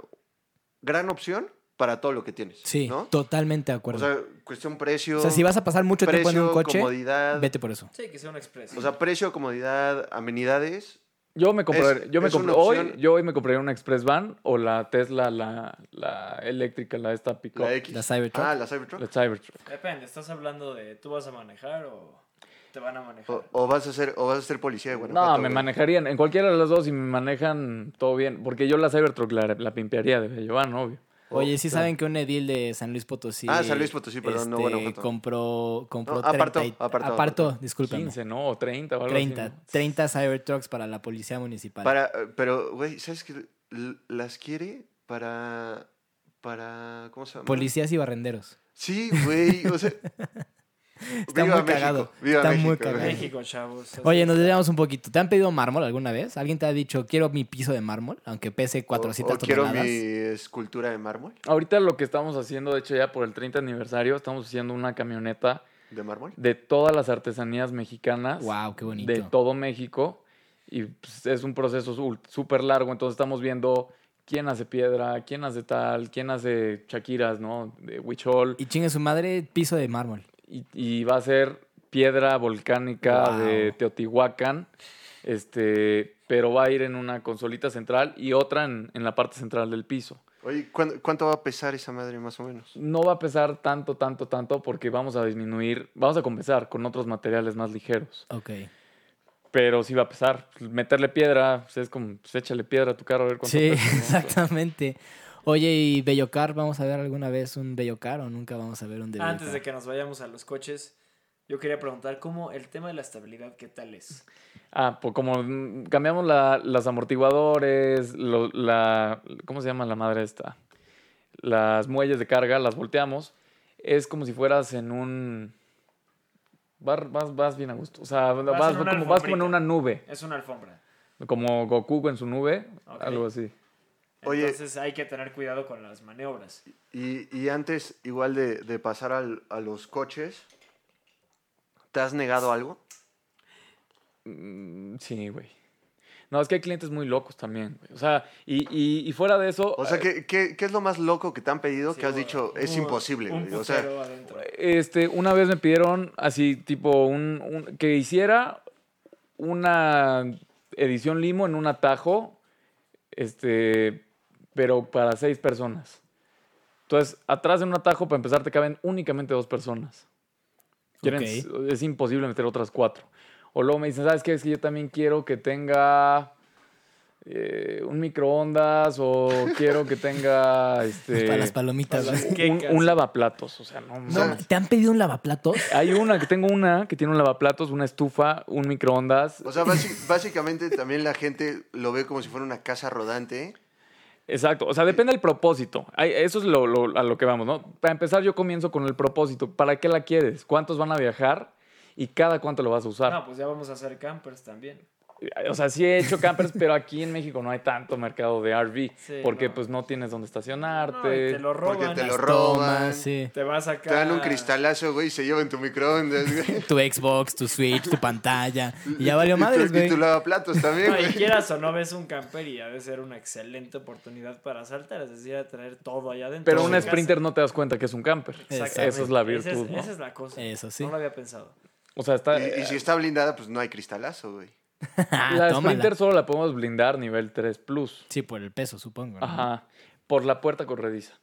gran opción para todo lo que tienes. Sí, ¿no? totalmente de O acuerdo. O sea, sea, cuestión precio. si vas a pasar mucho tiempo en precio, un coche, comodidad. vete por eso. Sí, que sea un express. O sea, precio, comodidad, amenidades. Yo me compraré, Es- yo me es una compro- hoy, opción. yo hoy me compraría una Express Van o la Tesla, la, la eléctrica, la esta pick La X. La Cybertruck. Ah, la Cybertruck. la Cybertruck. Depende, ¿estás hablando de tú vas a manejar o te van a manejar? O, o vas a ser, o vas a ser policía de Guanajuato. No, me güey. manejarían en cualquiera de las dos y me manejan todo bien. Porque yo la Cybertruck la, la pimpearía de Bellovan, obvio. Oye, sí saben que un edil de San Luis Potosí. Oh, este, Ah, San Luis Potosí, perdón, no, Guanajuato. Compró, compró No, apartó, 30 y- apartó, apartó, apartó. discúlpame. 15, ¿no? O 30 o algo así, 30, ¿no? 30 Cybertrucks para la policía municipal. Para, eh, pero, güey, ¿sabes qué? L- Las quiere para. para ¿Cómo se llama? Policías y barrenderos. Sí, güey. O sea. Está muy cagado. Viva Está muy México, cagado. güey. México, chavos. Oye, nos desviamos un poquito. ¿Te han pedido mármol alguna vez? ¿Alguien te ha dicho, quiero mi piso de mármol, aunque pese O- 400 o quiero toneladas? mi escultura de mármol. Ahorita lo que estamos haciendo, de hecho ya por el 30 aniversario, estamos haciendo una camioneta ¿De mármol? de todas las artesanías mexicanas. Wow, qué bonito. de todo México. Y pues, es un proceso sul- súper largo. Entonces estamos viendo quién hace piedra, quién hace tal, quién hace Shakiras, ¿no? De Huichol. Y chingue su madre, piso de mármol. Y, y va a ser piedra volcánica Wow. de Teotihuacán. Este, pero va a ir en una consolita central y otra en, en la parte central del piso. Oye, ¿cuán- ¿cuánto va a pesar esa madre más o menos? No va a pesar tanto, tanto, tanto porque vamos a disminuir, vamos a compensar con otros materiales más ligeros. Ok. Pero sí va a pesar. Meterle piedra, pues, es como, pues, échale piedra a tu carro a ver cuánto Sí, pesa, ¿no? exactamente. Oye, ¿y Bellocar? ¿Vamos a ver alguna vez un Bellocar o nunca vamos a ver un de Antes de Bellocar? que nos vayamos a los coches, yo quería preguntar cómo el tema de la estabilidad, ¿qué tal es? Ah, pues como mm, cambiamos la- las amortiguadores, lo- la, ¿cómo se llama la madre esta? Las muelles de carga, las volteamos. Es como si fueras en un... Vas, vas, vas bien a gusto. O sea, vas, en una como, vas como en alfombrita. una nube. Es una alfombra. Como Goku en su nube, Ok. algo así. Oye. Entonces hay que tener cuidado con las maniobras. Y, y antes, igual de, de pasar al- a los coches, ¿te has negado algo? Mm, Sí, güey. No, es que hay clientes muy locos también, güey. O sea, y, y- y fuera de eso... O sea, ¿qué, qué, qué es lo más loco que te han pedido Sí, que has o- dicho es un- imposible? un güey"? O sea, putero adentro. Este, una vez me pidieron así, tipo, un, un- que hiciera una edición limo en un atajo, este, pero para seis personas. Entonces, atrás en un atajo, para empezar, te caben únicamente dos personas. Quieren- Ok. Es imposible meter otras cuatro. O luego me dicen, ¿sabes qué? Es que yo también quiero que tenga eh, un microondas o quiero que tenga este, Pues Para las palomitas. para las- güey. un, un lavaplatos. O sea, no, No, mames. ¿Te han pedido un lavaplatos? Hay una que tengo una que tiene un lavaplatos, una estufa, un microondas. o sea, basi- básicamente también la gente lo ve como si fuera una casa rodante. Exacto. O sea, depende del propósito. Ay, Eso es lo, lo- a lo que vamos, ¿no? Para empezar, yo comienzo con el propósito. ¿Para qué la quieres? ¿Cuántos van a viajar? ¿Y cada cuánto lo vas a usar? No, pues ya vamos a hacer campers también. O sea, sí he hecho campers, pero aquí en México no hay tanto mercado de RV. Sí, porque no. pues no tienes dónde No, y estacionarte. te lo roban. Porque te lo Las roban. tomas, sí. Te vas acá. Te dan un cristalazo, güey, y se llevan tu microondas, güey. Tu Xbox, tu Switch, tu pantalla. Y ya valió Y tu- madres, Y güey. tu lavaplatos también, No, y güey. quieras o no ves un camper y ha de ser una excelente oportunidad para saltar, es decir, a traer todo allá adentro. Pero de una casa. sprinter no te das cuenta que es un camper. Exactamente. Esa es la Esa es- virtud, Esa es, ¿no? la cosa. Eso sí. No lo había pensado. O sea, está... Y, y si está blindada, pues no hay cristalazo, güey. Ah, la tómala. sprinter solo la podemos blindar nivel 3 plus. Sí, por el peso, supongo. ¿no? Ajá. Por la puerta corrediza.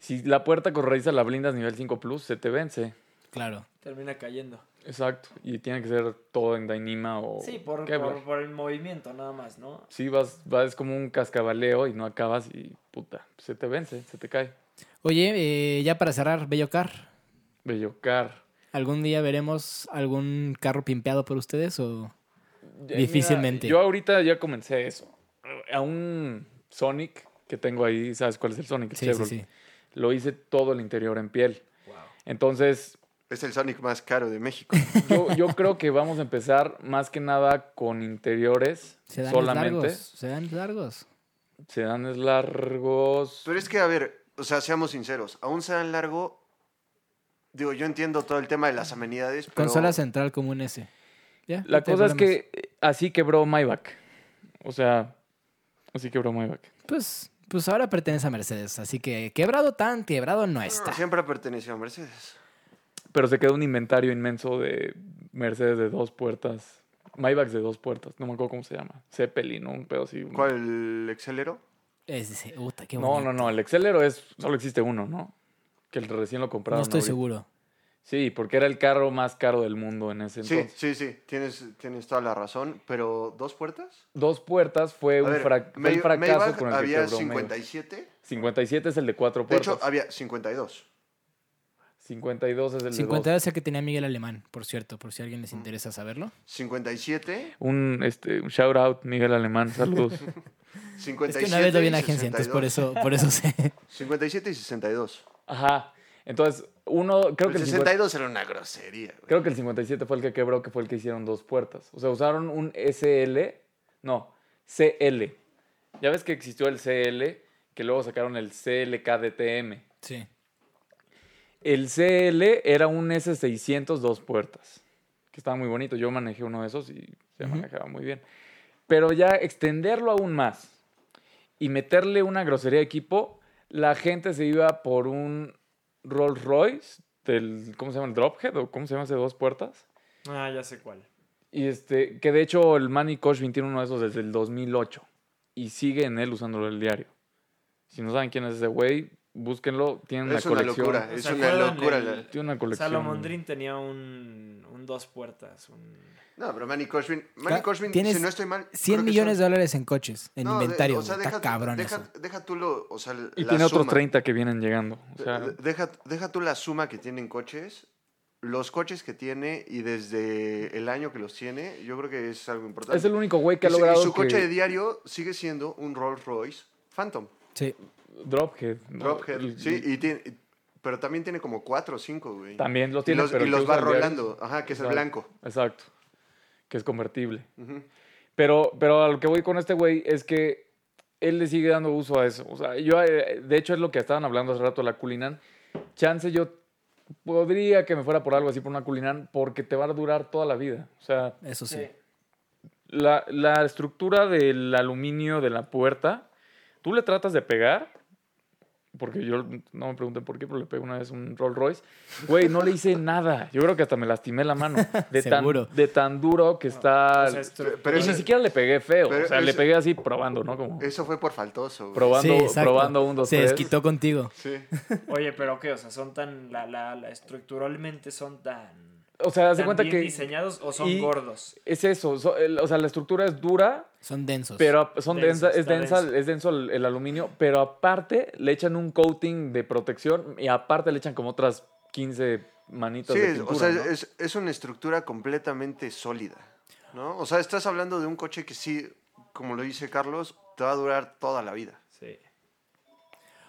Si la puerta corrediza la blindas nivel 5 plus, se te vence. Claro. Termina cayendo. Exacto. Y tiene que ser todo en Dainima o. Sí, por, Kevlar. por, por el movimiento nada más, ¿no? Sí, vas, vas como un cascabaleo y no acabas y puta, se te vence, se te cae. Oye, eh, ya para cerrar, Bellocar. Bellocar. ¿Algún día veremos algún carro pimpeado por ustedes o...? Eh, Difícilmente. mira, yo ahorita ya comencé eso. A un Sonic que tengo ahí, ¿sabes cuál es el Sonic? El Sí, sí, Chevrolet. sí. Lo hice todo el interior en piel. Entonces, Es el Sonic más caro de México. Yo, yo creo que vamos a empezar más que nada con interiores Se dan solamente. largos. Se dan largos. Sedanes largos. Pero es que, a ver, o sea, seamos sinceros, a un sedán largo, digo, yo entiendo todo el tema de las amenidades, pero... Consola central como un S. Ya, La no te cosa es problemas. que eh, así quebró Maybach. O sea, así quebró Maybach. Pues, pues ahora pertenece a Mercedes, así que quebrado tan, quebrado no está. Siempre perteneció a Mercedes. Pero se quedó un inventario inmenso de Mercedes de dos puertas. Maybach de dos puertas, no me acuerdo cómo se llama. Zeppelin, ¿no? un pedo así. un- ¿Cuál? ¿El Excelero? Es, dice, puta, qué No, bonito. no, no. El Excelero es. Solo existe uno, ¿no? Que el recién lo compraron. No estoy ahorita. seguro. Sí, porque era el carro más caro del mundo en ese Sí, entonces. sí, sí, tienes, tienes toda la razón, pero ¿dos puertas? Dos puertas fue A un ver, frac- fue el May- fracaso Maybach con el que había quebró Maybach. 57, 57 es el de cuatro de puertas. hecho había 52. 52 es el de dos. Mm. 50 es el que tenía Miguel Alemán, por cierto, por si a alguien les interesa saberlo. 57, Un, este, un shout out, Miguel Alemán, saludos. 57 es que una vez lo vi en y agencia, entonces por 62. eso, por eso sé. 57 y 62. Ajá. Entonces, uno, creo que el el 50 62 era una grosería. güey. creo que el 57 fue el que quebró, que fue el que hicieron dos puertas. O sea, usaron un SL, no, CL. Ya ves que existió el CL, que luego sacaron el CLKDTM. Sí. El CL era un S600 dos puertas, que estaba muy bonito. Yo manejé uno de esos y se Ujú. manejaba muy bien. Pero ya extenderlo aún más y meterle una grosería de equipo, la gente se iba por un Rolls Royce del, ¿cómo se llama? ¿El Drophead o cómo se llama ese dos puertas? Ah, ya sé cuál. Y este, que de hecho el Manny Coshvin tiene uno de esos desde el 2008 y sigue en él usándolo el diario. Si no saben quién es ese güey, búsquenlo. Tiene una Es una colección. locura, es ¿Se una acuerdan locura. del- la- Tiene una colección. Salomondrin tenía un, un dos puertas. un- No, pero Manny Coshvin, Manny Ca- Coshvin, tienes si no estoy mal... 100 millones de dólares en coches, en inventario. o sea, güey, deja, está cabrón deja, eso. deja tú lo... O sea, Y la tiene otros suma. Eh, 30 que vienen llegando. O sea, De- deja, deja tú la suma que tienen coches, los coches que tiene y desde el año que los tiene, yo creo que es algo importante. es el único güey que Y ha su- y logrado su coche que- de diario sigue siendo un Rolls Royce Phantom, Sí. Drophead. ¿no? Drophead, El- sí, y tiene- y- pero también tiene como cuatro o cinco, güey. También los y tiene, los, pero y el los que va usa el diario- rolando, ajá, que es el Exacto, blanco. Exacto. Que es convertible. Ujú. Pero, pero a lo que voy con este güey es que él le sigue dando uso a eso. O sea, yo, eh, de hecho, es lo que estaban hablando hace rato la Culinan. Chance yo podría que me fuera por algo así, por una Culinan, porque te va a durar toda la vida. O sea, Eso sí. la, la estructura del aluminio de la puerta, tú le tratas de pegar, porque yo no me pregunten por qué, pero le pegué una vez un Rolls Royce. Güey, no le hice nada. Yo creo que hasta me lastimé la mano. De, tan, Seguro. de tan duro que está. O sea, esto- Pero, y eso, ni siquiera le pegué feo. pero O sea, le eso- pegué así probando, ¿no? Como eso fue por faltoso, güey. probando, Sí, exacto. probando un, dos, Se tres. desquitó contigo. Sí. Oye, pero qué, o sea, son tan. La, la, la- estructuralmente son tan. O sea, haz de tan cuenta bien que diseñados o son y- gordos? es eso. so- el- o sea, la estructura es dura, Son densos. Pero son Denso, densa, es, está densa, denso. es denso el, el aluminio, pero aparte le echan un coating de protección y aparte le echan como otras 15 manitas Sí, de es- pintura. o sea, ¿no? es, es una estructura completamente sólida, ¿no? O sea, estás hablando de un coche que sí, como lo dice Carlos, te va a durar toda la vida. Sí.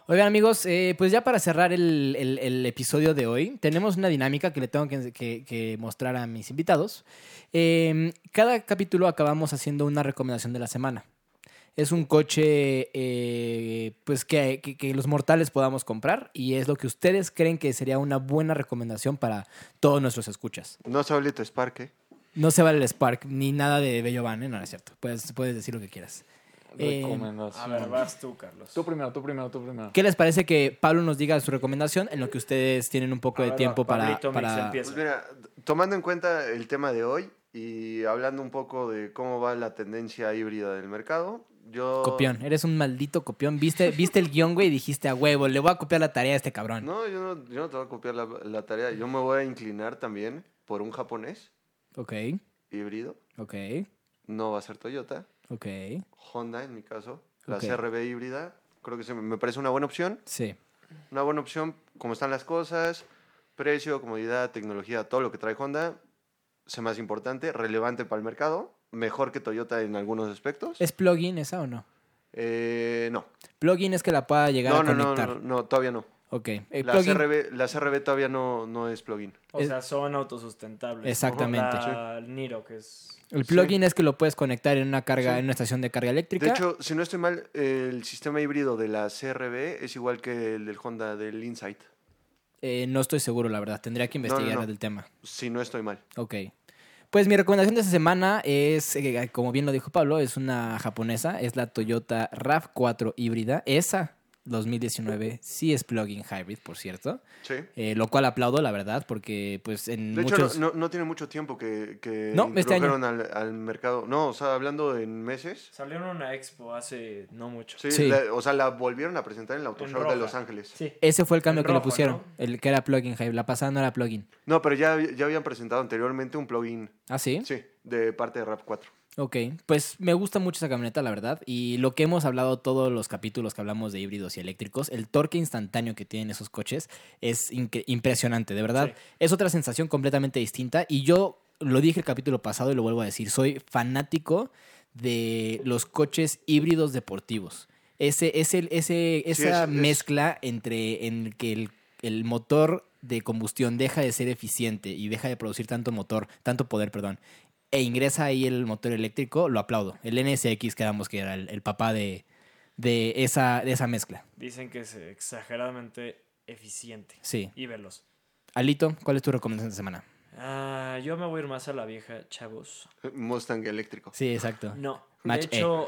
Oigan amigos, eh, pues ya para cerrar el, el- el episodio de hoy, tenemos una dinámica que le tengo que, que- que mostrar a mis invitados. Eh, cada capítulo acabamos haciendo una recomendación de la semana. Es un coche eh, pues que, que- que los mortales podamos comprar y es lo que ustedes creen que sería una buena recomendación para todos nuestros escuchas. No se hable tu Spark, ¿eh? No se vale el Spark ni nada de Bello Van, ¿eh? no, no es cierto. Puedes, puedes decir lo que quieras. Eh, A Recomendación. ver, vas tú, Carlos. tú primero, tú primero, tú primero. ¿Qué les parece que Pablo nos diga su recomendación en lo que ustedes tienen un poco A de ver, tiempo para, Pablito Mix, para- empieza. Pues mira, t- tomando en cuenta el tema de hoy y hablando un poco de cómo va la tendencia híbrida del mercado, yo... Copión, eres un maldito copión. Viste, viste el guión, güey, y dijiste a huevo, le voy a copiar la tarea a este cabrón. No, yo no, yo no te voy a copiar la, la tarea. Yo me voy a inclinar también por un japonés Ok, híbrido. ok, No va a ser Toyota. ok. Honda, en mi caso. La Ok. CRB híbrida. Creo que se me- me parece una buena opción. Sí, una buena opción, como están las cosas, precio, comodidad, tecnología, todo lo que trae Honda, se más importante, relevante para el mercado, mejor que Toyota en algunos aspectos. ¿es plugin esa o no? Eh, no. Plugin es que la pueda llegar No, a no, no, conectar. no, no, todavía no. Ok. eh, Las plugin- RB, las RB todavía no, no es plugin. O Es- sea, son autosustentables. Exactamente. La Niro, que es. el plugin es que lo puedes conectar en una carga, en una estación de carga eléctrica. De hecho, si no estoy mal, el sistema híbrido de la CRB es igual que el del Honda del Insight. Eh, no estoy seguro, la verdad. Tendría que No, no, investigar no. del tema. Si no estoy mal. Ok. Pues mi recomendación de esta semana es, eh, como bien lo dijo Pablo, es una japonesa, es la Toyota RAV4 híbrida. Esa 2019 sí es plug-in hybrid, por cierto. Sí. Eh, lo cual aplaudo, la verdad, porque pues en De muchos... hecho, no, no- no tiene mucho tiempo que, que No, este año. introdujeron al, al mercado. No, o sea, hablando en meses. Salió en una expo hace no mucho. Sí, Sí. la- o sea, la volvieron a presentar en el En Autoshow roja. de Los Ángeles. Sí. Ese fue el cambio en que le rojo, pusieron, ¿no? el que era plug-in hybrid. La pasada no era plug-in. No, pero ya, ya habían presentado anteriormente un plugin. ¿Ah, sí? Sí, de parte de Rap 4. Ok, pues me gusta mucho esa camioneta, la verdad. Y lo que hemos hablado todos los capítulos que hablamos de híbridos y eléctricos, el torque instantáneo que tienen esos coches es incre- impresionante, de verdad. Sí. Es otra sensación completamente distinta. Y yo lo dije el capítulo pasado y lo vuelvo a decir, soy fanático de los coches híbridos deportivos. Ese, ese, ese, Sí, esa es- es- mezcla entre en el que el, el motor de combustión deja de ser eficiente y deja de producir tanto motor, tanto poder, perdón, e ingresa ahí el motor eléctrico, lo aplaudo. El NSX, quedamos que era el, el papá de, de, esa, de esa mezcla. Dicen que es exageradamente eficiente Sí. y veloz. Alito, ¿cuál es tu recomendación de semana? Ah, yo me voy a ir más a la vieja, chavos. Mustang eléctrico. Sí, exacto. No. Match de hecho,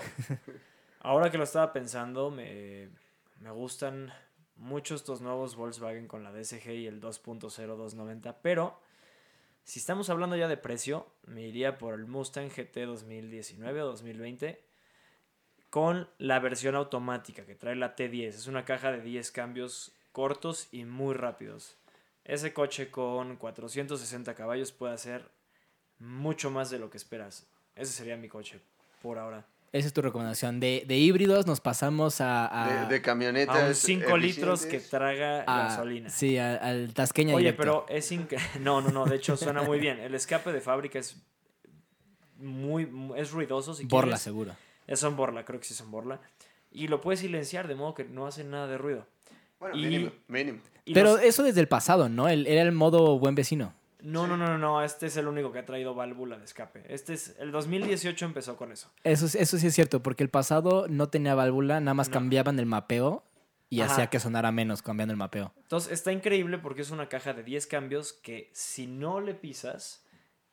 ahora que lo estaba pensando, me, me gustan mucho estos nuevos Volkswagen con la DSG y el 2.0 290, pero si estamos hablando ya de precio, me iría por el Mustang GT 2019 o 2020 con la versión automática que trae la T10. Es una caja de 10 cambios cortos y muy rápidos. Ese coche con 460 caballos puede hacer mucho más de lo que esperas. Ese sería mi coche por ahora. Esa es tu recomendación. De, de híbridos nos pasamos a... Ah, a- de, de A camionetas. un 5 litros que eficientes. traga a- gasolina. Ah, Sí, a- al tasqueña Oye, directo. pero es increíble. No, no, no. De hecho, suena muy bien. El escape de fábrica es muy. Es ruidoso. Si Borla, quieres. seguro. Es son borla, creo que sí son borla. Y lo puedes silenciar de modo que no hace nada de ruido. Bueno, Y- mínimo, mínimo. Y Pero los- eso desde el pasado, ¿no? El- era el modo buen vecino. No, no, no, no, no. Este es el único que ha traído válvula de escape. Este es. El 2018 empezó con eso. Eso, es- eso sí es cierto, porque el pasado no tenía válvula, nada más No. cambiaban el mapeo y Ajá. hacía que sonara menos cambiando el mapeo. Entonces está increíble porque es una caja de 10 cambios que si no le pisas,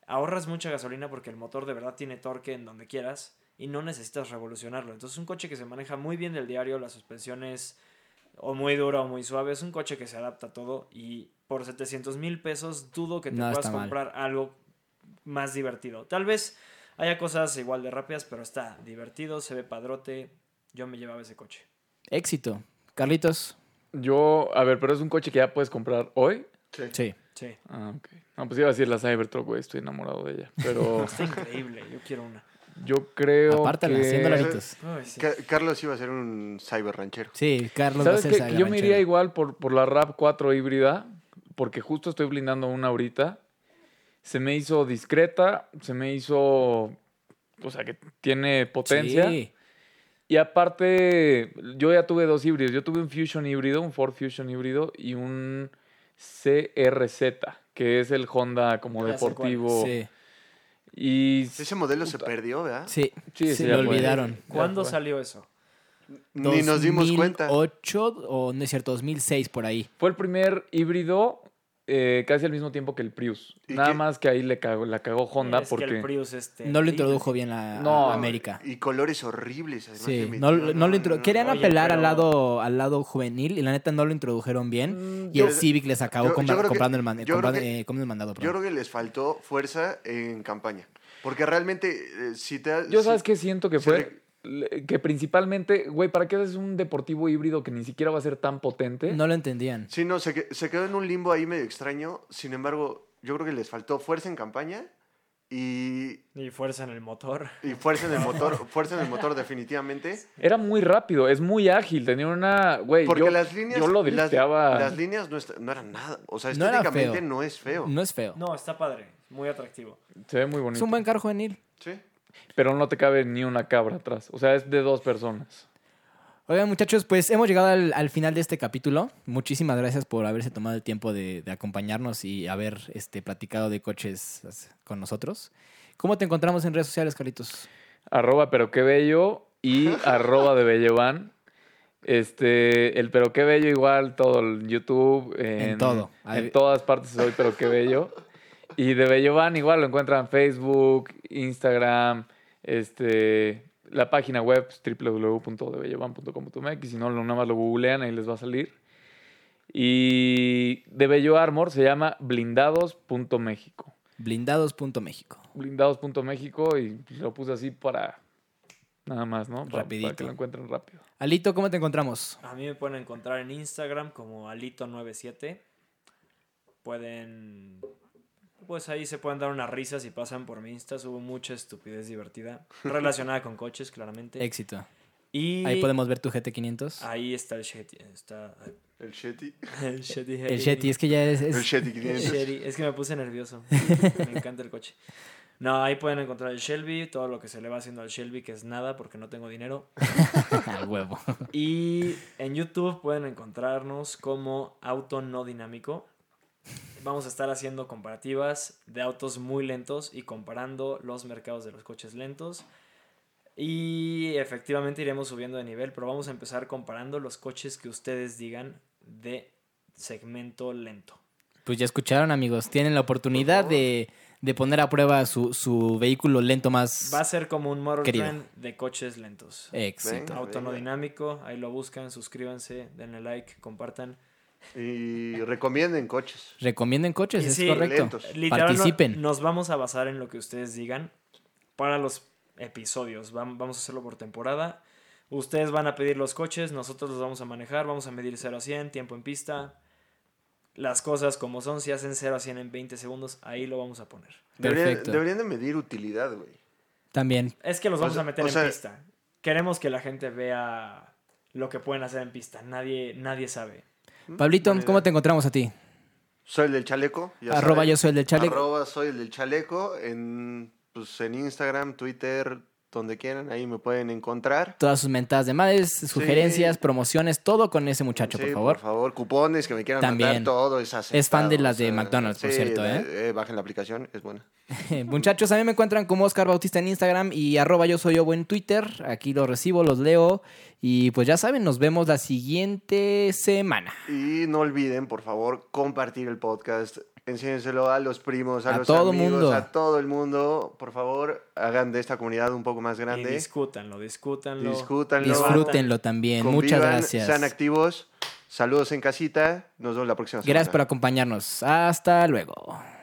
ahorras mucha gasolina porque el motor de verdad tiene torque en donde quieras y no necesitas revolucionarlo. Entonces es un coche que se maneja muy bien del diario, la suspensión es o muy dura o muy suave, es un coche que se adapta a todo y por 700 mil pesos dudo que te No, puedas está mal. comprar algo más divertido. Tal vez haya cosas igual de rápidas, pero está divertido, se ve padrote, yo me llevaba ese coche. Éxito. Carlitos. Yo, a ver, pero es un coche que ya puedes comprar hoy. Sí. Sí, Ah, ok. No, pues iba a decir la Cybertruck, güey, estoy enamorado de ella. Pero está increíble, yo quiero una. yo creo Apártala, que... 100 dolaritos. Ay, sí. Ca- Carlos iba a ser un cyber ranchero. Sí, Carlos va a ¿Sabes ser qué? saga Yo me iría ranchero. igual por, por la RAV4 híbrida, porque justo estoy blindando una ahorita. Se me hizo discreta, se me hizo... O sea, que tiene potencia. Sí. Y aparte, yo ya tuve dos híbridos. Yo tuve un Fusion híbrido, un Ford Fusion híbrido y un CRZ, que es el Honda como Ya sé cuál. deportivo. Sí. Y Ese modelo se perdió, ¿verdad? Sí. Sí, se sí, lo ya fue. olvidaron. ¿Cuándo Ya fue. salió eso? Ni nos dimos cuenta. 2008 o no es cierto, 2006 por ahí. fue el primer híbrido eh, casi al mismo tiempo que el Prius. ¿Y Nada qué? más que ahí le cagó, la cagó Honda Es que porque... el Prius este No lo introdujo bien la No, a América. Y colores horribles. además, Sí, le no, metieron. no lo intro- Querían Oye, apelar al pero- lado al lado juvenil y la neta no lo introdujeron Mm, bien. y yo- el Civic les acabó yo- yo compra- creo que- comprando, el man- yo creo comprando- que- eh, comprando el mandado. Yo perdón. creo que les faltó fuerza en campaña. Porque realmente, eh, si te. Yo si- sabes que siento que sí, fue... le- Que principalmente, güey, ¿para qué haces un deportivo híbrido que ni siquiera va a ser tan potente? No lo entendían. Sí, no, se, que- se quedó en un limbo ahí medio extraño. Sin embargo, yo creo que les faltó fuerza en campaña y, y fuerza en el motor. y fuerza en el motor. fuerza en el motor, definitivamente. Era muy rápido, es muy ágil, tenía una... Güey, Porque yo, las líneas. yo lo las, drifteaba... las líneas no, est- no eran nada. O sea, No era estéticamente feo. no es feo. No es feo. No, está padre, muy atractivo. Se ve muy Es bonito. un buen carro juvenil. Sí. Pero no te cabe ni una cabra atrás. O sea, es de dos personas. Oigan, muchachos, pues hemos llegado al, al final de este capítulo. Muchísimas gracias por haberse tomado el tiempo de, de acompañarnos y haber este, platicado de coches con nosotros. ¿Cómo te encontramos en redes sociales, Carlitos? Arroba pero qué bello y arroba de Bellevan. Este, el pero qué bello igual, todo, el YouTube. En, todo. En todas partes soy pero qué bello. Y de Bellovan igual lo encuentran en Facebook, Instagram, este, la página web pues, es www.debellovan.com.mx. Si no, lo- nada más lo googlean, ahí les va a salir. Y de Bello Armor se llama blindados.méxico. Blindados.mexico. Blindados.méxico y lo puse así para nada más, ¿no? Para, para Rapidito. que lo encuentren rápido. Alito, ¿cómo te encontramos? A mí me pueden encontrar en Instagram como Alito97. Pueden. Pues ahí se pueden dar unas risas si pasan por mi Insta. Subo mucha estupidez divertida relacionada con coches, claramente. Éxito. y Ahí podemos ver tu GT500. ahí está el Shetty. Está El Shetty. el Shetty. el Shetty, es que ya es... es- El Shetty El 500. Shetty. Es que me puse nervioso. Me encanta el coche. No, ahí pueden encontrar el Shelby, todo lo que se le va haciendo al Shelby, que es nada porque no tengo dinero. al huevo. Y en YouTube pueden encontrarnos como Auto No Dinámico. Vamos a estar haciendo comparativas de autos muy lentos y comparando los mercados de los coches lentos. Y efectivamente iremos subiendo de nivel, pero vamos a empezar comparando los coches que ustedes digan de segmento lento. Pues ya escucharon, amigos. Tienen la oportunidad de, de poner a prueba su, su vehículo lento más... Va a ser como un Model Querido. Eh, Trend de coches lentos. Éxito. Venga, Auto venga. No Dinámico, ahí lo buscan, suscríbanse, denle like, compartan. Y recomienden coches. Recomienden coches, Y es sí, correcto. lentos. Literal, Participen. no- Nos vamos a basar en lo que ustedes digan para los episodios. Vam- Vamos a hacerlo por temporada. Ustedes van a pedir los coches, nosotros los vamos a manejar, vamos a medir 0 a 100, tiempo en pista. Las cosas como son, si hacen 0 a 100 en 20 segundos, ahí lo vamos a poner. Deberían, Perfecto. deberían de medir utilidad, güey. También. Es que los O vamos sea- a meter o en sea- pista. Queremos que la gente vea lo que pueden hacer en pista. Nadie, nadie sabe. Mm. Pablito, buena ¿cómo idea. te encontramos a ti? Soy el del chaleco. ya Arroba saben. yo soy el del chaleco. Arroba soy el del chaleco. En, pues, en Instagram, Twitter, donde quieran, ahí me pueden encontrar. Todas sus mentadas de madres, sugerencias, promociones, todo con ese muchacho, Sí, por favor. Por favor, cupones que me quieran También. mandar todo. Es, Es fan de aceptado, las de McDonald's, por cierto, ¿eh? Bajen la aplicación, es buena. Muchachos, a mí me encuentran como Oscar Bautista en Instagram y arroba yo soy Ovo en Twitter. Aquí los recibo, los leo. Y pues ya saben, nos vemos la siguiente semana. Y no olviden, por favor, compartir el podcast. Enséñenselo a los primos, a, A los todo amigos, mundo. a todo el mundo. Por favor, hagan de esta comunidad un poco más Y grande. discútanlo, discútanlo. Discútanlo. Disfrútenlo también. Muchas Convivan, gracias. Sean activos. Saludos en casita. Nos vemos la próxima semana. Gracias por acompañarnos. Hasta luego.